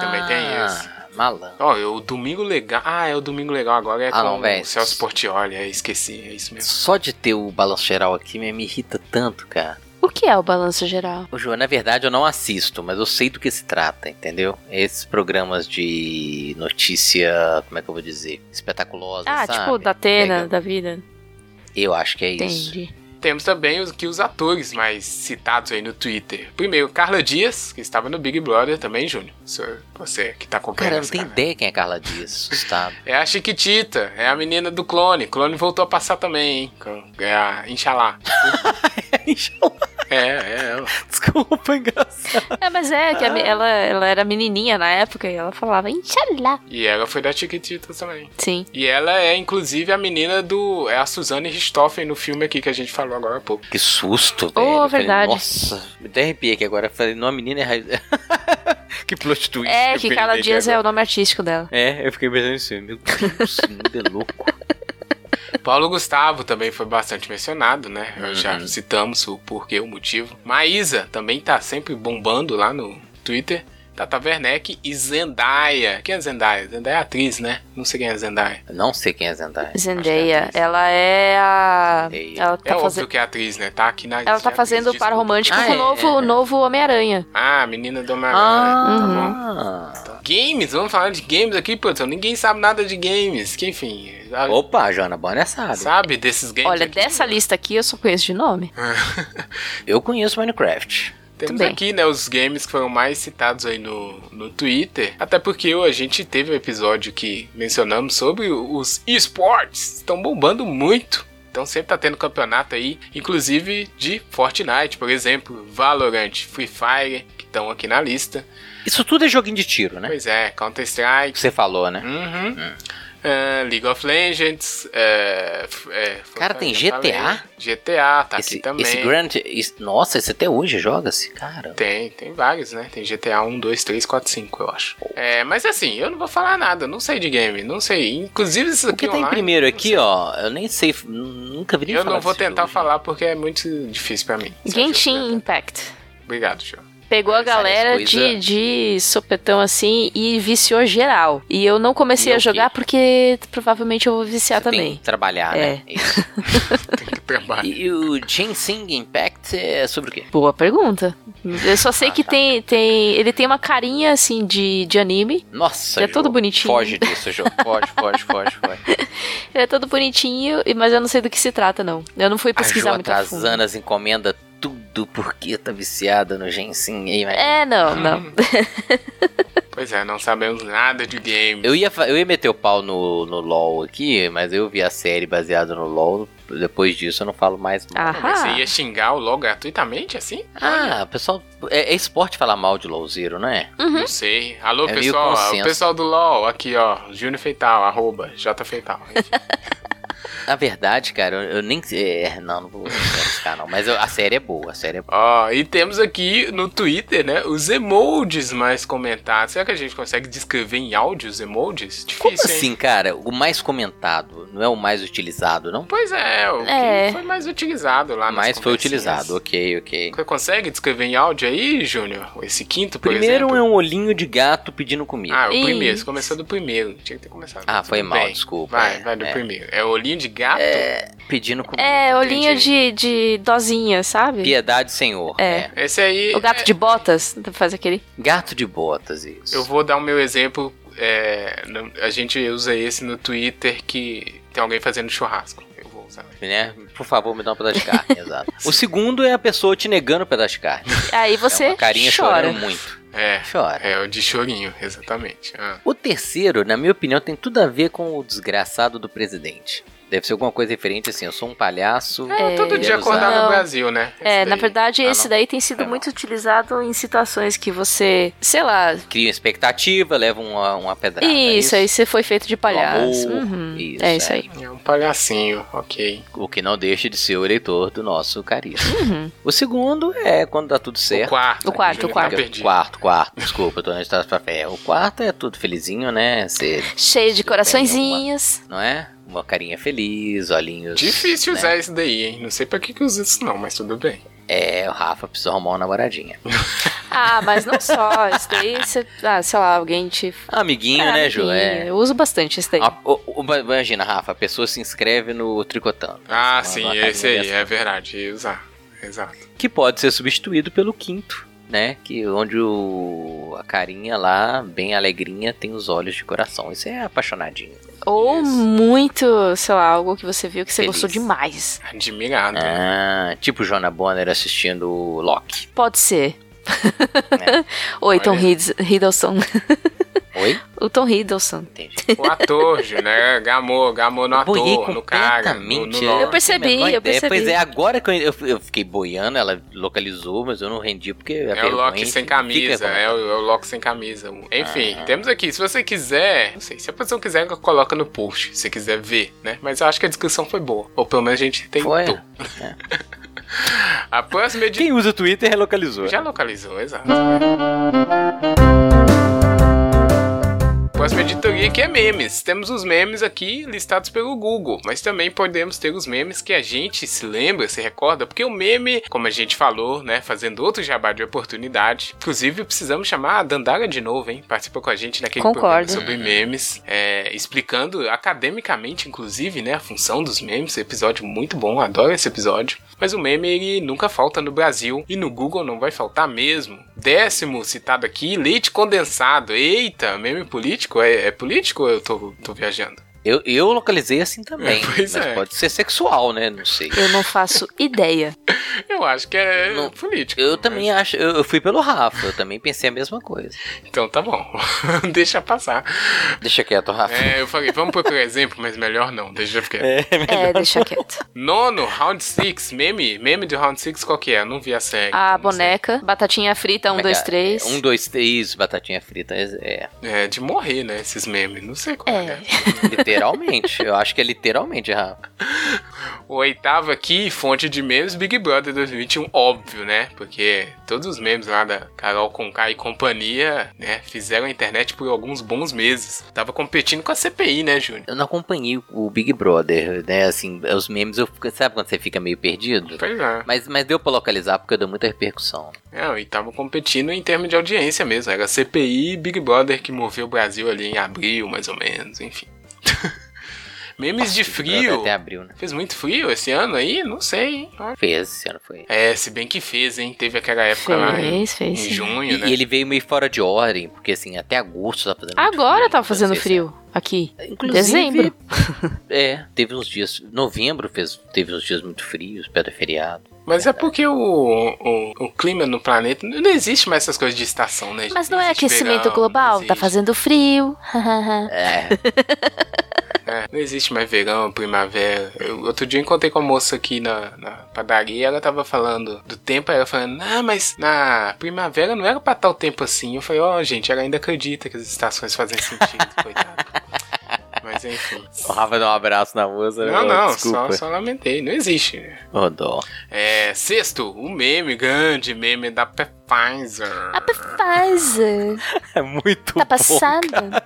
S1: Também tem isso.
S2: Malandro.
S1: Ó, é o Domingo Legal. Ah, é o Domingo Legal agora. É
S2: Ah,
S1: com
S2: não, véi.
S1: o Celso Portioli. É, esqueci. É isso mesmo.
S2: Só de ter o balanço geral aqui me, me irrita tanto, cara.
S3: O que é o balanço geral?
S2: Ô, João, na verdade eu não assisto, mas eu sei do que se trata, entendeu? Esses programas de notícia, como é que eu vou dizer? Espetaculosa,
S3: Ah,
S2: sabe?
S3: tipo, da Atena,
S2: Pega-
S3: da vida.
S2: Eu acho que é isso.
S3: Entendi.
S1: Temos também os, que os atores mais citados aí no Twitter. Primeiro, Carla Dias, que estava no Big Brother também, Júnior. Senhor, Você que tá acompanhando
S2: Cara, eu não
S1: essa
S2: tenho
S1: galera.
S2: ideia quem é Carla Dias, assustado.
S1: É a Chiquitita, é a menina do clone. Clone voltou a passar também, hein? É a Inxalá. É, é.
S2: Desculpa, engraçado.
S3: É, mas é que a
S2: Ah.
S3: me- ela, ela era menininha na época e ela falava, Inshallah.
S1: E ela foi da Chiquititas também.
S3: Sim.
S1: E ela é, inclusive, a menina do. É a Suzane Richthofen no filme aqui que a gente falou agora há pouco.
S2: Que susto, velho. Eu falei,
S3: verdade.
S2: Nossa, me até arrepiei aqui agora. Eu Falei, não, a menina é raiz. que plot twist.
S3: É,
S2: eu
S3: que
S2: me
S3: Carla
S2: lembrei
S3: Dias é o
S2: agora.
S3: nome artístico dela.
S2: É, eu fiquei pensando nisso. Meu Deus, esse mundo é louco.
S1: Paulo Gustavo também foi bastante mencionado, né? Já citamos o porquê, o motivo. Maísa também tá sempre bombando lá no Twitter. Tata Werneck e Zendaya. Quem é Zendaya? Zendaya é atriz, né? Não sei quem é Zendaya.
S2: Eu Não sei quem é Zendaya.
S3: Zendaya.
S2: Acho que é atriz.
S3: Ela é a.
S2: Zendaya.
S3: Ela
S1: é
S3: tá, faze-
S1: óbvio que é atriz, né? Tá aqui na.
S3: ela tá
S1: de
S3: fazendo
S1: atriz,
S3: o par
S1: desculpa.
S3: romântico
S2: Ah,
S3: com
S2: é,
S3: o novo,
S2: é, é.
S3: novo Homem-Aranha.
S1: Ah, menina do Homem-Aranha.
S3: Ah.
S1: Tá bom.
S2: Ah,
S1: Games, vamos falar de games aqui, produção. Ninguém sabe nada de games. Que enfim. a-
S2: Opa, a Joana Bonner sabe.
S1: Sabe desses games?
S3: Olha,
S1: aqui?
S3: dessa lista aqui eu só conheço de nome.
S2: Eu conheço Minecraft.
S1: Temos
S3: bem.
S1: aqui, né, os games que foram mais citados aí no, no Twitter. Até porque a gente teve um episódio que mencionamos sobre os esportes. Estão bombando muito. Então sempre tá tendo campeonato aí, inclusive de Fortnite, por exemplo, Valorant, Free Fire, que estão aqui na lista.
S2: Isso tudo é joguinho de tiro, né?
S1: Pois é, Counter-Strike,
S2: Você falou, né?
S1: Uhum. Ah, League of Legends. é, f- é, foi
S2: Cara,
S1: o
S2: tem
S1: que eu falei.
S2: GTA?
S1: GTA tá
S2: esse,
S1: aqui também.
S2: esse Grand. esse- nossa, esse até hoje joga-se, cara.
S1: Tem, tem vários, né? Tem GTA 1, 2, 3, 4, 5, eu acho. É, mas assim, eu não vou falar nada, eu não sei de game, não sei. Inclusive isso
S2: O
S1: aqui
S2: que tem
S1: online,
S2: primeiro
S1: eu não
S2: aqui,
S1: sei.
S2: ó, eu nem sei, f- nunca vi nem
S1: Eu
S2: falar
S1: não vou
S2: desse
S1: tentar
S2: jogo.
S1: falar porque é muito difícil pra mim. Esse é um jogo
S3: Genshin
S1: que eu-
S3: Impact.
S1: Obrigado, João.
S3: Pegou a
S2: Mas várias
S3: galera
S2: é coisa-
S3: de, de sopetão assim e viciou geral. E eu não comecei
S2: E é
S3: a
S2: o quê?
S3: jogar porque provavelmente eu vou viciar
S2: Você Tem
S3: também.
S2: que trabalhar, né?
S3: É.
S2: Isso.
S1: Tem que trabalhar.
S2: E o Ginseng Impact é sobre o quê?
S3: Boa pergunta. Eu só sei
S2: Ah,
S3: que
S2: tá.
S3: tem, tem. Ele tem uma carinha assim de, de anime.
S2: Nossa,
S3: É
S2: jogo.
S3: todo bonitinho.
S2: Foge disso, jogo. Foge, foge, foge, foge.
S3: Ele é todo bonitinho, e- mas eu não sei do que se trata, não. Eu não
S2: A
S3: fui
S2: Jo
S3: pesquisar muito a fundo.
S2: Atazanas encomenda tudo porque tá viciada no Ginseng. hein, velho?
S3: É, não, não.
S1: Hum. Pois é, não sabemos nada de game.
S2: Eu ia, fa- eu ia meter o pau no, no LOL aqui, mas eu vi a série baseada no LOL. Depois disso eu não falo mais mal.
S3: Ah.
S1: Mas você ia xingar o LOL gratuitamente assim?
S2: Ah, o pessoal. É, é esporte falar mal de LOLzeiro, não é?
S3: Uhum.
S1: Não sei. Alô,
S2: É meio
S1: pessoal.
S2: consenso.
S1: O pessoal do LOL, aqui, ó. Júnior Feital, arroba, J Feital. Enfim.
S2: Na verdade, cara, eu, eu nem. É, não, não vou não quero ficar, não. Mas eu- a série é boa, a série é boa.
S1: ó, e temos aqui no Twitter, né, os emojis mais comentados. Será que a gente consegue descrever em áudio os emojis?
S2: Como
S1: Difícil, hein?
S2: assim, cara? O mais comentado não é o mais utilizado, não?
S1: Pois é, o
S3: É.
S1: que foi mais utilizado lá nas
S2: Mas foi
S1: Ah, conversinhas.
S2: utilizado, ok, ok.
S1: Você consegue descrever em áudio aí, Júnior? Esse quinto, por
S2: Primeiro
S1: exemplo?
S2: é um olhinho de gato pedindo comida.
S1: então. Ah, o
S3: Ih.
S1: primeiro. Você começou do primeiro. Tinha que ter começado.
S2: Ah,
S1: Tudo
S2: foi mal,
S1: bem.
S2: desculpa.
S1: Vai,
S2: É,
S1: vai do
S2: é.
S1: primeiro. É olhinho de gato?
S2: Pedindo comida.
S3: É, olhinho de, de dozinha, sabe?
S2: Piedade, senhor.
S3: É.
S2: é.
S1: Esse aí.
S3: O gato
S1: é-
S3: de botas, faz aquele.
S2: Gato de botas, isso.
S1: Eu vou dar o meu exemplo. é, no- a gente usa esse no Twitter que tem alguém fazendo churrasco. Eu vou usar.
S2: né? Por favor, me dá um pedaço de carne, exato. O segundo é a pessoa te negando o pedaço de carne.
S3: Aí você
S2: é uma carinha
S3: chora.
S2: chorando muito.
S1: É,
S2: Chora.
S1: é o de chorinho, exatamente. Ah,
S2: O terceiro, na minha opinião, tem tudo a ver com o desgraçado do presidente. Deve ser alguma coisa referente assim, eu sou um palhaço.
S1: É, todo dia
S2: usar.
S1: acordar no
S3: Não.
S1: Brasil, né?
S3: É,
S1: Esse
S3: na
S1: daí.
S3: verdade,
S2: Ah,
S3: esse
S2: não.
S3: daí tem sido
S2: É, não.
S3: muito utilizado em situações que você, sei lá,
S2: Cria expectativa, leva uma, uma pedrada.
S3: isso, é aí você foi feito de palhaço.
S2: é amor,
S3: Uhum,
S2: isso,
S3: é
S2: é.
S3: isso aí.
S1: É um palhacinho, ok.
S2: O que não deixa de ser o eleitor do nosso carisma.
S3: Uhum.
S2: O segundo é quando dá tudo
S1: O
S2: certo.
S1: quarto.
S3: O quarto, o
S1: Júnior tá
S3: quarto.
S1: perdido.
S2: quarto, quarto. Desculpa, eu tô antes da sua fé. O quarto é tudo felizinho, né? Você,
S3: Cheio de
S2: Tudo bem,
S3: coraçõezinhos.
S2: não é? Uma carinha feliz, olhinhos.
S1: Difícil
S2: né?
S1: usar esse daí, hein? Não sei pra que que usa isso não, mas tudo bem.
S2: É, o Rafa precisou arrumar uma namoradinha.
S3: Ah, mas não só. Isso daí, você, ah, sei lá, alguém te.
S2: Amiguinho,
S3: Ah,
S2: né, Ju?
S3: amiguinho.
S2: É.
S3: Eu uso bastante esse daí.
S2: Ah, o- o- imagina, Rafa, a pessoa se inscreve no Tricotando.
S1: Ah,
S2: Uma-
S1: sim,
S2: uma
S1: esse
S2: carinha
S1: aí,
S2: dessa.
S1: é verdade, ia usar. Exato.
S2: Que pode ser substituído pelo quinto, né? Que onde o, a carinha lá, bem alegrinha, tem os olhos de coração. Isso é apaixonadinho.
S3: Ou
S1: Isso.
S3: muito, sei lá, algo que você viu que você
S2: Feliz.
S3: gostou demais.
S1: Admirado.
S2: Ah, tipo Joana Bonner assistindo o Loki. É.
S3: Pode ser. Ou então
S1: Olha.
S3: Hid- Hiddleston.
S2: Oi?
S3: o Tom Hiddleston.
S2: Entendi.
S1: O ator, né? Gamou, gamou no ator,
S2: Boiei
S1: no cara, no,
S2: completamente.
S1: no nome.
S3: Eu percebi,
S2: Tem a menor
S3: eu
S2: ideia. Pois
S3: percebi.
S2: é, agora que eu, eu- eu fiquei boiando, ela localizou, mas eu não rendi porque.
S1: É o Loki sem camisa, é o, é o Loki sem camisa. Enfim,
S2: Ah.
S1: temos aqui. Se você quiser, não sei, se a pessoa quiser, coloca no post, se quiser ver, né? Mas eu acho que a discussão foi boa. Ou pelo menos a gente tentou.
S2: Foi. é.
S1: A próxima edição.
S2: Quem usa o Twitter localizou.
S1: Já localizou, exato. Próxima editoria que é memes. Temos os memes aqui listados pelo Google, mas também podemos ter os memes que a gente se lembra, se recorda, porque o meme, como a gente falou, né, fazendo outro jabá de oportunidade. Inclusive, precisamos chamar a Dandara de novo, hein? Participa com a gente naquele programa
S3: Concordo.
S1: sobre memes, é, explicando academicamente, inclusive, né, a função dos memes. Episódio muito bom, adoro esse episódio. Mas o meme ele nunca falta no Brasil e no Google não vai faltar mesmo. Décimo citado aqui, leite condensado. Eita, meme político? É, é político ou eu tô, tô viajando?
S2: Eu, eu localizei assim também.
S1: É, pois
S2: mas
S1: é.
S2: pode ser sexual, né? Não sei.
S3: Eu não faço ideia.
S1: Eu acho que é
S2: Não,
S1: político.
S2: Eu
S1: mas-
S2: também acho. Eu, eu fui pelo Rafa, eu também pensei a mesma coisa.
S1: Então tá bom, deixa passar.
S2: Deixa quieto, Rafa.
S1: É, eu falei, vamos procurar exemplo, mas melhor não, deixa ficar.
S3: É, deixa quieto.
S1: Nono, Round six meme? Meme do Round six qual que é? Não vi a série.
S3: A
S1: então não sei.
S3: boneca, batatinha frita, um,
S2: Como é que
S3: dois,
S2: é?
S3: três.
S2: Um, dois, três, batatinha frita. É,
S1: É, de morrer, né, esses memes, não sei qual é.
S3: É.
S2: literalmente. eu acho que é literalmente, Rafa.
S1: O oitavo aqui, fonte de memes, Big Brother 2021, óbvio, né? Porque todos os memes lá da Carol Conká e companhia, né, fizeram a internet por alguns bons meses. Tava competindo com a CPI, né, Júnior?
S2: Eu não acompanhei o Big Brother, né? Assim, os memes, eu, fico- sabe quando você fica meio perdido?
S1: Pois é.
S2: Mas, mas deu pra localizar porque deu muita repercussão.
S1: Não, e tava competindo em termos de audiência mesmo. Era CPI e Big Brother que moveu o Brasil ali em abril, mais ou menos, enfim. memes de frio.
S2: Até abril, né?
S1: Fez muito frio esse ano aí? Não sei, hein?
S2: Fez, esse ano foi.
S1: É, se bem que fez, hein? Teve aquela época
S2: né? Um
S1: lá em,
S3: Fez, fez.
S1: em
S3: sim.
S1: junho,
S2: E,
S1: né?
S2: e ele veio meio fora de ordem, porque assim, até agosto tá fazendo muito
S3: Agora
S2: frio,
S3: tava fazendo
S2: assim,
S3: frio aqui.
S2: Inclusive,
S3: Dezembro.
S2: É, teve uns dias. Novembro fez, teve uns dias muito frios, perto do feriado.
S1: Mas é porque o, o, o clima no planeta não existe mais essas coisas de estação, né? gente?
S3: Mas não é
S1: existe
S3: aquecimento
S1: verão,
S3: global,
S1: não
S3: tá
S1: existe-
S3: fazendo frio.
S2: É,
S1: é, não existe mais verão, primavera. Eu- outro dia eu encontrei com uma moça aqui na, na padaria e ela tava falando do tempo, aí ela falando, ah, mas na primavera não era pra tal tempo assim. Eu falei, ó, gente, ela ainda acredita que as estações fazem sentido, coitado. Mas enfim.
S2: o Rafa dá um abraço na moça. né?
S1: Não, não, só,
S2: desculpa.
S1: só lamentei. Não existe, né?
S2: Ô, dó.
S1: É, sexto, um meme, grande meme da Pe- Pfizer.
S3: A Pfizer
S2: É muito
S3: tá passada.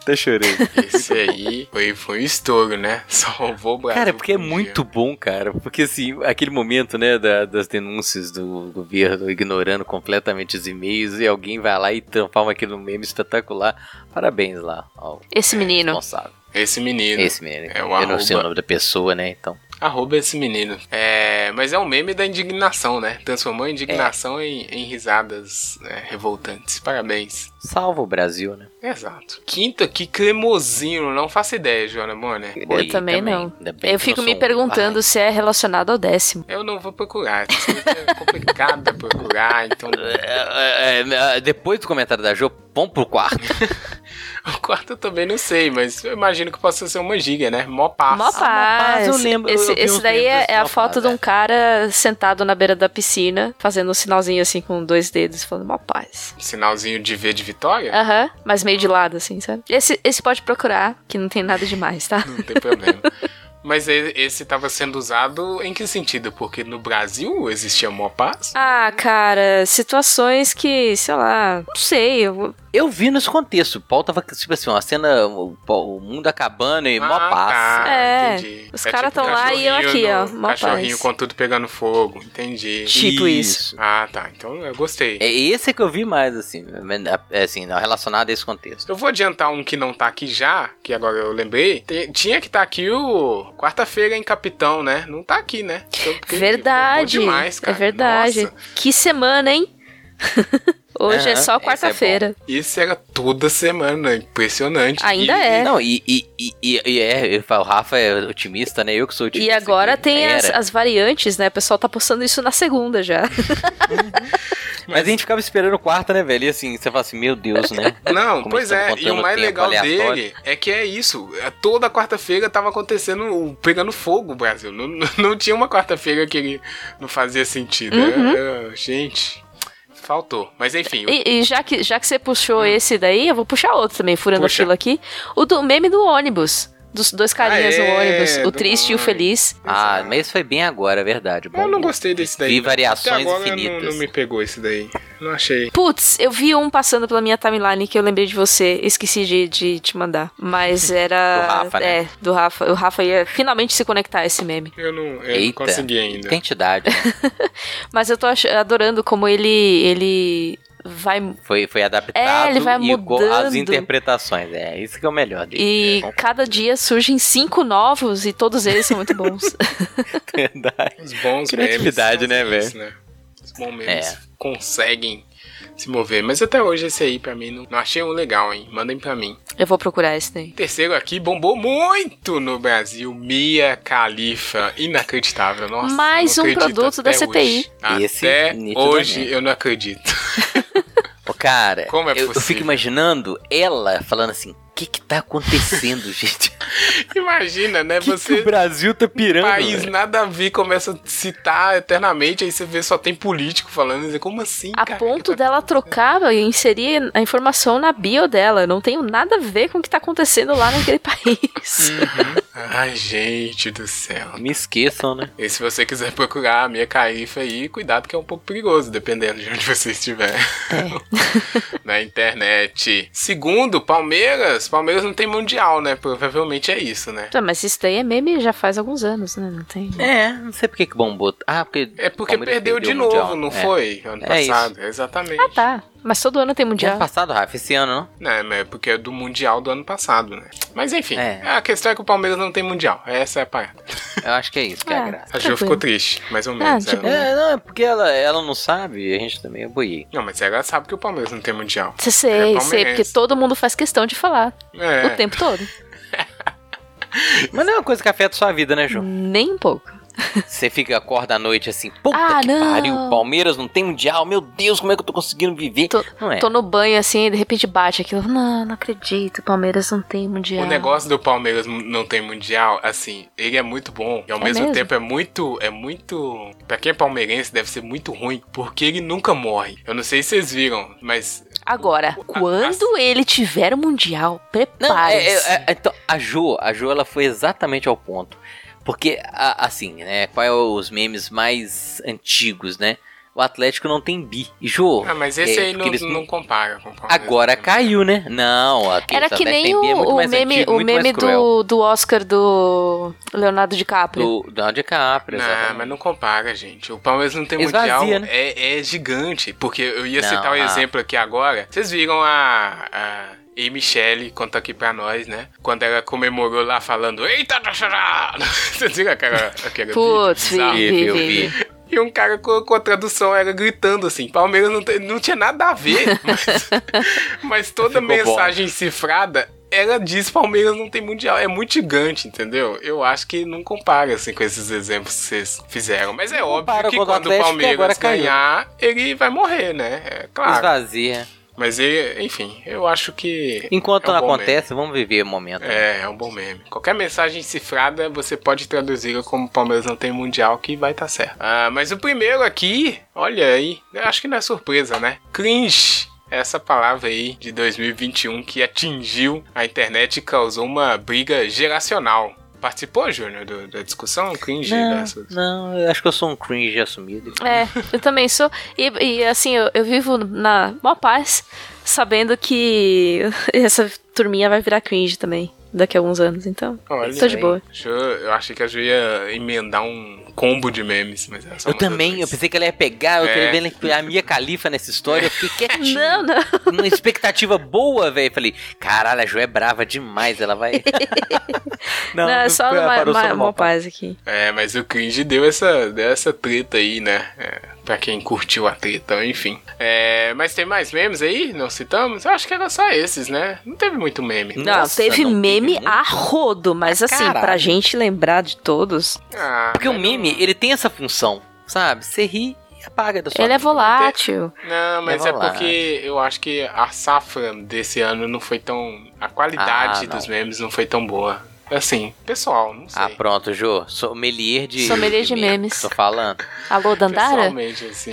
S2: Até chorei.
S1: Esse aí foi, foi um estouro, né? Salvou o Brasil.
S2: Cara, porque é
S1: por um
S2: muito bom, cara. Porque, assim, aquele momento, né, da- das denúncias do governo ignorando completamente os e-mails e alguém vai lá e transforma aquilo num meme espetacular. Parabéns lá ao
S3: Esse menino.
S2: responsável.
S1: dia. Esse menino.
S2: Esse menino.
S1: É o
S2: Eu não sei o
S1: arroba.
S2: nome da pessoa, né, então.
S1: Arroba esse menino. É, mas é um meme da indignação, né? Transformou a indignação em, em risadas é, revoltantes. Parabéns.
S2: Salva o Brasil, né?
S1: Exato. Quinto aqui, cremosinho. Não faço ideia, Joana Bonner.
S3: Eu
S2: Oi,
S3: também não.
S2: Ainda bem que
S3: Eu
S2: não
S3: fico
S2: sou
S3: me
S2: um-
S3: perguntando se é relacionado ao décimo.
S1: Eu não vou procurar. Isso é complicado procurar, então...
S2: É, é, é, depois do comentário da Jo, vamos pro quarto.
S1: O quarto eu também não sei, mas eu imagino que possa ser uma giga, né? Mó paz.
S3: Mó paz.
S2: eu lembro- eu
S3: Esse,
S2: vi
S3: esse
S2: uns
S3: daí
S2: memes
S3: é,
S2: desse
S3: é a
S2: mó
S3: foto
S2: paz,
S3: de
S2: é.
S3: um cara sentado na beira da piscina, fazendo um sinalzinho assim com dois dedos, falando mó paz.
S1: Sinalzinho de V de vitória?
S3: Aham, mas meio de lado, assim, sabe? Esse, esse pode procurar, que não tem nada demais, tá?
S1: Não tem problema. Mas e- esse tava sendo usado em que sentido? Porque no Brasil existia mó paz?
S3: Ah, cara, situações que, sei lá, não sei. Eu,
S2: Eu vi nesse contexto. O pau tava, tipo assim, uma cena, o, pau- o mundo acabando e mó
S1: Ah,
S2: paz.
S1: tá,
S3: É,
S1: entendi. tipo
S3: os cara tão lá e eu
S1: cachorrinho
S3: aqui, ó,
S1: no-
S3: mó paz.
S1: Cachorrinho com tudo pegando fogo, entendi.
S3: Tipo
S2: isso.
S1: Ah, tá. Então eu gostei.
S2: É esse que eu vi mais, assim, é, assim não, relacionado a esse contexto.
S1: Eu vou adiantar um que não tá aqui já, que agora eu lembrei. Te- tinha que tá aqui o quarta-feira em Capitão, né? Não tá aqui, né? Então, porque-
S3: verdade.
S1: bom demais, cara.
S3: É verdade.
S1: Nossa.
S3: Que semana, hein? Hoje é
S2: Aham,
S3: só
S2: esse é
S3: quarta-feira.
S1: Isso era toda semana, impressionante.
S3: Ainda
S1: E-
S3: é.
S2: Não, e, e, e, e- e é, eu falo, o Rafa é otimista, né? Eu que sou
S3: e
S1: tipo,
S2: otimista.
S3: agora
S1: assim,
S2: que
S3: tem as,
S2: era.
S3: as variantes, né? O pessoal tá postando isso na segunda já.
S2: Mas a gente ficava esperando quarta, né, velho? E assim, você fala assim, meu Deus, né?
S1: Não,
S2: Como
S1: pois
S2: estamos
S1: é, e
S2: contando
S1: o mais
S2: tempo
S1: legal
S2: aleatório.
S1: dele é que é isso. é, Toda quarta-feira tava acontecendo, o- pegando fogo o Brasil. Não, não- não tinha uma quarta-feira que ele não fazia sentido. É, é, gente, faltou. Mas enfim, o-
S3: E, e já, que, já que você puxou esse daí, eu vou puxar outro também, furando
S1: Hum. Puxa.
S3: a fila aqui. O do meme do ônibus. Dos dois carinhas
S1: Ah, é,
S3: no ônibus.
S1: do
S3: O triste e o
S1: ônibus.
S3: feliz.
S2: Ah, mas isso foi bem agora, é verdade. Bom,
S1: eu não gostei desse daí.
S2: Vi
S1: não. Até
S2: variações
S1: agora
S2: infinitas.
S1: Não, não me pegou esse daí. Não achei.
S3: Putz, eu vi um passando pela minha timeline que eu lembrei de você. Esqueci de, de te mandar. Mas era.
S2: Do Rafa, né?
S3: É, do Rafa. O Rafa ia finalmente se conectar a esse meme.
S1: Eu não, eu não
S2: Eita,
S1: consegui ainda.
S2: Que entidade. né?
S3: Mas eu tô ach- adorando como ele. ele vai.
S2: Foi, foi adaptado
S3: É, ele vai
S2: e igual as
S3: mudando.
S2: interpretações. É, isso que é o melhor. disso.
S3: E
S2: É,
S3: cada dia surgem cinco novos e todos eles são muito bons.
S2: verdade.
S1: Os bons
S2: Criatividade,
S1: memes, são
S2: né, velho?
S1: esses, né? Os bons memes
S2: É.
S1: conseguem se mover. Mas até hoje esse aí pra mim não, não achei um legal, hein? Mandem pra mim.
S3: eu vou procurar esse daí.
S1: Terceiro aqui bombou muito no Brasil, Mia Khalifa, inacreditável, nossa.
S3: Mais
S1: não
S3: um
S1: acredito
S3: produto
S1: até
S3: da CTI.
S1: Hoje.
S2: Esse
S1: até
S2: nitidamente.
S1: hoje eu não acredito.
S2: Ô, cara,
S1: Como é
S2: eu, eu
S1: possível?
S2: fico imaginando ela falando assim, o que que tá acontecendo, gente?
S1: Imagina, né?
S2: Que que
S1: você
S2: o Brasil tá pirando?
S1: país
S2: velho?
S1: nada a ver começa a citar eternamente, aí você vê só tem político falando, e como assim,
S3: A
S1: cara?
S3: ponto
S1: Que tá-
S3: dela trocar e inserir a informação na bio dela. Eu Não tenho nada a ver com o que tá acontecendo lá naquele país.
S2: Hum.
S1: Ai, gente do céu.
S2: Me esqueçam, né?
S1: E se você quiser procurar a minha caifa aí, cuidado que é um pouco perigoso, dependendo de onde você estiver.
S3: É.
S1: Na internet. Segundo, Palmeiras. Palmeiras não tem mundial, né? Provavelmente é isso, né?
S3: Tá, Mas isso daí é meme já faz alguns anos, né? Não tem.
S2: É, não sei por que que bombou. Ah, porque.
S1: É porque
S2: Palmeiras
S1: perdeu, de
S2: o
S1: novo,
S2: Mundial.
S1: não
S2: É.
S1: foi? Ano
S2: É
S1: passado. Exatamente.
S3: Ah, tá. Mas todo ano tem
S2: Que ano
S3: mundial.
S2: passado, Rafa, esse ano, não?
S1: Não, mas é porque é do mundial do ano passado, né? Mas enfim,
S2: É.
S1: a questão é que o Palmeiras não tem mundial. Essa é a parada.
S2: Eu acho que é isso que é a
S3: É.
S2: graça.
S1: A Ju
S3: Tranquilo.
S1: ficou triste, mais ou menos.
S3: Ah, tipo-
S1: Ela-
S2: É, não, é porque ela, ela não sabe e a gente também é boi.
S1: Não, mas ela sabe que o Palmeiras não tem mundial.
S3: Você
S1: É
S3: sei,
S1: palmeirense.
S3: sei, porque todo mundo faz questão de falar
S1: É.
S3: o tempo todo.
S2: Mas não é uma coisa que afeta a sua vida, né, Ju?
S3: Nem um pouco.
S2: Você fica, acorda à noite assim, puta
S3: Ah,
S2: que
S3: não.
S2: pariu, Palmeiras não tem mundial, meu Deus, como é que eu tô conseguindo viver?
S3: Tô-
S2: não é.
S3: Tô no banho assim e de repente bate aquilo. Não, não acredito, Palmeiras não tem mundial.
S1: O negócio do Palmeiras mu- não tem mundial, assim, ele é muito bom. E ao
S3: É
S1: mesmo
S3: mesmo?
S1: tempo é muito. É muito. Pra quem é palmeirense, deve ser muito ruim. Porque ele nunca morre. Eu não sei se vocês viram, mas.
S3: Agora, quando ele tiver o mundial,
S2: Não, é, é,
S3: prepare-se.
S2: é, então, a Ju, a Ju, ela foi exatamente ao ponto. Porque, a- assim, né, quais os memes mais antigos, né? O Atlético não tem bi. E, Ju,
S1: Ah, mas esse
S2: é,
S1: aí não,
S2: porque eles
S1: não, compara com o Palmeiras.
S2: agora caiu, né? Não, a
S3: Era que
S2: Atlético
S3: nem
S2: tem bi é
S3: o,
S2: muito
S3: o
S2: mais
S3: meme,
S2: antigo,
S3: o
S2: muito mais
S3: meme
S2: cruel.
S3: do, do Oscar do Leonardo DiCaprio.
S2: Do Donald DiCaprio,
S1: Não,
S2: exatamente.
S1: mas não compara, gente. O Palmeiras não tem
S2: Esvazia,
S1: mundial
S2: né?
S1: é, é gigante. Porque eu ia
S2: Não,
S1: citar um
S2: ah.
S1: exemplo aqui agora. Vocês viram a. a... E Michelle conta aqui pra nós, né? Quando ela comemorou lá falando Eita, tá chorando! Vocês viram aquela, aquele
S3: Putz,
S1: vídeo? bizarro?
S3: vi,
S2: Vive,
S3: vi,
S2: eu
S3: vi.
S2: vi.
S1: E um cara colocou a tradução, era gritando assim. Palmeiras não, tem- não tinha nada a ver. Mas, mas toda
S2: Ficou
S1: mensagem cifrada, ela diz Palmeiras não tem mundial. É muito gigante, entendeu? Eu acho que não compara assim com esses exemplos que vocês fizeram. Mas é
S2: Não compara
S1: óbvio que
S2: com o do
S1: quando o
S2: Atlético, que agora
S1: Palmeiras
S2: caiu.
S1: ganhar, ele vai morrer, né? É claro.
S2: Esvazia.
S1: Mas ele- enfim, eu acho que.
S2: Enquanto
S1: é um
S2: não
S1: bom
S2: acontece, vamos viver o momento.
S1: meme. É, é um bom meme. Qualquer mensagem cifrada, você pode traduzir como Palmeiras não tem mundial, que vai estar certo. Ah, mas o primeiro aqui, olha aí, eu acho que não é surpresa, né? Cringe. Essa palavra aí de 2021 que atingiu a internet e causou uma briga geracional. Participou, Júnior, do- da discussão? Cringe
S2: Não,
S1: versus.
S2: não, eu acho que eu sou um cringe assumido.
S3: É, eu também sou. E, e, assim, eu, eu vivo na maior paz, sabendo que essa turminha vai virar cringe também daqui a alguns anos, então.
S1: Olha
S3: tô de
S1: aí.
S3: boa.
S1: Ju- Eu achei que a Ju ia emendar um combo de memes, mas era só
S2: Eu
S1: mandou
S2: também,
S1: dois.
S2: eu pensei que ela ia pegar, eu
S1: É.
S2: queria ver a minha califa nessa história, eu fiquei quietinho.
S3: Não, não.
S2: Uma expectativa boa, velho. Falei, caralho, a Jo é brava demais, ela vai.
S3: Não, é só
S2: parou,
S3: uma,
S2: só
S3: uma,
S2: no
S3: uma
S2: mal.
S3: paz aqui.
S1: É, mas o cringe deu essa, deu essa treta aí, né? É, Pra quem curtiu a treta, enfim. É, mas tem mais memes aí? Não citamos? Eu acho que era só esses, né? Não teve muito meme.
S3: Não,
S2: Nossa,
S3: teve
S2: não teve
S3: meme
S2: muito. Ah,
S3: a rodo, mas assim, pra
S2: caralho.
S3: gente lembrar de todos,
S1: Ah,
S2: É Porque o
S1: mas
S2: meme, ele tem essa função, sabe? Você ri e apaga da sua
S3: ele é
S2: vida.
S3: volátil.
S1: Não, mas é
S2: Vamos lá.
S1: porque eu acho que a safra desse ano não foi tão. A qualidade
S2: Ah, não.
S1: dos memes não foi tão boa. Assim, pessoal, não sei.
S2: Ah, pronto, Jô. Sommelier de.
S3: Sommelier de memes.
S2: Tô falando.
S3: Alô, Dandara?
S1: Pessoalmente, assim.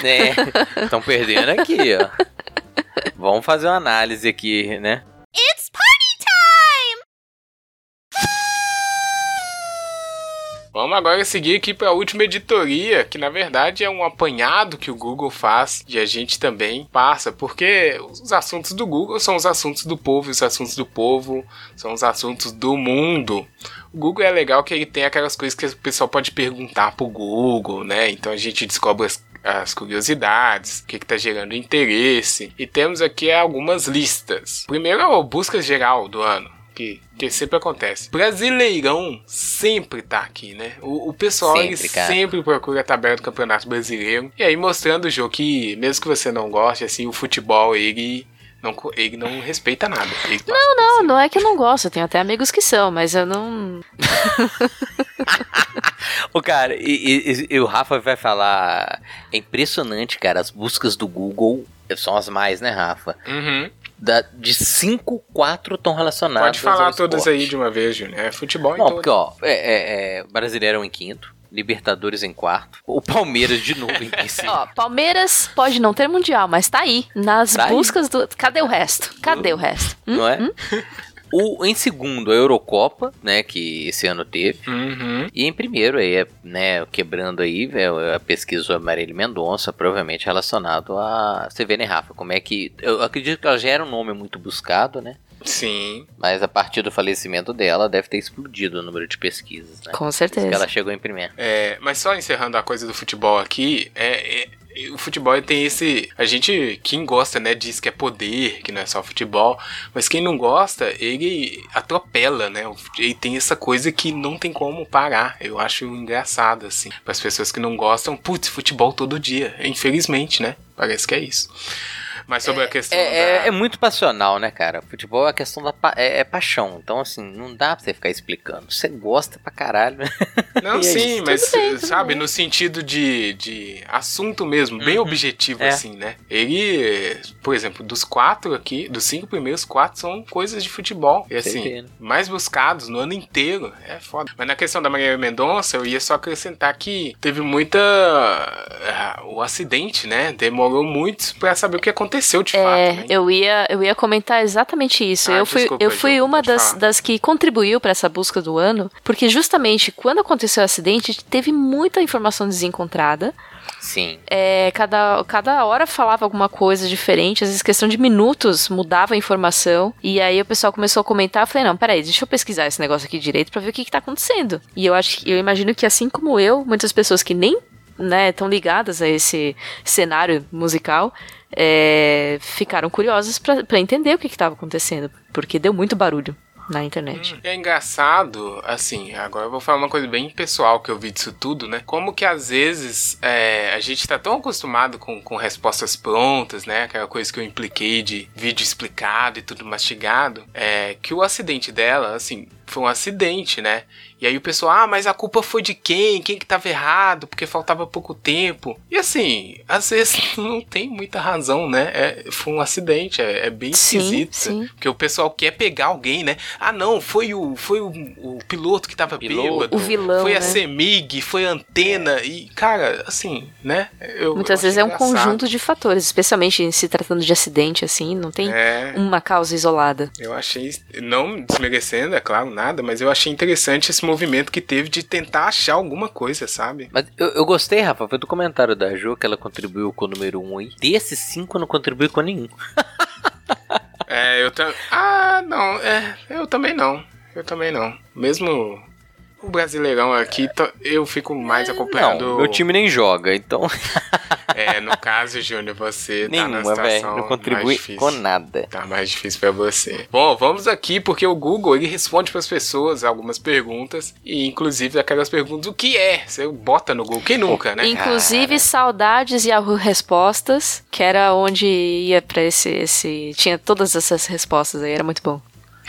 S2: né? Estão perdendo aqui, ó. Vamos fazer uma análise aqui, né?
S5: It's party time!
S1: Vamos agora seguir aqui para a última editoria, que na verdade é um apanhado que o Google faz e a gente também passa, porque os assuntos do Google são os assuntos do povo, e os assuntos do povo são os assuntos do mundo. O Google é legal que ele tem aquelas coisas que o pessoal pode perguntar pro Google, né? Então a gente descobre as, as curiosidades, o que, que tá gerando interesse. E temos aqui algumas listas. Primeiro é o busca geral do ano. Que, que sempre acontece. Brasileirão sempre tá aqui, né? O, o pessoal ele
S2: Sempre, cara.
S1: sempre procura a tabela do Campeonato Brasileiro. E aí mostrando o jogo que, mesmo que você não goste, assim, o futebol, ele não, co- ele não respeita nada. não,
S3: Não, não é que eu não gosto, eu tenho até amigos que são, mas eu não.
S2: O cara, e, e- e o Rafa vai falar. É impressionante, cara. As buscas do Google são as mais, né, Rafa?
S1: Uhum.
S2: Da, de 5, 4 estão relacionadas.
S1: Pode falar
S2: ao
S1: todas
S2: esporte.
S1: aí de uma vez, Júnior. É futebol
S2: Não,
S1: então.
S2: porque, ó, é, é, é, Brasileirão em quinto, Libertadores em quarto, o Palmeiras de novo em terceiro.
S3: Ó, Palmeiras pode não ter mundial, mas tá aí. Nas
S2: Tá aí.
S3: buscas do. Cadê o resto? Cadê o resto? Hum?
S2: não é? O, em segundo, a Eurocopa, né, que esse ano teve.
S1: Uhum.
S2: E em primeiro, aí, é, né, quebrando aí, é, a pesquisa do Marília Mendonça, provavelmente relacionado a... Você vê, né, Rafa, como é que... Eu acredito que ela já era um nome muito buscado, né?
S1: Sim.
S2: Mas a partir do falecimento dela, deve ter explodido o número de pesquisas, né?
S3: Com
S2: Por isso que
S3: certeza.
S2: ela chegou em primeiro.
S1: É, mas só encerrando a coisa do futebol aqui, é, é- o futebol tem esse. A gente, quem gosta, né, diz que é poder, que não é só futebol. Mas quem não gosta, ele atropela, né? Ele tem essa coisa que não tem como parar. Eu acho engraçado, assim. Para as pessoas que não gostam, putz, futebol todo dia. Infelizmente, né? Parece que é isso. Mas sobre a questão. da-
S2: É, é- é muito passional, né, cara? Futebol é a questão da pa- é, é paixão. Então, assim, não dá pra você ficar explicando. Você gosta pra caralho, né?
S1: Não,
S2: E é
S1: sim,
S2: isso.
S1: mas
S3: Tudo bem, tudo
S1: sabe,
S3: bem.
S1: no sentido de, de assunto mesmo, bem objetivo
S2: É.
S1: assim, né? Ele, por exemplo, dos quatro aqui, dos cinco primeiros, quatro são coisas de futebol. E
S2: Você
S1: assim,
S2: vê, né?
S1: mais buscados no ano inteiro. É foda. Mas na questão da Maria Mendonça, eu ia só acrescentar que teve muita. ah, O acidente, né? Demorou muito pra saber o que aconteceu de
S3: É,
S1: fato. Né?
S3: eu ia, eu ia comentar exatamente isso.
S1: Ah,
S3: eu fui,
S1: desculpa,
S3: eu fui
S1: Ju,
S3: uma
S1: pode
S3: das,
S1: falar.
S3: das que contribuiu para essa busca do ano, porque justamente quando aconteceu o acidente, teve muita informação desencontrada.
S2: Sim.
S3: É, cada, cada hora falava alguma coisa diferente, às vezes questão de minutos mudava a informação. E aí o pessoal começou a comentar, eu falei, não, peraí, deixa eu pesquisar esse negócio aqui direito pra ver o que, que tá acontecendo. E eu acho que eu imagino que assim como eu, muitas pessoas que nem né, tão ligadas a esse cenário musical é, ficaram curiosas pra pra entender o que estava acontecendo, porque deu muito barulho na internet.
S1: É engraçado, assim, agora eu vou falar uma coisa bem pessoal que eu vi disso tudo, né? Como que às vezes é, a gente tá tão acostumado com, com respostas prontas, né? Aquela coisa que eu impliquei de vídeo explicado e tudo mastigado, é, que o acidente dela, assim, foi um acidente, né? E aí o pessoal, ah, mas a culpa foi de quem? Quem que tava errado? Porque faltava pouco tempo. E assim, às vezes não tem muita razão, né? É, foi um acidente, é, é bem
S3: Sim,
S1: esquisito.
S3: sim.
S1: Porque o pessoal quer pegar alguém, né? Ah, não, foi o, foi o, o piloto que tava
S2: Piloto.
S1: bêbado.
S3: O vilão,
S1: foi a
S3: né?
S1: CEMIG, foi a antena. E, cara, assim, né? Eu-
S3: Muitas
S1: eu
S3: vezes é
S1: acho
S3: um
S1: engraçado.
S3: conjunto de fatores, especialmente em se tratando de acidente, assim, não tem
S1: É,
S3: uma causa isolada.
S1: eu achei, não desmerecendo, é claro, nada, mas eu achei interessante esse movimento que teve de tentar achar alguma coisa, sabe?
S2: Mas eu, eu gostei, Rafa, foi do comentário da Jo que ela contribuiu com o número 1 um aí. Desses cinco, eu não contribuí com nenhum.
S1: É, eu também. Ah, não, é, eu também não. Eu também não. Mesmo O Brasileirão aqui, to- eu fico
S3: É,
S1: mais acompanhando.
S2: Não, meu time nem joga, então
S1: É, no caso, Júnior, você tá
S2: nenhuma,
S1: na situação
S2: velho. Não
S1: mais
S2: contribui
S1: difícil.
S2: com nada.
S1: Tá mais difícil pra você. Bom, vamos aqui porque o Google ele responde pras pessoas algumas perguntas e inclusive aquelas perguntas o que é. Você bota no Google, quem nunca, né?
S3: Inclusive,
S2: cara?
S3: saudades e Yahoo Respostas, que era onde ia pra esse, esse. Tinha todas essas respostas aí, era muito bom.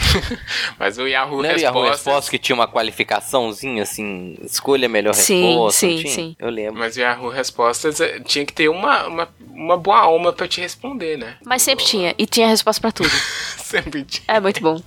S1: Ah, Mas o Yahoo
S2: Não era Yahoo
S1: Respostas,
S2: Resposta que tinha uma qualificaçãozinha, assim, escolha a melhor
S3: Sim,
S2: resposta? não
S3: sim,
S2: tinha?
S3: sim.
S2: Eu lembro.
S1: mas o Yahoo Respostas eh, tinha que ter uma, uma, uma boa alma pra te responder, né?
S3: Mas sempre tinha, e tinha resposta pra tudo.
S1: Sempre tinha.
S3: É muito bom.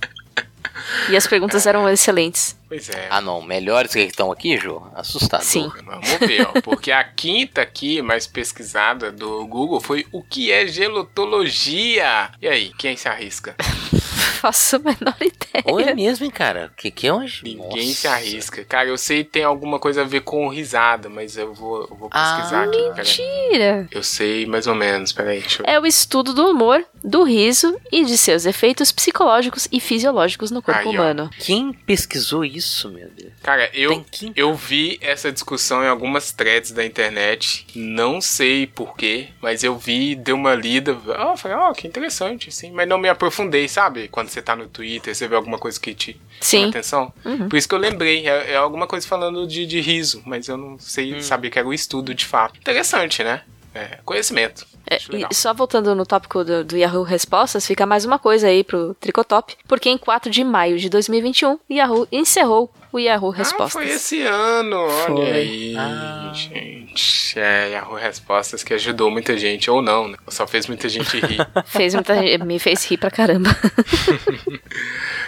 S3: E as perguntas eram excelentes.
S1: Pois é.
S2: Ah, não. Melhores que estão aqui, Jô? Assustador.
S3: Sim.
S1: Vamos ver, ó, porque a quinta aqui mais pesquisada do Google foi o que é gelotologia. E aí, quem se arrisca?
S3: Faço a menor ideia.
S2: Ou é mesmo, hein, cara? O que, que é hoje?
S1: Ninguém se arrisca. Cara, eu sei que tem alguma coisa a ver com risada, mas eu vou, eu vou
S2: Ah,
S1: pesquisar aqui. Peraí.
S3: Mentira!
S1: Eu sei mais ou menos, peraí. Deixa eu...
S3: É o estudo do humor, do riso e de seus efeitos psicológicos e fisiológicos no corpo
S1: Aí, ó.
S3: humano.
S2: Quem pesquisou isso, meu Deus?
S1: Cara,
S2: Tem
S1: eu,
S2: quinta.
S1: eu vi essa discussão em algumas threads da internet. Não sei porquê, mas eu vi, dei uma lida. Ah, eu falei, ó, que interessante, assim. Mas não me aprofundei, sabe? Quando você tá no Twitter, você vê alguma coisa que te chama
S3: Sim. Uhum.
S1: atenção. Por isso que eu lembrei. É, é alguma coisa falando de, de riso, mas eu não
S3: Hum.
S1: sei saber que era o estudo de fato. Interessante, né? É, conhecimento.
S3: É,
S1: Acho legal.
S3: e só voltando no tópico do, do Yahoo Respostas, fica mais uma coisa aí pro Tricotop, porque em 4 de maio de 2021, Yahoo encerrou o Yahoo
S1: Ah, foi
S3: Respostas.
S1: esse ano, olha
S3: Foi. Ah.
S1: aí, gente. É, Yahoo Respostas que ajudou muita gente, ou não, né? Só fez muita gente rir.
S3: Fez muita, me fez rir pra caramba.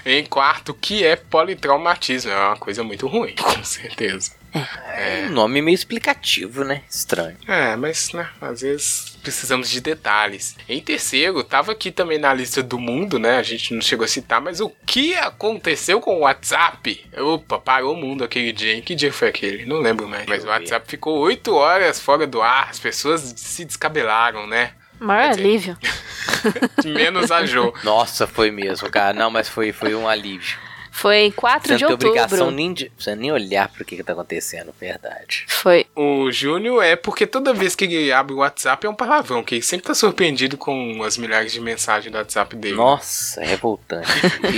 S1: em quarto, que é politraumatismo. É uma coisa muito ruim, com certeza.
S2: Um nome meio explicativo, né? Estranho.
S1: É, mas, né, às vezes precisamos de detalhes. Em terceiro, tava aqui também na lista do mundo, né? A gente não chegou a citar, mas o que aconteceu com o WhatsApp? Opa, parou o mundo aquele dia, hein? Que dia foi aquele? Não lembro mais. Mas o
S2: eu ver.
S1: WhatsApp ficou oito horas fora do ar, as pessoas se descabelaram, né?
S3: Maior
S1: Quer dizer,
S3: alívio.
S1: Menos a Jo.
S2: Nossa, foi mesmo, cara. Não, mas foi, foi um alívio.
S3: Foi em 4
S2: Você não
S3: de
S2: tem obrigação
S3: outubro.
S2: nem de. Precisa nem olhar pro que, que tá acontecendo, verdade.
S3: Foi.
S1: O Júnior é porque toda vez que ele abre o WhatsApp é um palavrão, que ele sempre tá surpreendido com as milhares de mensagens do WhatsApp dele.
S2: Nossa, é revoltante.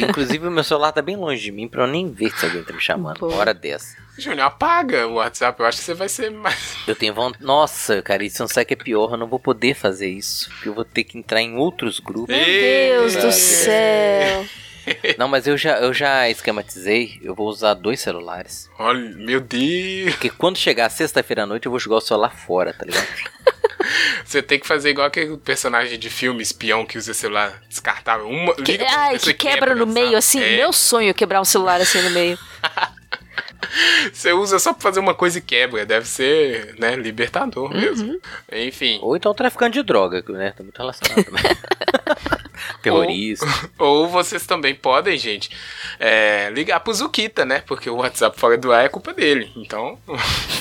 S2: Inclusive, o meu celular tá bem longe de mim pra eu nem ver se alguém tá me chamando.
S3: Boa.
S2: Hora dessa.
S1: Júnior, apaga o WhatsApp, eu acho que você vai ser mais.
S2: Eu tenho vontade. Nossa, cara, isso não sei que é pior. Eu não vou poder fazer isso. Porque eu vou ter que entrar em outros grupos.
S3: Meu Deus
S1: é.
S2: Eita.
S3: do céu.
S2: Não, mas eu já, eu já esquematizei. Eu vou usar dois celulares.
S1: Olha, meu Deus.
S2: Porque quando chegar sexta-feira à noite, eu vou jogar o celular fora, tá ligado?
S1: Você tem que fazer igual aquele personagem de filme espião que usa celular descartável. Uma,
S3: Que-
S1: liga pra
S3: ai,
S1: pessoa
S3: que
S1: e
S3: quebra no
S1: sabe?
S3: meio, assim.
S1: É,
S3: Meu sonho é quebrar um celular assim no meio.
S1: Você usa só pra fazer uma coisa e quebra. Deve ser, né, libertador
S3: Uhum.
S1: mesmo. Enfim.
S2: Ou então traficante de droga, né? Tá muito relacionado também. Terrorista.
S1: Ou vocês também podem, gente, é, ligar pro Zukita, né? Porque o WhatsApp fora do ar é culpa dele. Então,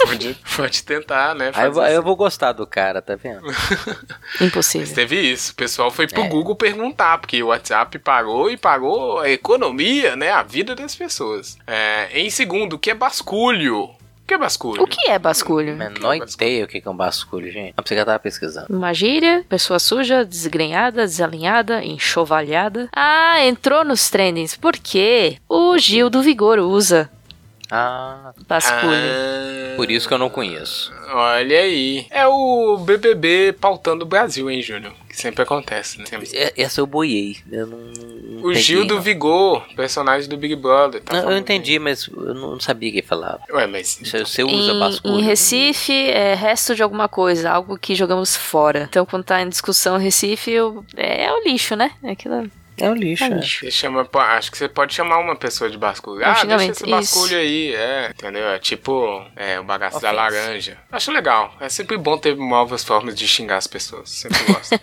S1: pode, pode tentar, né?
S2: Aí eu, vou-
S1: fazer
S2: aí eu
S1: isso.
S2: vou gostar do cara, tá vendo?
S1: Mas
S3: Impossível.
S1: teve isso. O pessoal foi pro
S2: É.
S1: Google perguntar, porque o WhatsApp parou e parou a economia, né? A vida das pessoas. É, em segundo, o que é basculho? O que é basculho?
S3: O que é basculho?
S2: Menor
S1: Que é um basculho?
S2: ideia o que que é um basculho, gente. A psiquiatra tava pesquisando.
S3: Uma gíria, pessoa suja, desgrenhada, desalinhada, enxovalhada. Ah, entrou nos trendings. Por quê? O Gil do Vigor usa
S2: Ah, tá.
S3: basculho.
S1: Ah,
S2: por isso que eu não conheço.
S1: Olha aí. É o BBB pautando o Brasil, hein, Júnior? Que sempre acontece, né? Sempre.
S2: É- Essa eu boiei. Eu não, não
S1: O
S2: peguei,
S1: Gil do
S2: não.
S1: Vigor, personagem do Big Brother. tá
S2: Não, eu
S1: falando
S2: entendi, mas eu não sabia quem falava.
S1: aí. Ué, mas
S2: Você, você usa
S3: Em,
S2: basculho.
S3: em Recife, é resto de alguma coisa, algo que jogamos fora. Então, quando tá em discussão Recife, eu- é, o lixo, né? É aquilo.
S2: É um lixo.
S3: É um
S2: né?
S3: lixo.
S1: Você chama, pô, acho que você pode chamar uma pessoa de basculho.
S3: É um
S1: Ah, deixa
S3: xingamento,
S1: esse basculho
S3: isso.
S1: aí, é, entendeu? É tipo é, o bagaço da
S2: Ofensa.
S1: laranja. Acho legal. É sempre bom ter novas formas de xingar as pessoas. Sempre gosto.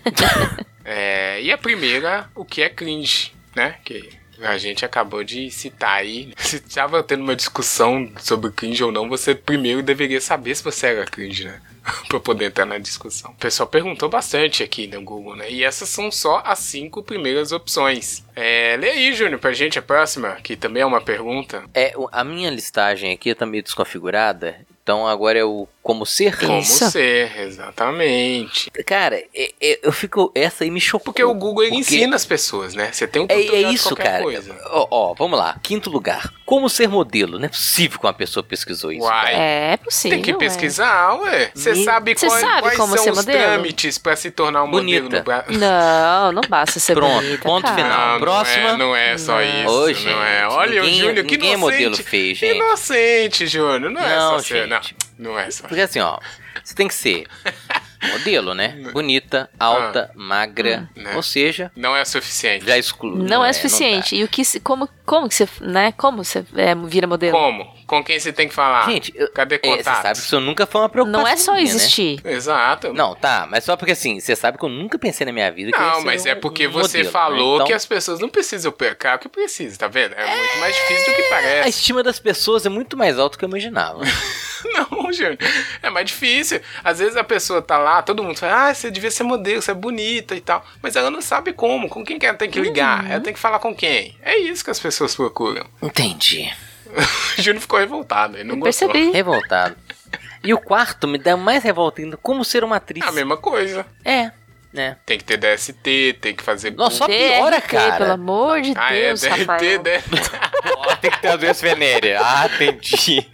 S1: É, e a primeira, o que é cringe, né? Que A gente acabou de citar aí. Se tava tendo uma discussão sobre cringe ou não, você primeiro deveria saber se você era cringe, né? pra poder entrar na discussão. O pessoal perguntou bastante aqui no Google, né? E essas são só as cinco primeiras opções. É, lê aí, Júnior, pra gente a próxima, que também é uma pergunta.
S2: É, o- a minha listagem aqui tá meio desconfigurada, então agora é o como ser.
S1: Como
S3: Isso.
S1: ser, exatamente.
S2: Cara, é- é- eu fico. Essa aí me chocou.
S1: Porque o Google ele
S2: Porque-
S1: ensina as pessoas, né? Você tem um
S2: É,
S1: tutorial
S2: é
S1: de
S2: isso,
S1: qualquer
S2: cara.
S1: coisa.
S2: Ó, ó, vamos lá. Quinto lugar. Como ser modelo? Não é possível que uma pessoa pesquisou isso.
S1: Uai.
S3: É possível.
S1: Tem que
S3: é.
S1: pesquisar, ué. Você
S2: Sim.
S1: sabe,
S3: Cê
S1: qual-
S3: sabe
S1: quais
S3: como
S1: são
S3: ser
S1: os
S3: modelo?
S1: trâmites pra se tornar um modelo
S2: Bonita.
S1: no Brasil.
S3: Não, não basta ser
S2: Pronto,
S3: bonita,
S2: ponto
S3: cara.
S2: final.
S1: Não,
S2: Próxima.
S1: Não é, não é só isso.
S2: Ô,
S1: não é.
S2: gente,
S1: Olha
S2: ninguém-
S1: o Júnior, que
S2: ninguém é
S1: inocente.
S2: modelo feio, gente.
S1: Inocente, Júnior. Não, é só
S2: Não,
S1: ser. Não,
S2: gente.
S1: não é só.
S2: Porque assim, ó, você tem que ser modelo, né? Bonita, alta, magra.
S1: Né.
S2: Ou seja,
S1: Não é suficiente.
S2: já exclui.
S3: Não é suficiente. e o que se- como como que você, né? Como você é, vira modelo?
S1: Como? Com quem você tem que falar?
S2: dá. Gente, eu-
S1: Cadê
S2: é, você
S1: contato?
S2: sabe que isso nunca foi uma preocupação.
S3: Não é só
S2: minha, né?
S3: existir.
S1: Exato.
S2: Não, tá, mas só porque assim, você sabe que eu nunca pensei na minha vida que eu ia
S1: Não,
S2: ser
S1: mas
S2: um-
S1: é porque
S2: um
S1: você
S2: modelo, né?
S1: falou
S2: Então,
S1: que é as pessoas não precisam pecar o que precisa, tá vendo? É, muito mais difícil do que
S2: A
S1: parece.
S2: estima das pessoas é muito mais alta do que eu imaginava.
S1: Não, Júnior. É mais difícil. Às vezes a pessoa tá lá, todo mundo fala, ah, você devia ser modelo, você é bonita e tal. Mas ela não sabe como, com quem que ela tem que ligar, ela tem que falar com quem. É isso que as pessoas procuram.
S2: Entendi.
S1: O Júnior ficou revoltado, ele não
S3: Eu
S1: gostou.
S3: percebi.
S2: Revoltado. E o quarto me dá mais revolta ainda, como ser uma atriz.
S1: É a mesma coisa.
S2: É, né?
S1: Tem que ter DST, tem que fazer.
S2: Nossa, só
S1: curso.
S2: piora,
S3: DRT,
S2: cara.
S3: Pelo amor de
S1: Ah, é,
S3: Deus,
S1: DRT,
S3: Rafael.
S1: DST.
S2: tem que ter a doença venérea. Ah, entendi.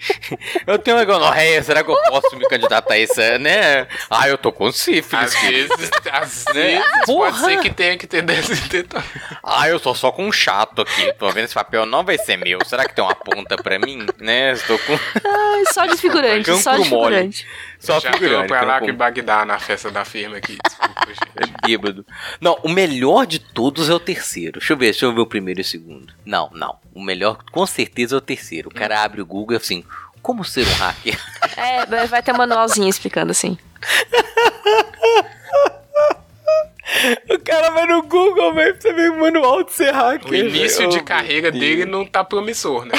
S2: Eu tenho uma gonorreia, será que eu posso me candidatar a essa, né? Ah, eu tô com sífilis.
S1: Às vezes, às vezes pode
S2: Porra.
S1: ser que tenha que ter DST também.
S2: Ah, eu tô só com um chato aqui. Tô vendo esse papel, não vai ser meu. Será que tem uma ponta pra mim? Né? Estou com...
S3: Ai, é só de figurante, só de
S2: Cancro mole.
S3: figurante.
S2: Só
S1: Já
S2: figurante.
S1: tô
S2: né,
S1: pra lá
S2: tô
S1: que
S2: com-
S1: Bagdá na festa da firma aqui. Desculpa, gente.
S2: É bêbado. Não, o melhor de todos é o terceiro. Deixa eu ver, deixa eu ver o primeiro e o segundo. Não, não. O melhor, com certeza, é o terceiro. O cara abre o Google e assim, como ser um hacker?
S3: É, vai- vai ter um manualzinho explicando assim.
S2: o cara vai no Google, velho, pra você ver o manual de ser hacker.
S1: O início de carreira dele não tá promissor, né?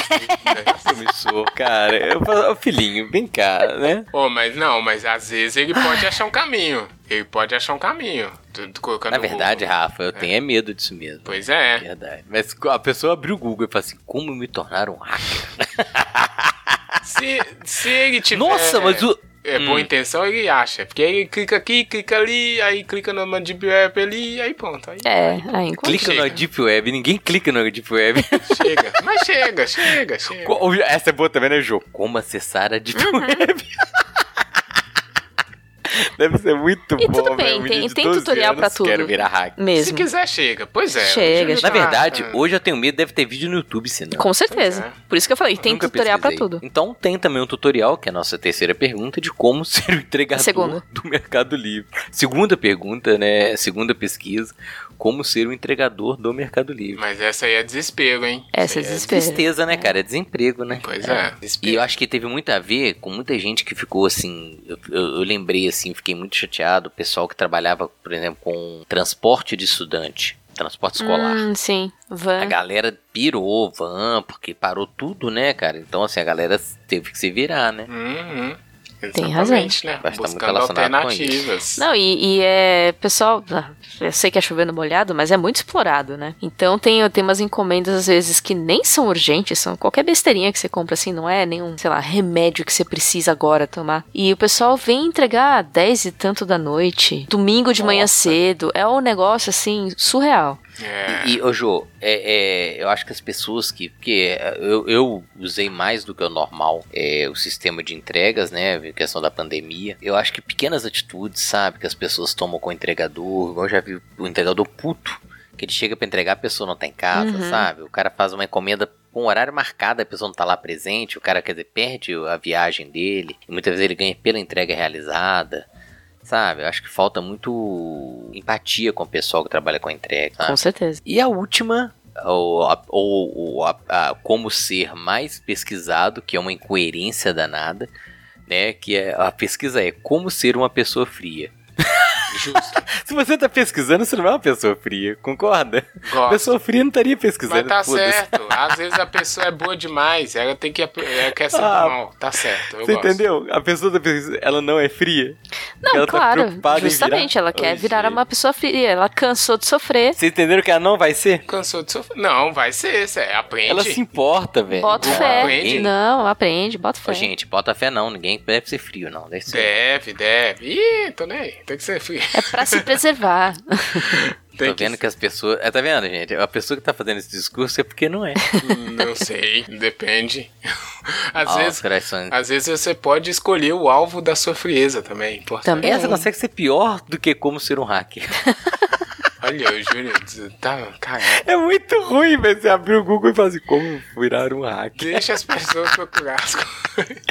S2: Começou, cara. Eu falo, "Ô, filhinho, vem cá, né?
S1: Ô, mas não, mas às vezes ele pode achar um caminho. Ele pode achar um caminho. Tu- tu Colocando
S2: Na
S1: o Google.
S2: verdade, Rafa, eu tenho é medo disso mesmo.
S1: Pois é.
S2: Verdade. Mas a pessoa abriu o Google e fala assim, como me tornar um hacker?
S1: Se, se ele tiver.
S2: Nossa, mas o...
S1: Tipo, É boa
S2: Hum.
S1: intenção, ele acha. Porque aí ele clica aqui, clica ali, aí clica no Mandib App ali, aí pronto. Aí
S3: É, aí enquanto.
S2: Clica
S1: chega.
S2: na Deep Web, ninguém clica na Deep Web.
S1: chega. Mas chega, chega, chega.
S2: Co- Essa é boa também, né, Jô? Como acessar a Deep
S1: Uhum.
S2: Web? Deve ser muito
S3: E
S2: bom,
S3: tudo bem,
S2: velho. Um
S3: tem-
S2: menino de
S3: tem
S2: 12
S3: tutorial pra
S2: anos,
S3: tudo.
S2: Quero virar hacker.
S1: Se
S3: Mesmo.
S1: quiser, chega. Pois é.
S3: Chega,
S1: o Júnior
S2: Na
S1: tá-
S2: verdade,
S1: tá-
S2: hoje eu tenho medo, deve ter vídeo no YouTube ensinando.
S3: Com certeza.
S1: Pois é.
S3: Por isso que eu falei, tem
S2: Nunca
S3: tutorial pra
S2: pesquisei.
S3: tudo.
S2: Então tem também um tutorial, que é a nossa terceira pergunta, de como ser o entregador
S3: Segunda.
S2: do Mercado Livre. Segunda pergunta, né? Segunda pesquisa, como ser o entregador do Mercado Livre.
S1: Mas essa aí é desespero, hein?
S3: Essa é
S1: aí
S3: desespero.
S2: Tristeza, né, cara? É desemprego, né?
S1: Pois é, desespero.
S2: E eu acho que teve muito a ver com muita gente que ficou assim. Eu, eu- eu lembrei assim, fiquei muito chateado. O pessoal que trabalhava, por exemplo, com transporte de estudante, transporte escolar.
S3: Hum, sim.
S2: A
S3: Van.
S2: galera pirou, van, porque parou tudo, né, cara? Então, assim, a galera teve que se virar, né?
S1: Uhum.
S3: Tem razão.
S1: Exatamente, né?
S2: Acho que tá muito
S1: Buscando
S2: relacionado com
S1: alternativas.
S3: Não, e, e é. Pessoal, ah, eu sei que é chovendo molhado, mas é muito explorado, né? Então tem, tem umas encomendas, às vezes, que nem são urgentes, são qualquer besteirinha que você compra, assim, não é nenhum, sei lá, remédio que você precisa agora tomar. E o pessoal vem entregar 10 e tanto da noite, domingo de manhã
S2: Nossa.
S3: cedo. É um negócio, assim, surreal.
S1: É.
S2: E, e, ô, Jô, é, é, eu acho que as pessoas que. Porque é, eu, eu usei mais do que o normal é, o sistema de entregas, né? em Questão da pandemia. Eu acho que pequenas atitudes, sabe? Que as pessoas tomam com o entregador. Eu já vi o entregador puto. Que ele chega pra entregar, a pessoa não tá em casa,
S3: Uhum.
S2: sabe? O cara faz uma encomenda com um horário marcado, a pessoa não tá lá presente. O cara, quer dizer, perde a viagem dele. E muitas vezes ele ganha pela entrega realizada. Sabe, eu acho que falta muito empatia com o pessoal que trabalha com a entrega. Sabe?
S3: Com certeza.
S2: E a última, ou, a- ou- ou a- a- como ser mais pesquisado, que é uma incoerência danada, né? Que é, a pesquisa é como ser uma pessoa fria.
S1: Justo.
S2: Se você tá pesquisando, você não é uma pessoa fria, concorda?
S1: Gosto.
S2: Pessoa fria não estaria pesquisando.
S1: Mas tá
S2: foda-se.
S1: certo. Às vezes a pessoa é boa demais. Ela tem que. Ela quer ser
S2: Ah,
S1: mal. Tá certo. Eu
S2: Você
S1: gosto.
S2: entendeu? A pessoa tá pesquisando, ela não é fria.
S3: Não,
S2: ela tá
S3: claro.
S2: preocupada em virar-
S3: justamente, ela quer
S2: Oi,
S3: virar
S2: gente.
S3: uma pessoa fria. Ela cansou de sofrer.
S2: Vocês entenderam que ela não vai ser?
S1: Cansou de sofrer. Não, vai ser. Cê aprende.
S2: Ela se importa, velho.
S3: Bota
S1: Não
S3: fé.
S1: aprende.
S3: Não, aprende, bota
S2: É,
S3: fé.
S2: Ô, gente, bota fé não, ninguém deve ser frio, não. Deve
S1: É,
S2: ser.
S1: Deve, deve. Ih, tô nem aí. Tem que ser frio.
S3: É pra se preservar.
S1: Tem
S2: Tô vendo que as pessoas. É, tá vendo, gente? A pessoa que tá fazendo esse discurso é porque não é.
S1: Não sei, depende. Às
S2: Ó,
S1: vezes.
S2: os corações.
S1: Às vezes você pode escolher o alvo da sua frieza também. É Importante.
S3: Também.
S2: Essa consegue ser pior do que como ser um hacker.
S1: Olha, o Júnior tá, cara,
S2: É muito ruim, velho. Você abrir o Google e fazer como virar um hacker.
S1: deixa as pessoas procurar as coisas.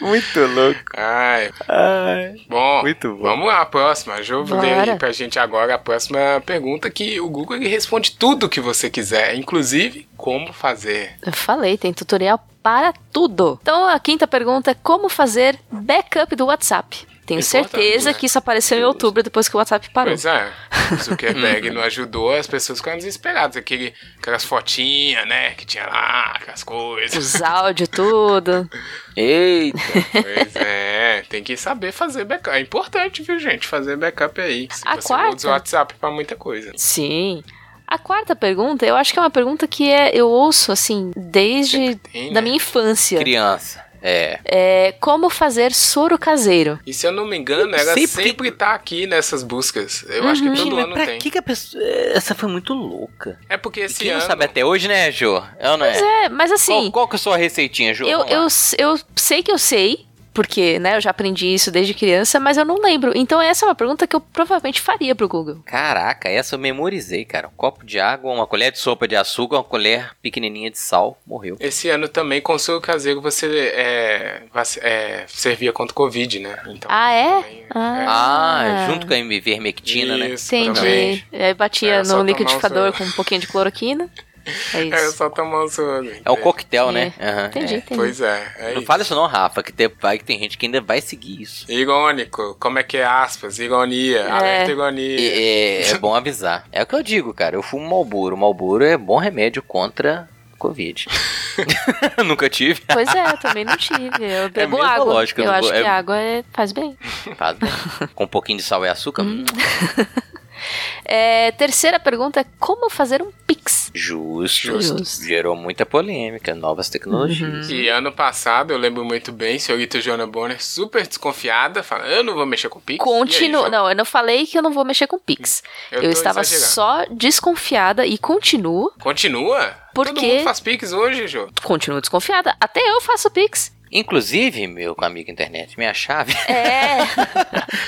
S2: Muito louco.
S1: Ai,
S2: Ai.
S1: bom,
S2: Muito bom.
S1: vamos lá, a próxima. Jô,
S3: Bora.
S1: lê aí pra gente agora a próxima pergunta que o Google ele responde tudo que você quiser, inclusive como fazer.
S3: Eu falei, tem tutorial para tudo. Então a quinta pergunta é como fazer backup do WhatsApp. Tenho
S1: Importante,
S3: certeza
S1: né?
S3: que isso apareceu em outubro depois que o WhatsApp parou.
S1: Pois é, o Zuckerberg não ajudou, as pessoas ficaram desesperadas. Aquele, aquelas fotinhas, né, que tinha lá, aquelas coisas.
S3: Os áudios, tudo.
S2: Eita.
S1: Pois é, tem que saber fazer backup. É importante, viu, gente? Fazer backup aí. Se
S3: A
S1: você
S3: quarta-
S1: usa o WhatsApp pra muita coisa.
S3: Sim. A quarta pergunta, eu acho que é uma pergunta que é, eu ouço assim desde
S1: Tem, né?
S3: da minha infância.
S2: Criança. É.
S3: É como fazer soro caseiro?
S1: E se eu não me engano,
S2: Eu
S1: ela
S2: sei porque-
S1: sempre tá aqui nessas buscas. Eu acho
S3: Uhum.
S1: que todo
S2: Gente,
S1: ano
S2: mas pra
S1: tem.
S2: que, que a pessoa. eh, Essa foi muito louca.
S1: É porque esse
S2: Quem
S1: ano.
S2: não sabe até hoje, né, Jô? Eu não
S3: Pois
S2: é.
S3: é, mas assim,
S2: Qual, qual que é a sua receitinha, Jô?
S3: eu,
S2: Vamos lá.
S3: eu, eu sei que eu sei, porque né, eu já aprendi isso desde criança, mas eu não lembro. Então essa é uma pergunta que eu provavelmente faria pro Google.
S2: Caraca, essa eu memorizei, cara. Um copo de água, uma colher de sopa de açúcar, uma colher pequenininha de sal. Morreu.
S1: Esse ano também, com o seu caseiro, você é, vac- é, servia contra o Covid, né? Então,
S3: Ah, é?
S1: também-
S2: Ah, junto com a MV-Vermectina, né?
S1: Isso, também.
S3: Entendi. Aí É, batia
S1: Era É, só
S3: no
S1: tomar o soro.
S3: liquidificador com um pouquinho de cloroquina. É
S1: É
S3: isso.
S1: só tomar o soro.
S2: É o coquetel, né?
S3: É.
S2: Aham,
S3: Entendi,
S2: é.
S3: entendi.
S1: Pois é. é
S2: Não
S1: isso.
S2: fala isso não, Rafa, que tem, vai que tem gente que ainda vai seguir isso.
S1: Irônico. Como é que é aspas? Ironia.
S3: É.
S1: Alerta
S2: E-
S1: ironia.
S2: É, é bom avisar. É o que eu digo, cara. Eu fumo Malboro. Malboro é bom remédio contra Covid. Nunca tive.
S3: Pois é, eu também não tive. Eu
S1: É
S3: bebo
S2: mesmo a
S3: água.
S2: lógica
S3: eu
S2: do
S3: acho
S2: go-
S3: que
S2: é-
S3: água é- faz bem.
S2: Faz bem. Com um pouquinho de sal e açúcar. hum,
S3: É, terceira pergunta é como fazer um pix?
S2: Justo.
S3: Justo. Uhum.
S2: Gerou muita polêmica. Novas tecnologias.
S1: E ano passado, eu lembro muito bem, senhorita Joana Bonner, super desconfiada, falando, eu não vou mexer com o Pix.
S3: Continua.
S1: E aí,
S3: Não, eu não falei que eu não vou mexer com pix. Eu,
S1: tô
S3: estava
S1: exagerando.
S3: só desconfiada e continuo,
S1: Continua?
S3: Por
S1: Todo
S3: quê?
S1: mundo faz Pix hoje, Jô.
S3: continuo desconfiada. Até eu faço pix.
S2: Inclusive, meu amigo internet, minha chave.
S3: É.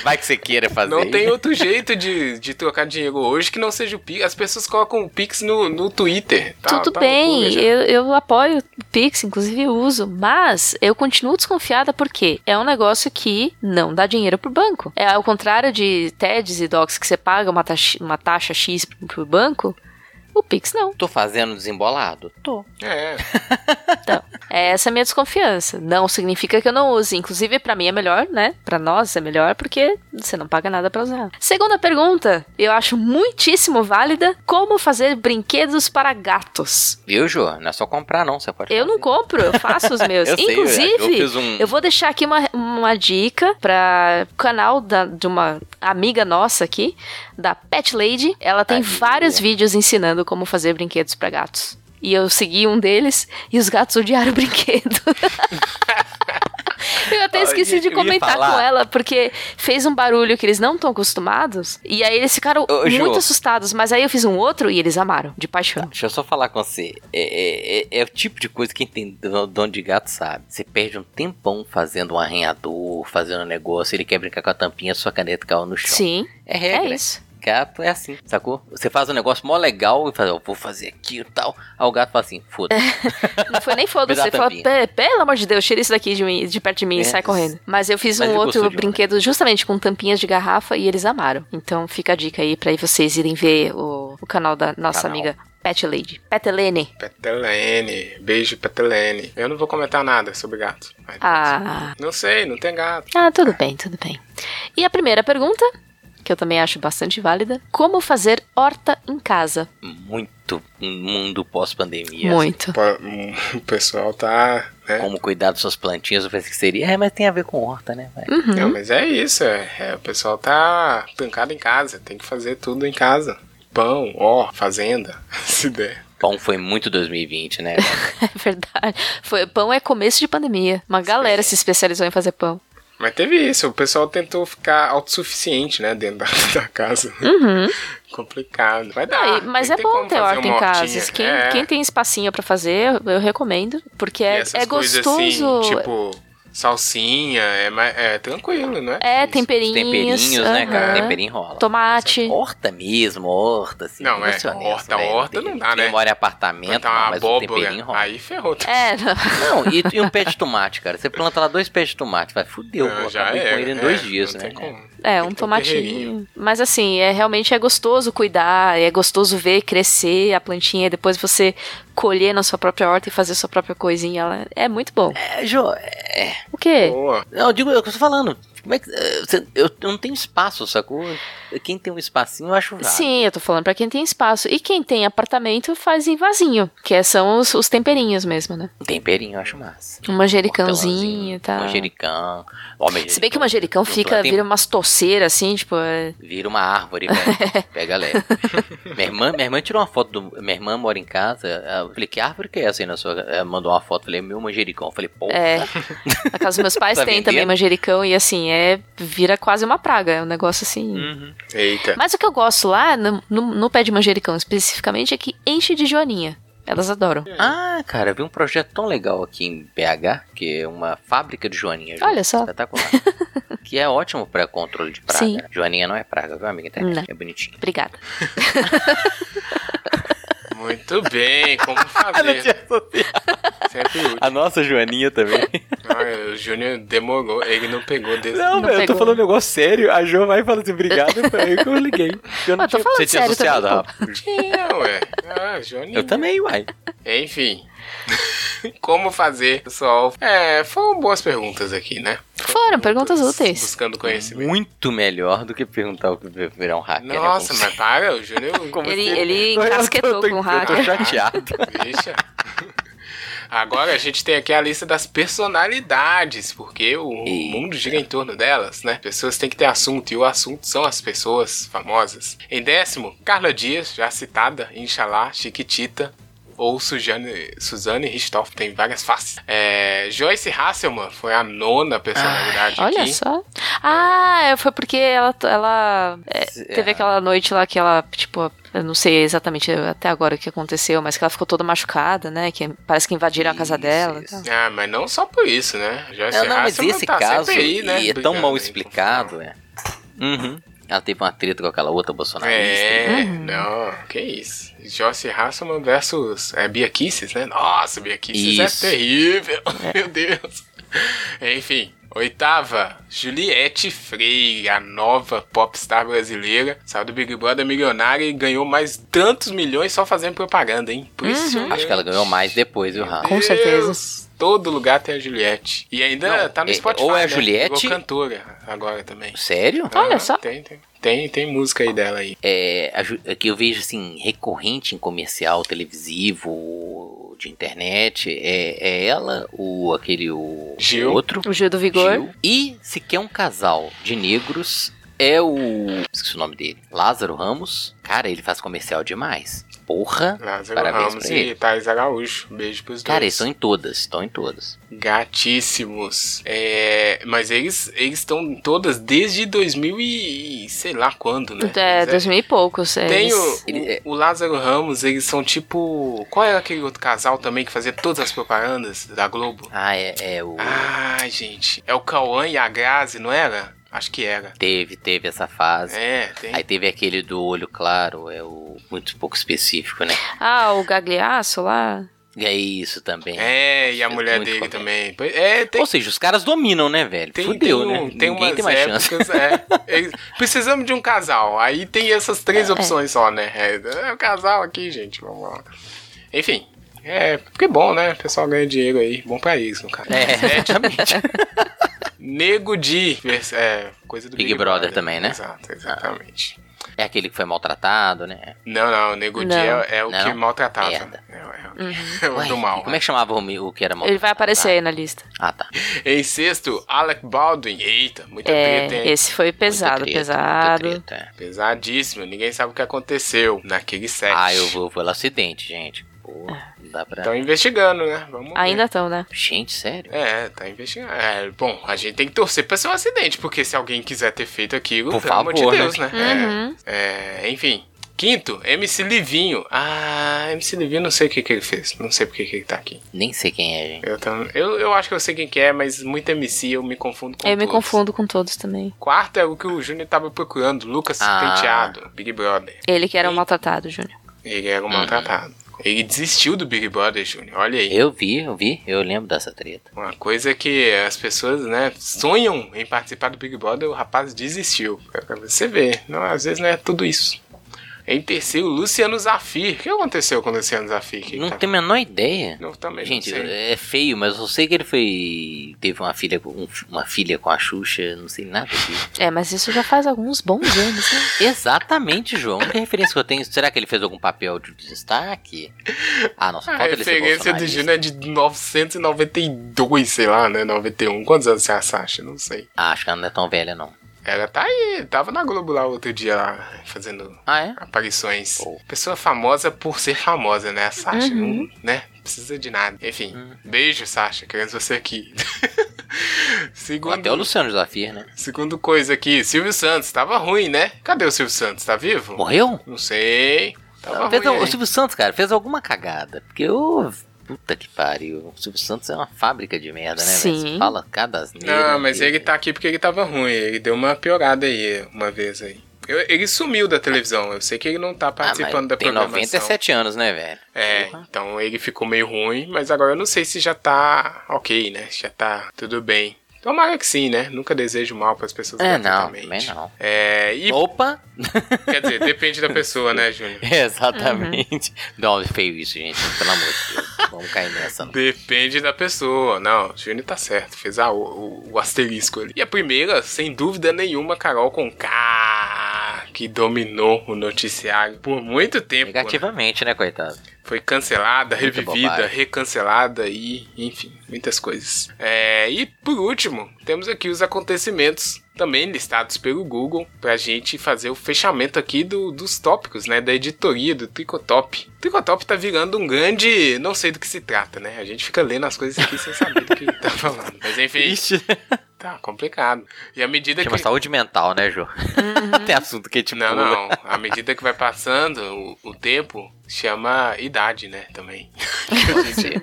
S2: Vai que você queira fazer.
S1: Não tem outro jeito de, de trocar dinheiro hoje que não seja o Pix. As pessoas colocam o Pix no, no Twitter. Tá-
S3: Tudo
S1: tá
S3: bem,
S1: loucura, Jô.
S3: eu, eu apoio o Pix, inclusive uso, mas eu continuo desconfiada porque é um negócio que não dá dinheiro pro banco. É ao contrário de TEDs e DOCs que você paga uma taxa, uma taxa X pro, pro banco, o Pix não.
S2: Tô fazendo desembolado? Tô.
S1: É.
S3: É essa a minha desconfiança. Não significa que eu não use. Inclusive, pra mim é melhor, né? Pra nós é melhor porque você não paga nada pra usar. Segunda pergunta, eu acho muitíssimo válida: como fazer brinquedos para gatos?
S2: Viu, Jô? Não é só comprar, não. Você pode
S3: Eu não
S2: fazer.
S3: compro, eu faço os meus.
S2: Eu sei,
S3: Inclusive,
S2: eu fiz um-
S3: eu vou deixar aqui uma, uma dica para canal da- de uma amiga nossa aqui, da Pet Lady. Ela tem
S2: Amiga.
S3: vários vídeos ensinando como fazer brinquedos para gatos. E eu segui um deles e os gatos odiaram o brinquedo. Eu até
S2: Eu
S3: esqueci
S2: ia-
S3: de
S2: eu ia
S3: comentar
S2: falar.
S3: com ela, porque fez um barulho que eles não estão acostumados. E aí eles ficaram
S2: Ô, Ju.
S3: muito assustados. Mas aí eu fiz um outro e eles amaram, de paixão.
S2: Deixa eu só falar com você. É, é- é- é o tipo de coisa que quem tem do- dono de gato sabe. Você perde um tempão fazendo um arranhador, fazendo um negócio, ele quer brincar com a tampinha, sua caneta caiu no chão.
S3: Sim,
S2: É
S3: é
S2: regra.
S3: isso.
S2: Gato é assim, sacou? Você faz um negócio mó legal e fala, eu vou fazer aqui e tal. Aí o gato fala assim, foda
S3: Não foi nem
S2: Me
S3: foda-se.
S2: dá
S3: Ele
S2: a
S3: falou,
S2: tampinha.
S3: "Pe- pelo amor de Deus, tira isso daqui de, mim, de perto de mim
S2: tá É.
S3: e sai correndo. Mas eu fiz
S2: Mas
S3: um
S2: ele gostou
S3: outro
S2: de um, né?
S3: brinquedo justamente com tampinhas de garrafa e eles amaram. Então fica a dica aí pra aí vocês irem ver o, o canal da nossa
S2: Canal.
S3: amiga Pet Lady. Pet Lene.
S1: Petelene. Beijo, Petelene. Eu não vou comentar nada sobre gato. Mas-
S3: Ah.
S1: Não sei, não tem gato.
S3: ah, tudo bem, tudo bem. E a primeira pergunta que eu também acho bastante válida. Como fazer horta em casa.
S2: Muito um mundo pós-pandemia. assim.
S3: É. Muito.
S1: Pô, hum, O pessoal tá. Né?
S2: Como cuidar das suas plantinhas, eu pensei que seria. É, mas tem a ver com horta, né? Vai.
S3: Uhum.
S1: Não, mas é isso. É, é, o pessoal tá trancado em casa. Tem que fazer tudo em casa. Pão, ó, fazenda, se der.
S2: Pão foi muito 2020, né?
S3: É verdade. Foi, pão é começo de pandemia. Uma galera se especializou em fazer pão.
S1: Mas teve isso. O pessoal tentou ficar autossuficiente, né? Dentro da, da casa.
S3: Uhum.
S1: Complicado. Vai
S3: Ah,
S1: dar.
S3: e- mas
S1: tem-
S3: é
S1: tem
S3: bom
S1: como
S3: ter
S1: fazer
S3: horta
S1: uma
S3: em
S1: hortinha.
S3: casa. Quem,
S1: É.
S3: quem tem espacinho pra fazer, eu recomendo. Porque
S1: E
S3: é,
S1: essas
S3: é
S1: coisas,
S3: gostoso.
S1: Assim, tipo, salsinha, é, ma- é tranquilo, né?
S3: é,
S1: Isso.
S2: Os
S3: temperinhos.
S2: temperinhos, né, cara?
S3: aham.
S2: Temperinho rola.
S3: Tomate.
S2: Horta mesmo, horta, assim.
S1: Não,
S2: eu
S1: é,
S2: vou ser honesto,
S1: horta,
S2: velho.
S1: horta não dá, né?
S2: Quem mora em apartamento,
S1: Plantar uma
S2: não, mas um temperinho
S1: abóbora,
S2: rola.
S1: aí ferrou.
S3: É, não.
S2: Não, e, e um pé de tomate, cara. Você planta lá dois pés de tomate, vai, fudeu,
S1: Não,
S2: vou acabar com ele em dois dias,
S1: é, não
S2: né?
S1: tem como.
S3: É,
S1: Tem
S3: um
S1: que ter guerreirinho.
S3: tomatinho. Mas assim, é realmente é gostoso cuidar, é gostoso ver crescer a plantinha e depois você colher na sua própria horta e fazer sua própria coisinha. lá. É muito bom.
S2: É, Jô,
S3: O quê?
S1: Boa.
S2: Não, eu digo, eu tô falando. Como é que. eh, você- eu eu não tenho espaço, sacou? Quem tem um espacinho, eu acho raro.
S3: Sim, eu tô falando pra quem tem espaço. E quem tem apartamento faz em vasinho, que é- são os, os temperinhos mesmo, né?
S2: Um temperinho, eu acho massa. um
S3: Um manjericãozinho e tal.
S2: Manjericão. Ó, manjericão.
S3: Se bem que o manjericão
S2: Eu
S3: fica,
S2: plantei-
S3: vira umas toceiras assim, tipo. é-
S2: Vira uma árvore, velho. Pega leve. minha, irmã, minha irmã tirou uma foto do. Minha irmã mora em casa. Eu falei, que árvore que é essa aí na sua. Ela mandou uma foto, falei, meu manjericão. Eu falei, pô.
S3: É. Na casa dos meus pais
S2: Tá
S3: tem também
S2: vendendo?
S3: manjericão e assim, é. Vira quase uma praga. É um negócio assim.
S2: Uhum.
S1: Eita.
S3: Mas o que eu gosto lá, no, no- no pé de manjericão especificamente, é que enche de joaninha. Elas adoram.
S2: Ah, cara, eu vi um projeto tão legal aqui em BH, que é uma fábrica de joaninha. Ju.
S3: Olha só.
S2: Espetacular. que é ótimo pra controle de praga.
S3: Sim.
S2: Joaninha não é praga, viu, amiga? Internet?
S3: Não.
S2: É bonitinho.
S3: Obrigada.
S1: Muito bem, como
S2: Ah,
S1: fazer?
S2: assim.
S1: Sempre útil.
S2: A nossa Joaninha também.
S1: Ah, o Júnior demorou, ele não pegou desse.
S3: Não velho, eu tô pegou. falando um
S2: negócio sério. A Jo vai e fala assim, obrigado, foi eu que eu liguei. Eu
S3: não Ah, tô tinha- falando Você tinha sério associado, também,
S1: Tinha, ué. Ah, Júnior.
S2: Eu também, uai.
S1: Enfim. Como fazer, pessoal? É, foram boas perguntas aqui, né?
S3: Foram perguntas úteis.
S1: Buscando conhecimento.
S2: Muito melhor do que perguntar o que virar um hacker. né?
S1: Nossa,
S2: Como
S1: mas tá, para, o Júnior.
S2: Como
S3: Ele,
S2: assim?
S3: ele
S2: Eu tô-
S3: encasquetou
S2: eu tô-
S3: com o
S2: Eu tô
S3: hacker.
S2: chateado.
S1: Deixa. Agora a gente tem aqui a lista das personalidades, porque o
S2: Eita.
S1: mundo gira em torno delas, né? Pessoas têm que ter assunto, e o assunto são as pessoas famosas. Em décimo, Carla Dias, já citada, Inxalá, Chiquitita. Ou Suzane, Suzane Ristoff, tem várias faces. É, Joyce Hasselman foi a nona personalidade
S3: Olha
S1: aqui.
S3: só. Ah, é, foi porque ela, ela é, teve aquela noite lá que ela, tipo, eu não sei exatamente até agora o que aconteceu, mas que ela ficou toda machucada, né? Que parece que invadiram a casa
S2: Isso,
S3: dela. e
S2: isso.
S3: tal.
S1: Ah, mas não só por isso, né? Joyce
S2: Não, não, mas
S1: Hasselman
S2: esse
S1: tá sempre
S2: caso
S1: aí, né?
S2: e é tão
S1: brigando
S2: mal
S1: aí com-
S2: explicado, é. Uhum. Ela teve uma treta com aquela outra bolsonarista.
S1: É,
S3: Uhum.
S1: não, que isso. Joyce Hasselman versus é, Bia Kisses, né? Nossa, Bia Kisses
S2: Isso. É.
S1: é terrível, meu Deus. Enfim, oitava, Juliette Frey, a nova popstar brasileira. Saiu do Big Brother milionária e ganhou mais tantos milhões só fazendo propaganda, hein? Por isso.
S2: Uhum. Acho que ela ganhou mais depois, viu, Rafa?
S3: Com certeza.
S1: Todo lugar tem a Juliette. E ainda
S2: Não,
S1: tá no
S2: é-
S1: Spotify.
S2: ou é
S1: né?
S2: a Juliette-
S1: Virou cantora agora também.
S2: Sério?
S3: Olha
S1: Aham,
S3: só.
S1: Tem, tem, tem, tem música aí dela aí.
S2: É, a Ju- é que eu vejo assim, recorrente em comercial televisivo, de internet, é, é ela, o aquele o
S1: Gil.
S2: outro.
S3: O Gil do Vigor.
S2: Gil. E se quer um casal de negros, é o. Esqueci o nome dele. Lázaro Ramos. Cara, ele faz comercial demais. Porra.
S1: Lázaro
S2: Parabéns
S1: Ramos
S2: pra
S1: e
S2: ele.
S1: Thais Araújo. Beijo pros
S2: Cara, eles
S1: dois.
S2: estão em todas, estão em todas.
S1: Gatíssimos. É, mas eles eles estão em todas desde 2000 e sei lá quando, né?
S3: É,
S1: Eles-
S3: dois mil e poucos. é,
S1: Tem o,
S3: eles-
S2: Ele-
S1: o, o Lázaro Ramos, eles são tipo. Qual é aquele outro casal também que fazia todas as propagandas da Globo?
S2: Ah, é, é o.
S1: Ai, gente. É o Cauã e a Grazi, não era? Acho que era.
S2: Teve, teve essa fase.
S1: É, tem.
S2: Aí teve aquele do olho claro, é o muito pouco específico, né?
S3: Ah, o Gagliasso lá.
S2: E é isso também.
S1: É, e a
S2: Muito
S1: mulher dele
S2: complicado.
S1: também. Pois- É, tem
S2: Ou seja, os caras dominam, né, velho?
S1: Tem,
S2: Fudeu,
S1: tem, um-
S2: né?
S1: tem
S2: Ninguém
S1: umas
S2: tem mais chance.
S1: épocas, é. Eles- precisamos de um casal. Aí tem essas três opções só, né? É, é o casal aqui, gente. Vamos lá. Enfim. É, porque é bom, né? O pessoal ganha dinheiro aí. Bom pra isso, no caso.
S2: É, exatamente.
S1: Nego Di. vers- É, coisa do
S2: Big
S1: Big,
S2: Brother também, né?
S1: Exato, exatamente.
S2: É aquele que foi maltratado, né?
S1: Não, não, o Nego Di
S3: Não. Uhum.
S1: é, é o
S2: Não?
S1: que maltratava.
S2: Merda.
S1: É, é, é o
S2: Ué,
S1: do mal.
S2: Como é que chamava o, mi- o que era maltratado?
S3: Ele vai aparecer aí na lista.
S2: Ah, tá.
S1: Em sexto, Alec Baldwin. Eita, muita treta, hein?
S3: É, esse foi pesado,
S2: Muita treta,
S3: pesado.
S2: muita treta, é.
S1: Pesadíssimo, ninguém sabe o que aconteceu naquele set.
S2: Ah, eu vou pelo acidente, gente. Pô,
S3: É.
S2: não dá pra...
S1: Estão investigando, né? Vamos ver.
S3: Ainda estão, né?
S2: Gente, sério?
S1: É, tá investigando. É, bom, a gente tem que torcer pra ser um acidente, porque se alguém quiser ter feito aquilo,
S2: Por
S1: pelo amor de
S2: favor, né?
S1: Deus, né?
S3: Uhum.
S1: É, é, enfim. Quinto, MC Livinho. Ah, MC Livinho, não sei o que, que ele fez. Não sei porque que ele tá aqui.
S2: Nem sei quem é, gente.
S1: Eu, tam- eu, eu acho que eu sei quem que é, mas muito MC eu me confundo com
S3: Eu me
S1: todos.
S3: confundo com todos também.
S1: Quarto é o que o Júnior tava procurando, Lucas
S2: Ah.
S1: Penteado, Big Brother.
S3: Ele que era o
S1: Sim.
S3: maltratado, Júnior.
S1: Ele
S2: Uhum.
S1: era um maltratado. Ele desistiu do Big Brother, Júnior. Olha aí.
S2: Eu vi, eu vi. Eu lembro dessa treta.
S1: Uma coisa é que as pessoas, né, sonham em participar do Big Brother, o rapaz desistiu. É Pra você ver, não, às vezes não é tudo isso. Em terceiro, Luciano Zafir. O que aconteceu com o Luciano Zafir? Que
S2: Não
S1: tá-
S2: tenho a menor ideia.
S1: Não, também
S2: Gente,
S1: não sei.
S2: é feio, mas eu sei que ele foi. Teve uma filha, com- um- uma filha com a Xuxa, não sei nada disso.
S3: É, mas isso já faz alguns bons anos, né?
S2: Exatamente, João. Que referência que eu tenho? Será que ele fez algum papel de destaque? Ah, nossa,
S1: A
S2: falta ele ser
S1: referência do
S2: bolsonarista.
S1: Júnior é de 992, sei lá, né? 91. Quantos anos você é a Sasha? Não sei.
S2: Ah, acho que ela não é tão velha, não.
S1: Ela tá aí, tava na Globo lá outro dia, lá, fazendo
S2: Ah, é?
S1: aparições.
S2: Oh.
S1: Pessoa famosa por ser famosa, né? A Sasha,
S2: Uhum.
S1: não, né? Precisa de nada. Enfim, beijo, Sasha. Queremos você aqui.
S2: Até o
S1: segundo,
S2: Luciano Zafir, né?
S1: segundo coisa aqui, Silvio Santos. Tava ruim, né? Cadê o Silvio Santos? Tá vivo?
S2: Morreu?
S1: Não sei. Tava
S2: Fez
S1: ruim.
S2: al- o
S1: aí.
S2: Silvio Santos, cara, fez alguma cagada. Porque eu. Puta que pariu. O Silvio Santos é uma fábrica de merda, né? velho?
S3: Sim.
S2: Você Fala cada Ah, asneira,
S1: Não, mas
S2: meu
S1: ele
S2: Deus.
S1: tá aqui porque ele tava ruim. Ele deu uma piorada aí, uma vez aí. Eu- ele sumiu da televisão. Eu sei que ele não tá
S2: Ah, mas
S1: participando da
S2: tem
S1: programação.
S2: 97 anos, né, velho?
S1: É, então ele ficou meio ruim, mas agora eu não sei se já tá ok, né? Se Já tá tudo bem. Tomara que sim, né? Nunca desejo mal pras pessoas
S2: É, não,
S1: gratuitamente.
S2: também não.
S1: É, e
S2: Opa!
S1: quer dizer, depende da pessoa, né, Júnior?
S2: Exatamente.
S3: Uhum.
S2: Não, é feio isso, gente. Pelo amor de Deus. Vamos cair nessa. não.
S1: Depende da pessoa. Não, o Júnior tá certo. Fez a- o, o asterisco ali. E a primeira, sem dúvida nenhuma, Carol com K, que dominou o noticiário por muito tempo. né?
S2: Negativamente, né, coitado?
S1: Foi cancelada,
S2: Muita
S1: revivida,
S2: bobagem.
S1: recancelada e, enfim, muitas coisas. É, e por último, temos aqui os acontecimentos também listados pelo Google pra gente fazer o fechamento aqui do- dos tópicos, né? Da editoria do Tricotop. Tricotop tá virando um grande. não sei do que se trata, né? A gente fica lendo as coisas aqui sem saber do que tá falando. Mas enfim, tá complicado. E à medida
S2: Chama
S1: que.
S2: saúde mental, né, Jô?
S3: Uhum.
S2: Tem assunto que tipo.
S1: Não, não. À medida que vai passando o, o tempo, chama idade, né? Também.
S2: pode ser.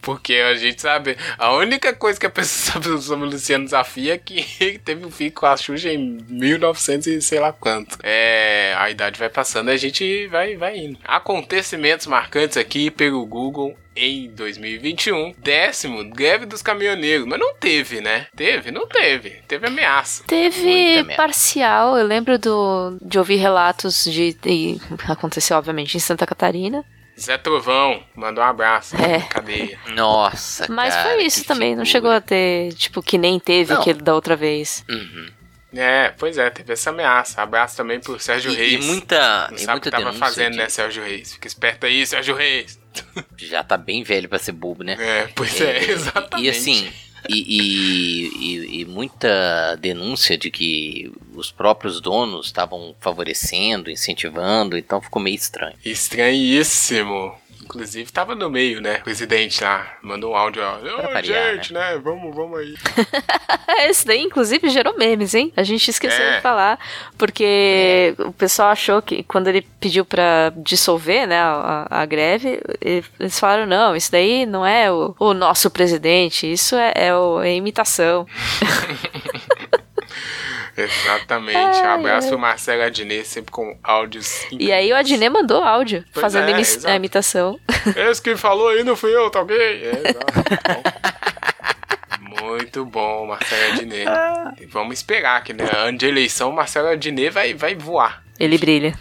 S1: Porque a gente sabe, a única coisa que a pessoa sabe sobre o Luciano Zafia é que ele teve um filho com a Xuxa em 1900 e sei lá quanto. É, a idade vai passando e a gente vai, vai indo. Acontecimentos marcantes aqui pelo Google em 2021. Décimo, greve dos caminhoneiros. Mas não teve, né? Teve? Não teve. Teve ameaça.
S3: Teve
S2: Muita merda.
S3: parcial, eu lembro do, de ouvir relatos de, e Aconteceu, obviamente, em Santa Catarina.
S1: Zé Trovão, mandou um abraço.
S3: É.
S1: Cadeia.
S2: Nossa.
S3: Mas
S2: Ah, cara,
S3: foi
S2: que
S3: isso também, não
S2: figura.
S3: chegou a ter, tipo, que nem teve
S2: Não.
S3: aquele da outra vez.
S2: Uhum.
S1: É, pois é, teve essa ameaça. Abraço também pro Sérgio
S2: E, e
S1: Reis.
S2: muita.
S1: Não
S2: e
S1: sabe o que
S2: muita
S1: tava
S2: denúncia
S1: fazendo,
S2: de-
S1: né, Sérgio Reis? Fica esperto aí, Sérgio Reis.
S2: Já tá bem velho pra ser bobo, né?
S1: É, pois é,
S2: É,
S1: exatamente.
S2: E assim, e, e- e- e muita denúncia de que os próprios donos estavam favorecendo, incentivando, então ficou meio estranho.
S1: Estranhíssimo. Inclusive, tava no meio, né? O presidente lá mandou um áudio, ó. Ô,
S2: variar,
S1: gente, né? Vamos, vamos aí.
S3: É, esse daí, inclusive, gerou memes, hein? A gente esqueceu
S1: É.
S3: de falar, porque
S2: É.
S3: o pessoal achou que quando ele pediu pra dissolver, né, a, a greve, e- eles falaram, não, isso daí não é o, o nosso presidente, isso é, é o- é imitação.
S1: Exatamente. um abraço pro Marcelo Adnet, sempre com áudios.
S3: E aí o Adnet mandou áudio,
S1: Pois
S3: fazendo
S1: é,
S3: imi-
S1: exato.
S3: a imitação.
S1: Esse que falou aí não fui eu, tá ok? É, tá. Bom. Muito bom, Marcelo Adnet. E Vamos esperar que, né? Ano de eleição, Marcelo Adnet vai, vai voar.
S3: Ele brilha.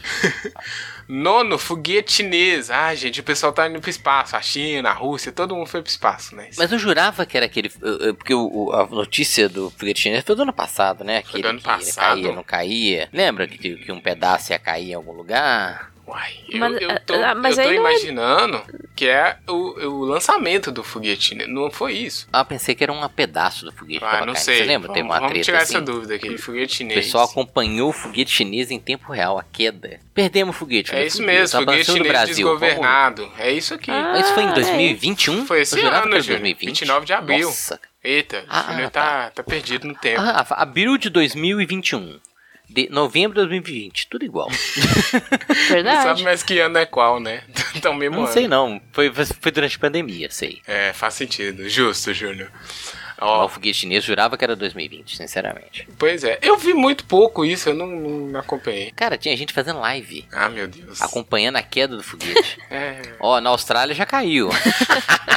S1: Nono, foguete chinês. Ah, gente, o pessoal tá indo pro espaço. A China, a Rússia, todo mundo foi pro espaço, né?
S2: Mas eu jurava que era aquele. eh, eh, Porque o- o- a notícia do foguete chinês foi do ano passado, né? Aquele
S1: do ano
S2: que ele
S1: passado.
S2: Caía, não caía. Lembra que, que um pedaço ia cair em algum lugar?
S1: Uai, eu,
S3: Mas,
S1: eu tô,
S3: ah, mas
S1: eu tô
S3: aí não é-
S1: imaginando que é o, o lançamento do foguete chinês. Não foi isso?
S2: Ah, pensei que era um pedaço do foguete. que
S1: Ah,
S2: tava
S1: não
S2: caindo.
S1: sei.
S2: Você lembra? Teve
S1: Vamos,
S2: uma
S1: vamos
S2: treta
S1: tirar
S2: assim?
S1: essa dúvida aqui. Foguete
S2: O
S1: chinês.
S2: pessoal acompanhou o foguete chinês em tempo real, a queda. Perdemos o foguete.
S1: É
S2: né?
S1: isso
S2: Fudeu,
S1: mesmo,
S2: tá
S1: foguete
S2: balançando o
S1: chinês
S2: Brasil.
S1: desgovernado. É isso aqui.
S3: Ah.
S2: Vamos- Mas isso foi em
S3: Ah,
S2: 2021?
S1: Foi esse
S2: Eu jurava
S1: ano,
S2: que era
S1: Júnior.
S2: 2020.
S1: 29 de abril.
S2: Nossa.
S1: Eita,
S2: Ah,
S1: o Júnior
S2: tá.
S1: tá, tá perdido no tempo.
S2: Ah, abril de 2021. De novembro de 2020, tudo igual.
S1: Não sabe
S3: Verdade.
S1: mais que ano é qual, né? Tão mesmo
S2: não
S1: ano.
S2: sei não, foi, foi durante a pandemia, sei.
S1: É, faz sentido. Justo, Júnior.
S2: Mas
S1: Ó,
S2: O foguete chinês jurava que era 2020, sinceramente.
S1: pois é. Eu vi muito pouco isso, eu não, não acompanhei.
S2: Cara, tinha gente fazendo live,
S1: Ah, meu Deus.
S2: acompanhando a queda do foguete.
S1: É,
S2: Ó, na Austrália já caiu.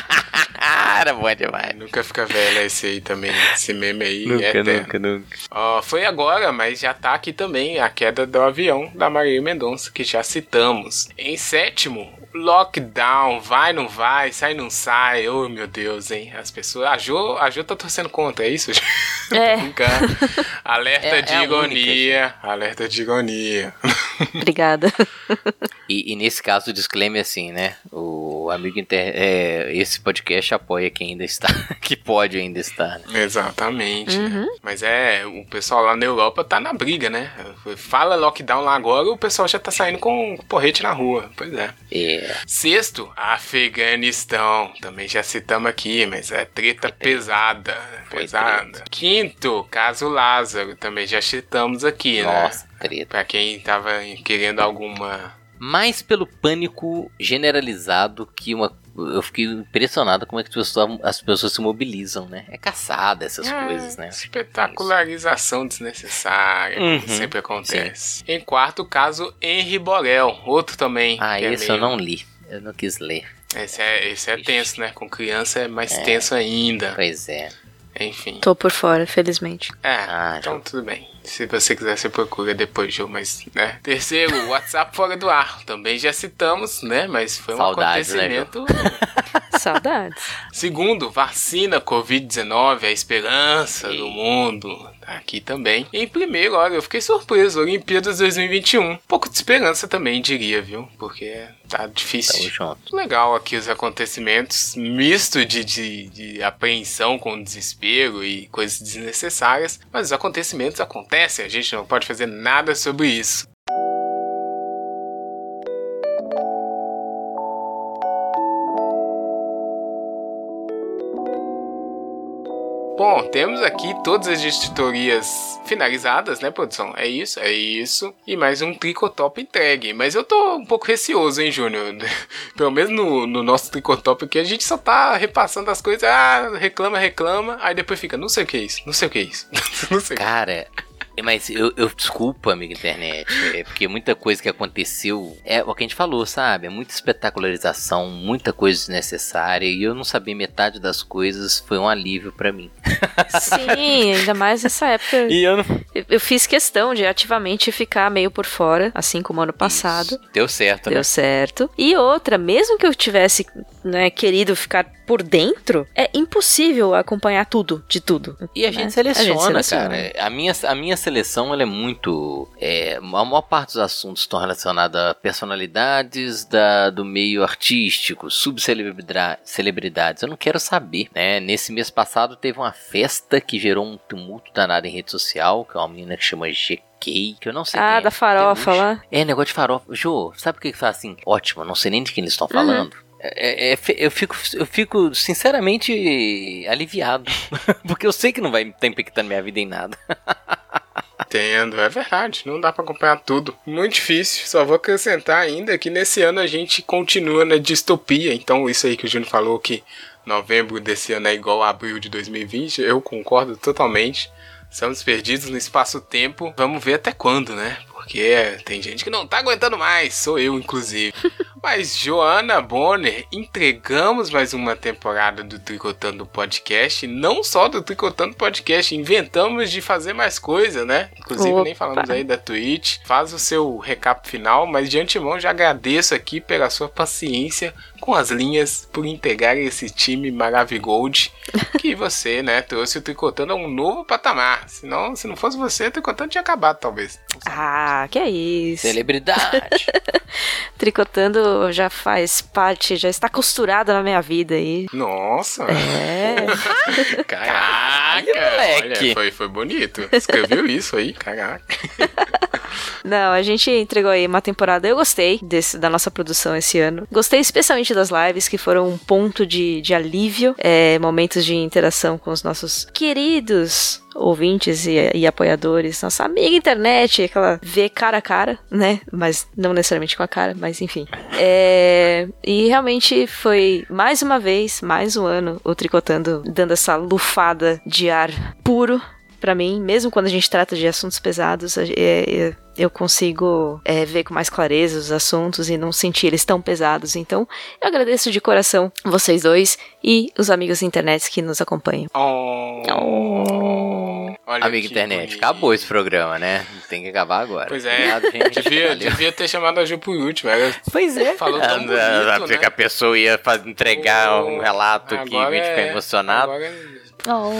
S2: Era bom demais.
S1: nunca fica velho esse aí também. Esse meme aí é eterno.
S2: nunca.
S1: Ó, foi agora, mas já tá aqui também a queda do avião da Maria Mendonça, que já citamos. Em sétimo, lockdown, vai, não vai, sai, não sai. Oh, meu Deus, hein? As pessoas... A Jo, a jo tá torcendo contra, é isso?
S3: É.
S1: Tô brincando. Alerta
S2: É- é
S1: de
S2: a única,
S1: agonia. alerta de agonia.
S3: Obrigada.
S2: E, e nesse caso, o disclaimer é assim, né? O amigo inter... é, esse podcast apoia quem ainda está, que pode ainda estar. né?
S1: Exatamente. né?
S3: Uhum.
S1: Mas é, o pessoal lá na Europa tá na briga, né? Fala lockdown lá agora, o pessoal já tá saindo com um porrete na rua. Pois é.
S2: É,
S1: Sexto, Afeganistão. Também já citamos aqui, mas é treta pesada.
S2: Foi
S1: Pesada. Quinto, caso Lázaro. Também já citamos aqui, né?
S2: nossa, treta.
S1: Pra quem tava querendo alguma.
S2: Mais pelo pânico generalizado que uma. Eu fiquei impressionado como é que as pessoas, as pessoas se mobilizam, né? É caçada essas
S1: Ah,
S2: coisas, né?
S1: Espetacularização desnecessária, como
S2: Uhum,
S1: sempre acontece. Em quarto caso, Henri Borel, outro também.
S2: Ah,
S1: que é
S2: esse eu
S1: meio-
S2: não li. Eu não quis ler.
S1: Esse é, esse é tenso, né? Com criança é mais tenso ainda.
S2: Pois é.
S1: Enfim.
S3: Tô por fora, felizmente.
S1: É,
S2: Ah,
S1: então
S2: não.
S1: tudo bem. Se você quiser, você procura depois, Ju, mas, né? Terceiro, WhatsApp fora do ar. Também já citamos, né? Mas foi um
S2: Saudades, né, Ju?
S1: acontecimento.
S3: Saudades.
S1: Segundo, vacina Covid-19, a esperança do mundo. Tá aqui também. Em primeiro, olha, eu fiquei surpreso. Olimpíadas 2021. Pouco de esperança também, diria, viu? Porque tá difícil.
S2: Tamo junto.
S1: Legal aqui os acontecimentos, misto de, de, de apreensão com desespero e coisas desnecessárias, mas os acontecimentos acontecem, a gente não pode fazer nada sobre isso. Bom, temos aqui todas as editorias finalizadas, né, produção? É isso, é isso. E mais um tricotop entregue. Mas eu tô um pouco receoso, hein, Júnior? Pelo menos no, no nosso tricotop aqui, a gente só tá repassando as coisas. Ah, reclama, reclama. Aí depois fica, não sei o que é isso, não sei o que é isso. não sei.
S2: Cara, mas eu, eu desculpa, amiga internet. É porque muita coisa que aconteceu é o que a gente falou, sabe? É muita espetacularização, muita coisa desnecessária. E eu não sabia metade das coisas foi um alívio pra mim.
S3: Sim, ainda mais nessa época.
S2: E eu não.
S3: Eu- Eu fiz questão de ativamente ficar meio por fora, assim como ano passado.
S2: Deu certo,
S3: Deu
S2: né?
S3: certo. E outra, mesmo que eu tivesse né, querido ficar por dentro, é impossível acompanhar tudo, de tudo.
S2: E a
S3: né?
S2: gente, seleciona,
S3: A gente seleciona.
S2: cara. A minha, a minha seleção, ela é muito... é, a maior parte dos assuntos estão relacionados a personalidades da, do meio artístico, subcelebridades. Eu não quero saber, né? Nesse mês passado teve uma festa que gerou um tumulto danado em rede social, que é uma menina que chama GK, que eu não sei quem
S3: Ah,
S2: é,
S3: da farofa
S2: peluche.
S3: lá.
S2: É, negócio de farofa. Jô, sabe o que que fala assim? Ótimo, não sei nem de quem eles estão falando.
S1: Uhum.
S2: É, é, é, fe- eu, fico, eu fico, sinceramente, aliviado. Porque eu sei que não vai estar impactando minha vida em nada.
S1: Entendo, é verdade, não dá pra acompanhar tudo. Muito difícil. Só vou acrescentar ainda que nesse ano a gente continua na distopia. Então, isso aí que o Júnior falou que novembro desse ano é igual a abril de 2020, eu concordo totalmente. Estamos perdidos no espaço-tempo. Vamos ver até quando, né? Porque tem gente que não tá aguentando mais, sou eu, inclusive. Mas, Joana Bonner, entregamos mais uma temporada do Tricotando Podcast. Não só do Tricotando Podcast, inventamos de fazer mais coisa, né? Inclusive, nem
S3: Opa.
S1: falamos aí da Twitch. Faz o seu recap final, mas de antemão já agradeço aqui pela sua paciência com as linhas por integrar esse time Maravigold que você, né, trouxe o Tricotando a um novo patamar. Senão, se não fosse você, o Tricotando tinha acabado, talvez. Não sei.
S3: Ah, que é isso.
S2: Celebridade.
S3: Tricotando já faz parte, já está costurada na minha vida aí.
S1: Nossa!
S3: É.
S1: Caraca!
S2: moleque.
S1: Olha, foi, foi bonito. Escreveu isso aí, caraca.
S3: Não, a gente entregou aí uma temporada. Eu gostei desse, da nossa produção esse ano. Gostei especialmente das lives, que foram um ponto de, de alívio, é, momentos de interação com os nossos queridos ouvintes e, e apoiadores, nossa amiga internet, aquela vê cara a cara, né? Mas não necessariamente com a cara, mas enfim. É, e realmente foi mais uma vez, mais um ano, o Tricotando dando essa lufada de ar puro pra mim, mesmo quando a gente trata de assuntos pesados, a- é- é- eu consigo é, ver com mais clareza os assuntos e não sentir eles tão pesados. Então, eu agradeço de coração vocês dois e os amigos da internet que nos acompanham.
S1: Oh.
S2: Oh.
S1: Olha
S2: Amigo
S1: que
S2: internet,
S1: bonito.
S2: acabou esse programa, né? Tem que acabar agora.
S1: Pois é.
S2: Obrigado, gente.
S1: Devia,
S2: Valeu.
S1: devia ter chamado a Ju por último. Ela
S2: Pois é.
S1: Falou tão bonito,
S2: porque
S1: né?
S2: a pessoa ia fa- entregar
S1: Oh,
S2: um relato que a
S1: agora
S2: gente ficou
S1: é-
S2: emocionado.
S1: agora é-
S2: Oh.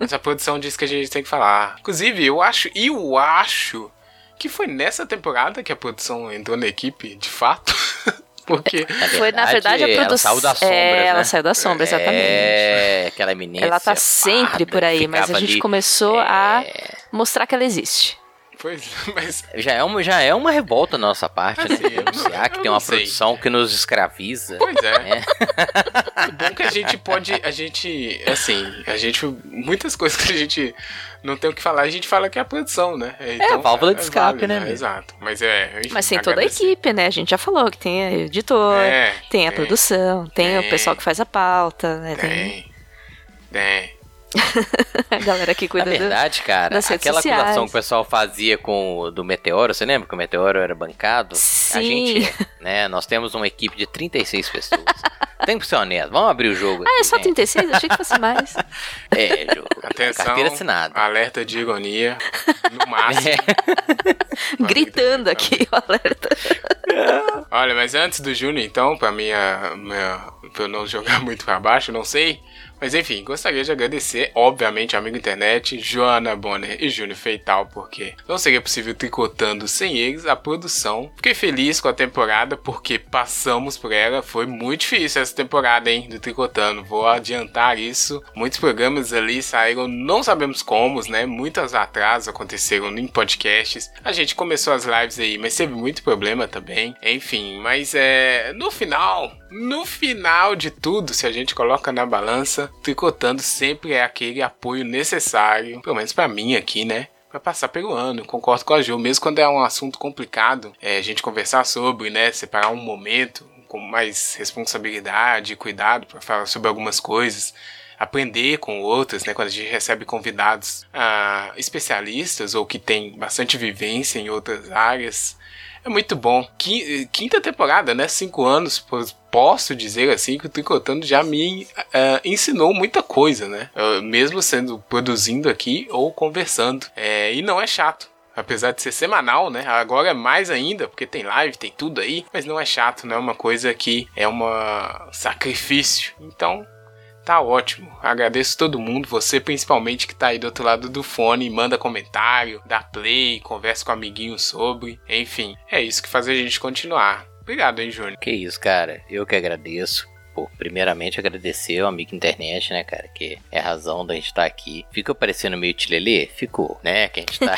S1: Mas a produção diz que a gente tem que falar. Inclusive, eu acho, e eu acho que foi nessa temporada que a produção entrou na equipe, de fato. Porque.
S3: Foi, na verdade, a
S2: Ela
S3: produção.
S2: saiu da sombra,
S3: é,
S2: né?
S3: Ela saiu da sombra, exatamente.
S2: É, aquela menina.
S3: Ela tá
S2: é
S3: sempre por aí, mas a gente começou a mostrar que ela existe.
S1: Pois, mas
S2: Já é, uma, já é uma revolta da nossa parte, né?
S1: Assim, eu não-
S2: Anunciar que
S1: eu
S2: tem
S1: não
S2: uma
S1: sei.
S2: produção que nos escraviza.
S1: Pois é.
S2: É.
S1: O bom é que a gente pode. A gente. Assim, a gente. Muitas coisas que a gente não tem o que falar, a gente fala que é a produção, né?
S2: É, a válvula de escape, né, amigo?
S1: Exato. Mas é. enfim,
S3: Mas tem toda a
S1: agradecer.
S3: equipe, né? A gente já falou que tem a editora,
S1: É,
S3: tem a
S1: tem.
S3: produção, tem, o
S2: É.
S1: Tem.
S3: pessoal que faz a pauta, né? Tem
S1: Tem. Tem.
S3: a galera que
S2: É. Na
S3: cuida do,
S2: verdade, cara,
S3: das redes
S2: aquela acusação
S3: sociais.
S2: que o pessoal fazia com o do Meteoro, você lembra que o Meteoro era bancado? A
S3: Sim.
S2: gente, né, nós temos uma equipe de 36 pessoas. Tem que ser honesto, vamos abrir o jogo
S3: Ah,
S2: aqui,
S3: é só
S2: né?
S3: 36? Achei que fosse mais.
S2: É, jogo.
S1: Atenção.
S2: Carteira assinada.
S1: Alerta de ironia. No máximo.
S2: É,
S3: Gritando aqui o alerta.
S1: Olha, mas antes do Júnior, então, pra, minha, minha, pra eu não jogar muito pra baixo, não sei. Mas enfim, gostaria de agradecer, obviamente, ao amigo internet, Joana Bonner e Júnior Feital, porque não seria possível tricotando sem eles a produção. Fiquei feliz com a temporada, porque passamos por ela. Foi muito difícil essa temporada, hein, do Tricotando. Vou adiantar isso. Muitos programas ali saíram, não sabemos como, né? Muitos atrasos aconteceram em podcasts. A gente começou as lives aí, mas teve muito problema também. Enfim, mas é. No final, no final de tudo, se a gente coloca na balança, tricotando sempre é aquele apoio necessário, pelo menos pra mim aqui, né? Pra passar pelo ano, concordo com a Ju, mesmo quando é um assunto complicado, é, a gente conversar sobre, né? Separar um momento com mais responsabilidade, cuidado pra falar sobre algumas coisas aprender com outros, né? Quando a gente recebe convidados ah, especialistas ou que têm bastante vivência em outras áreas. É muito bom. Qui- Quinta temporada, né? Cinco anos, po- posso dizer assim que o Tricotando já me ah, ensinou muita coisa, né? Ah, mesmo sendo produzindo aqui ou conversando. É, e não é chato. Apesar de ser semanal, né? Agora é mais ainda, porque tem live, tem tudo aí. Mas não é chato, não é uma coisa que é um sacrifício. Então, Tá ótimo. Agradeço todo mundo, você principalmente que tá aí do outro lado do fone, manda comentário, dá play, conversa com amiguinho sobre. Enfim, é isso que faz a gente continuar. Obrigado, hein, Júnior.
S2: que isso, cara. Eu que agradeço. Pô, primeiramente agradecer ao amigo internet, né, cara, que é a razão da gente estar aqui. Ficou parecendo meio tilelê? Ficou, né, que a gente tá...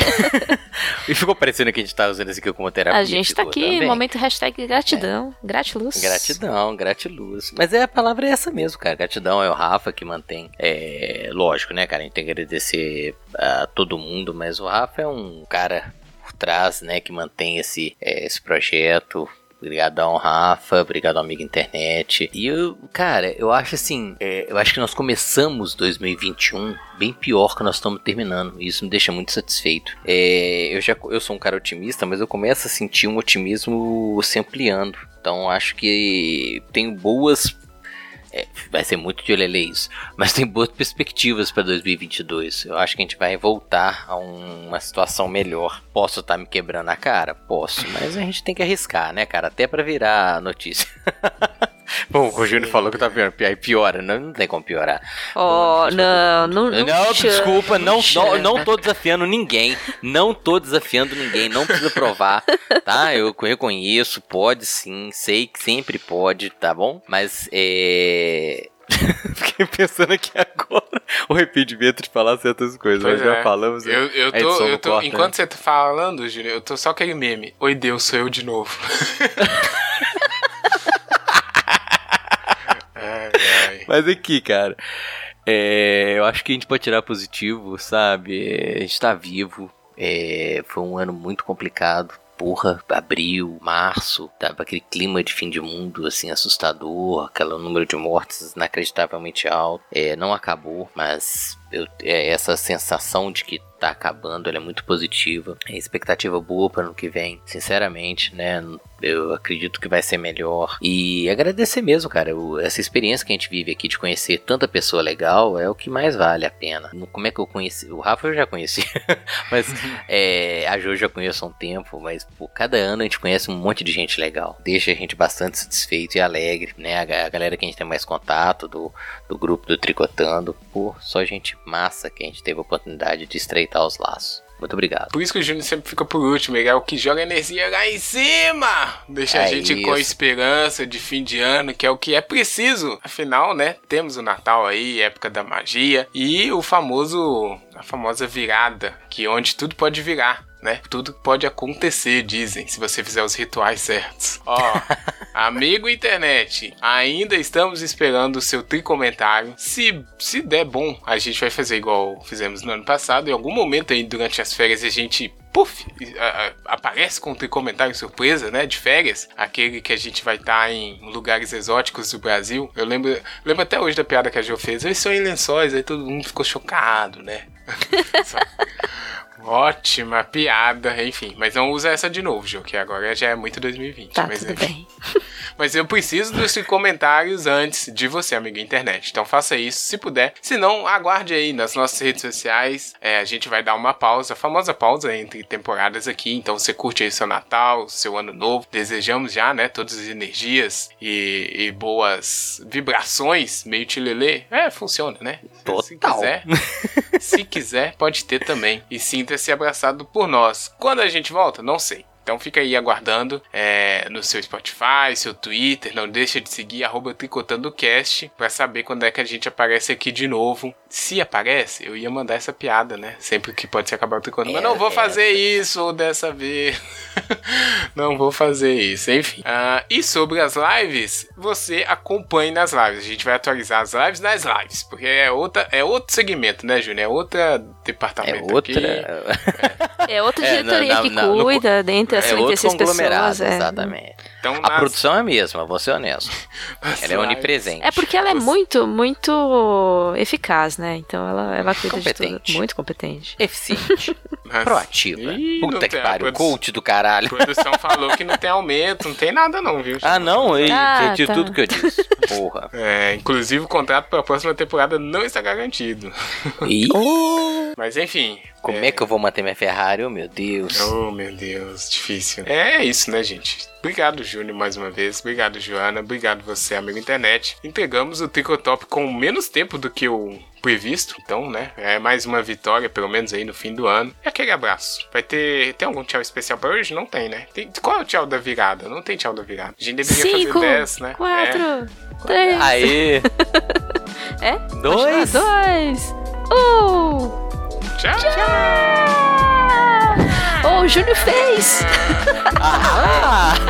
S2: e ficou parecendo que a gente tá usando isso aqui como terapia.
S3: A gente tá
S2: ficou
S3: aqui,
S2: também. É.
S3: momento hashtag gratidão. Gratiluz.
S2: Gratidão, gratiluz. Mas é a palavra é essa mesmo, cara. Gratidão é o Rafa que mantém. É, lógico, né, cara? A gente tem que agradecer a todo mundo, mas o Rafa é um cara por trás, né, que mantém esse, é, esse projeto. Obrigadão, Rafa. Obrigadão, amiga internet. E eu, cara, eu acho assim, é, eu acho que nós começamos 2021 bem pior que nós estamos terminando. E isso me deixa muito satisfeito. É, eu já eu sou um cara otimista, mas eu começo a sentir um otimismo se ampliando. Então acho que tenho boas é, vai ser muito de olelê isso, mas tem boas perspectivas para 2022. Eu acho que a gente vai voltar a um- uma situação melhor. Posso estar me quebrando a cara? Posso, mas a gente tem que arriscar, né, cara? Até para virar notícia. Bom, o Júnior falou que tá pior, aí piora, não, não tem como piorar.
S3: Oh,
S2: Desculpa.
S3: não, não.
S2: Não,
S3: chama,
S2: desculpa, não, não,
S3: chama.
S2: não tô desafiando ninguém. Não tô desafiando ninguém, não precisa provar, tá? Eu reconheço, pode sim, sei que sempre pode, tá bom? Mas é. Fiquei pensando aqui agora o arrependimento de falar certas coisas,
S1: Pois
S2: mas já
S1: é.
S2: falamos. né?
S1: Eu, eu
S2: A edição
S1: tô,
S2: não
S1: eu tô-
S2: corta,
S1: enquanto você tá falando, Júlio, eu tô só aquele meme. Oi Deus, sou eu de novo. ai, ai.
S2: Mas aqui, cara, é, eu acho que a gente pode tirar positivo, sabe? É, A gente tá vivo. é, foi um ano muito complicado. Porra, abril, março, tava aquele clima de fim de mundo, assim, assustador, aquele número de mortes inacreditavelmente alto. É, não acabou, mas eu- é, essa sensação de que tá acabando, ela é muito positiva. É expectativa boa para ano que vem, sinceramente, né? Eu acredito que vai ser melhor. E agradecer mesmo, cara. o- essa experiência que a gente vive aqui de conhecer tanta pessoa legal é o que mais vale a pena. No- Como é que eu conheci? O Rafa eu já conheci, mas é, a Jo eu já conheço há um tempo. Mas pô, cada ano a gente conhece um monte de gente legal. Deixa a gente bastante satisfeito e alegre, né? A, ga- a galera que a gente tem mais contato do, do grupo do Tricotando. Pô, só gente massa que a gente teve a oportunidade de estreitar os laços. Muito obrigado.
S1: Por isso que o Júnior sempre fica por último, ele é o que joga energia lá em cima. Deixa a
S2: É
S1: gente com
S2: isso.
S1: esperança de fim de ano, que é o que é preciso. Afinal, né, temos o Natal aí, época da magia, e o famoso, a famosa virada, que onde tudo pode virar. Né? Tudo pode acontecer, dizem, se você fizer os rituais certos. Ó, amigo internet, ainda estamos esperando o seu tricomentário. Se, se der bom, a gente vai fazer igual fizemos no ano passado. Em algum momento aí durante as férias a gente. Puf, a- a- aparece com um tricomentário surpresa, né? De férias. Aquele que a gente vai estar em lugares exóticos do Brasil. Eu lembro, lembro até hoje da piada que a Jo fez. Eu estou em lençóis, aí todo mundo ficou chocado, né? Só- Ótima piada, enfim. Mas não usa essa de novo, Jo, que agora já é muito 2020.
S3: Tá,
S1: mas
S2: é.
S3: tudo
S1: enfim.
S3: bem.
S1: Mas eu preciso dos seus comentários antes de você, amigo internet. Então faça isso se puder. Se não, aguarde aí nas nossas redes sociais. É, a gente vai dar uma pausa, a famosa pausa entre temporadas aqui. Então você curte aí seu Natal, seu Ano Novo. Desejamos já, né, todas as energias e, e boas vibrações. Meio tilelê. É, funciona, né? Se
S2: Total.
S1: quiser, se quiser, pode ter também. E sinta-se abraçado por nós. Quando a gente volta, não sei. Então fica aí aguardando é, no seu Spotify, seu Twitter, não deixa de seguir arroba tricotandocast pra saber quando é que a gente aparece aqui de novo. Se aparece, eu ia mandar essa piada, né? Sempre que pode se acabar o tricotando. Mas
S2: É,
S1: não vou
S2: é.
S1: fazer isso dessa vez. não vou fazer isso, enfim. Ah, e sobre as lives, você acompanhe nas lives. A gente vai atualizar as lives nas lives, porque é, outra, é outro segmento, né, Júnior? É outro
S2: É
S1: departamento Ah, aqui.
S2: outra.
S3: É outra
S2: É, não,
S3: diretoria
S2: não,
S3: que
S2: não, no-
S3: cuida dentre as
S2: é outro
S3: 36
S2: conglomerado,
S3: pessoas. É.
S2: exatamente.
S1: Então,
S2: A
S1: nas-
S2: produção é a mesma, vou ser honesto.
S1: nas
S2: Ela é
S1: lives.
S2: onipresente.
S3: É porque ela é
S1: Você-
S3: muito, muito eficaz, né? Então ela, ela cuida de
S2: Competente.
S3: tudo. Muito competente.
S2: É Eficiente,
S1: Mas-
S2: proativa.
S1: Ih, não
S2: Puta que
S1: tem-
S2: pariu,
S1: a produ-
S2: coach do caralho.
S1: produção falou que não tem aumento, não tem nada não, viu?
S2: Ah, não, eu
S3: Ah,
S2: retiro
S3: tá.
S2: tudo que eu disse. Porra.
S1: É, inclusive o contrato para a próxima temporada não está garantido.
S2: Ih,
S1: Mas enfim.
S2: como é. que eu vou manter minha Ferrari? Oh, meu Deus.
S1: Oh, meu Deus, difícil. É isso, né, gente? Obrigado, Júnior, mais uma vez. Obrigado, Joana. Obrigado você, amigo internet. Entregamos o Tricotop com menos tempo do que o previsto. Então, né? É mais uma vitória, pelo menos aí no fim do ano. E aquele abraço. Vai ter. Tem algum tchau especial pra hoje? Não tem, né? Tem- Qual é o tchau da virada? Não tem tchau da virada. A gente deveria
S3: Cinco,
S1: fazer 10, né?
S3: quatro,
S1: É.
S3: três,
S2: Aê.
S3: É?
S2: Dois.
S3: dois, um.
S1: Tchau, tchau.
S2: Ah!
S3: Oh, o Júnior fez!
S2: Ah.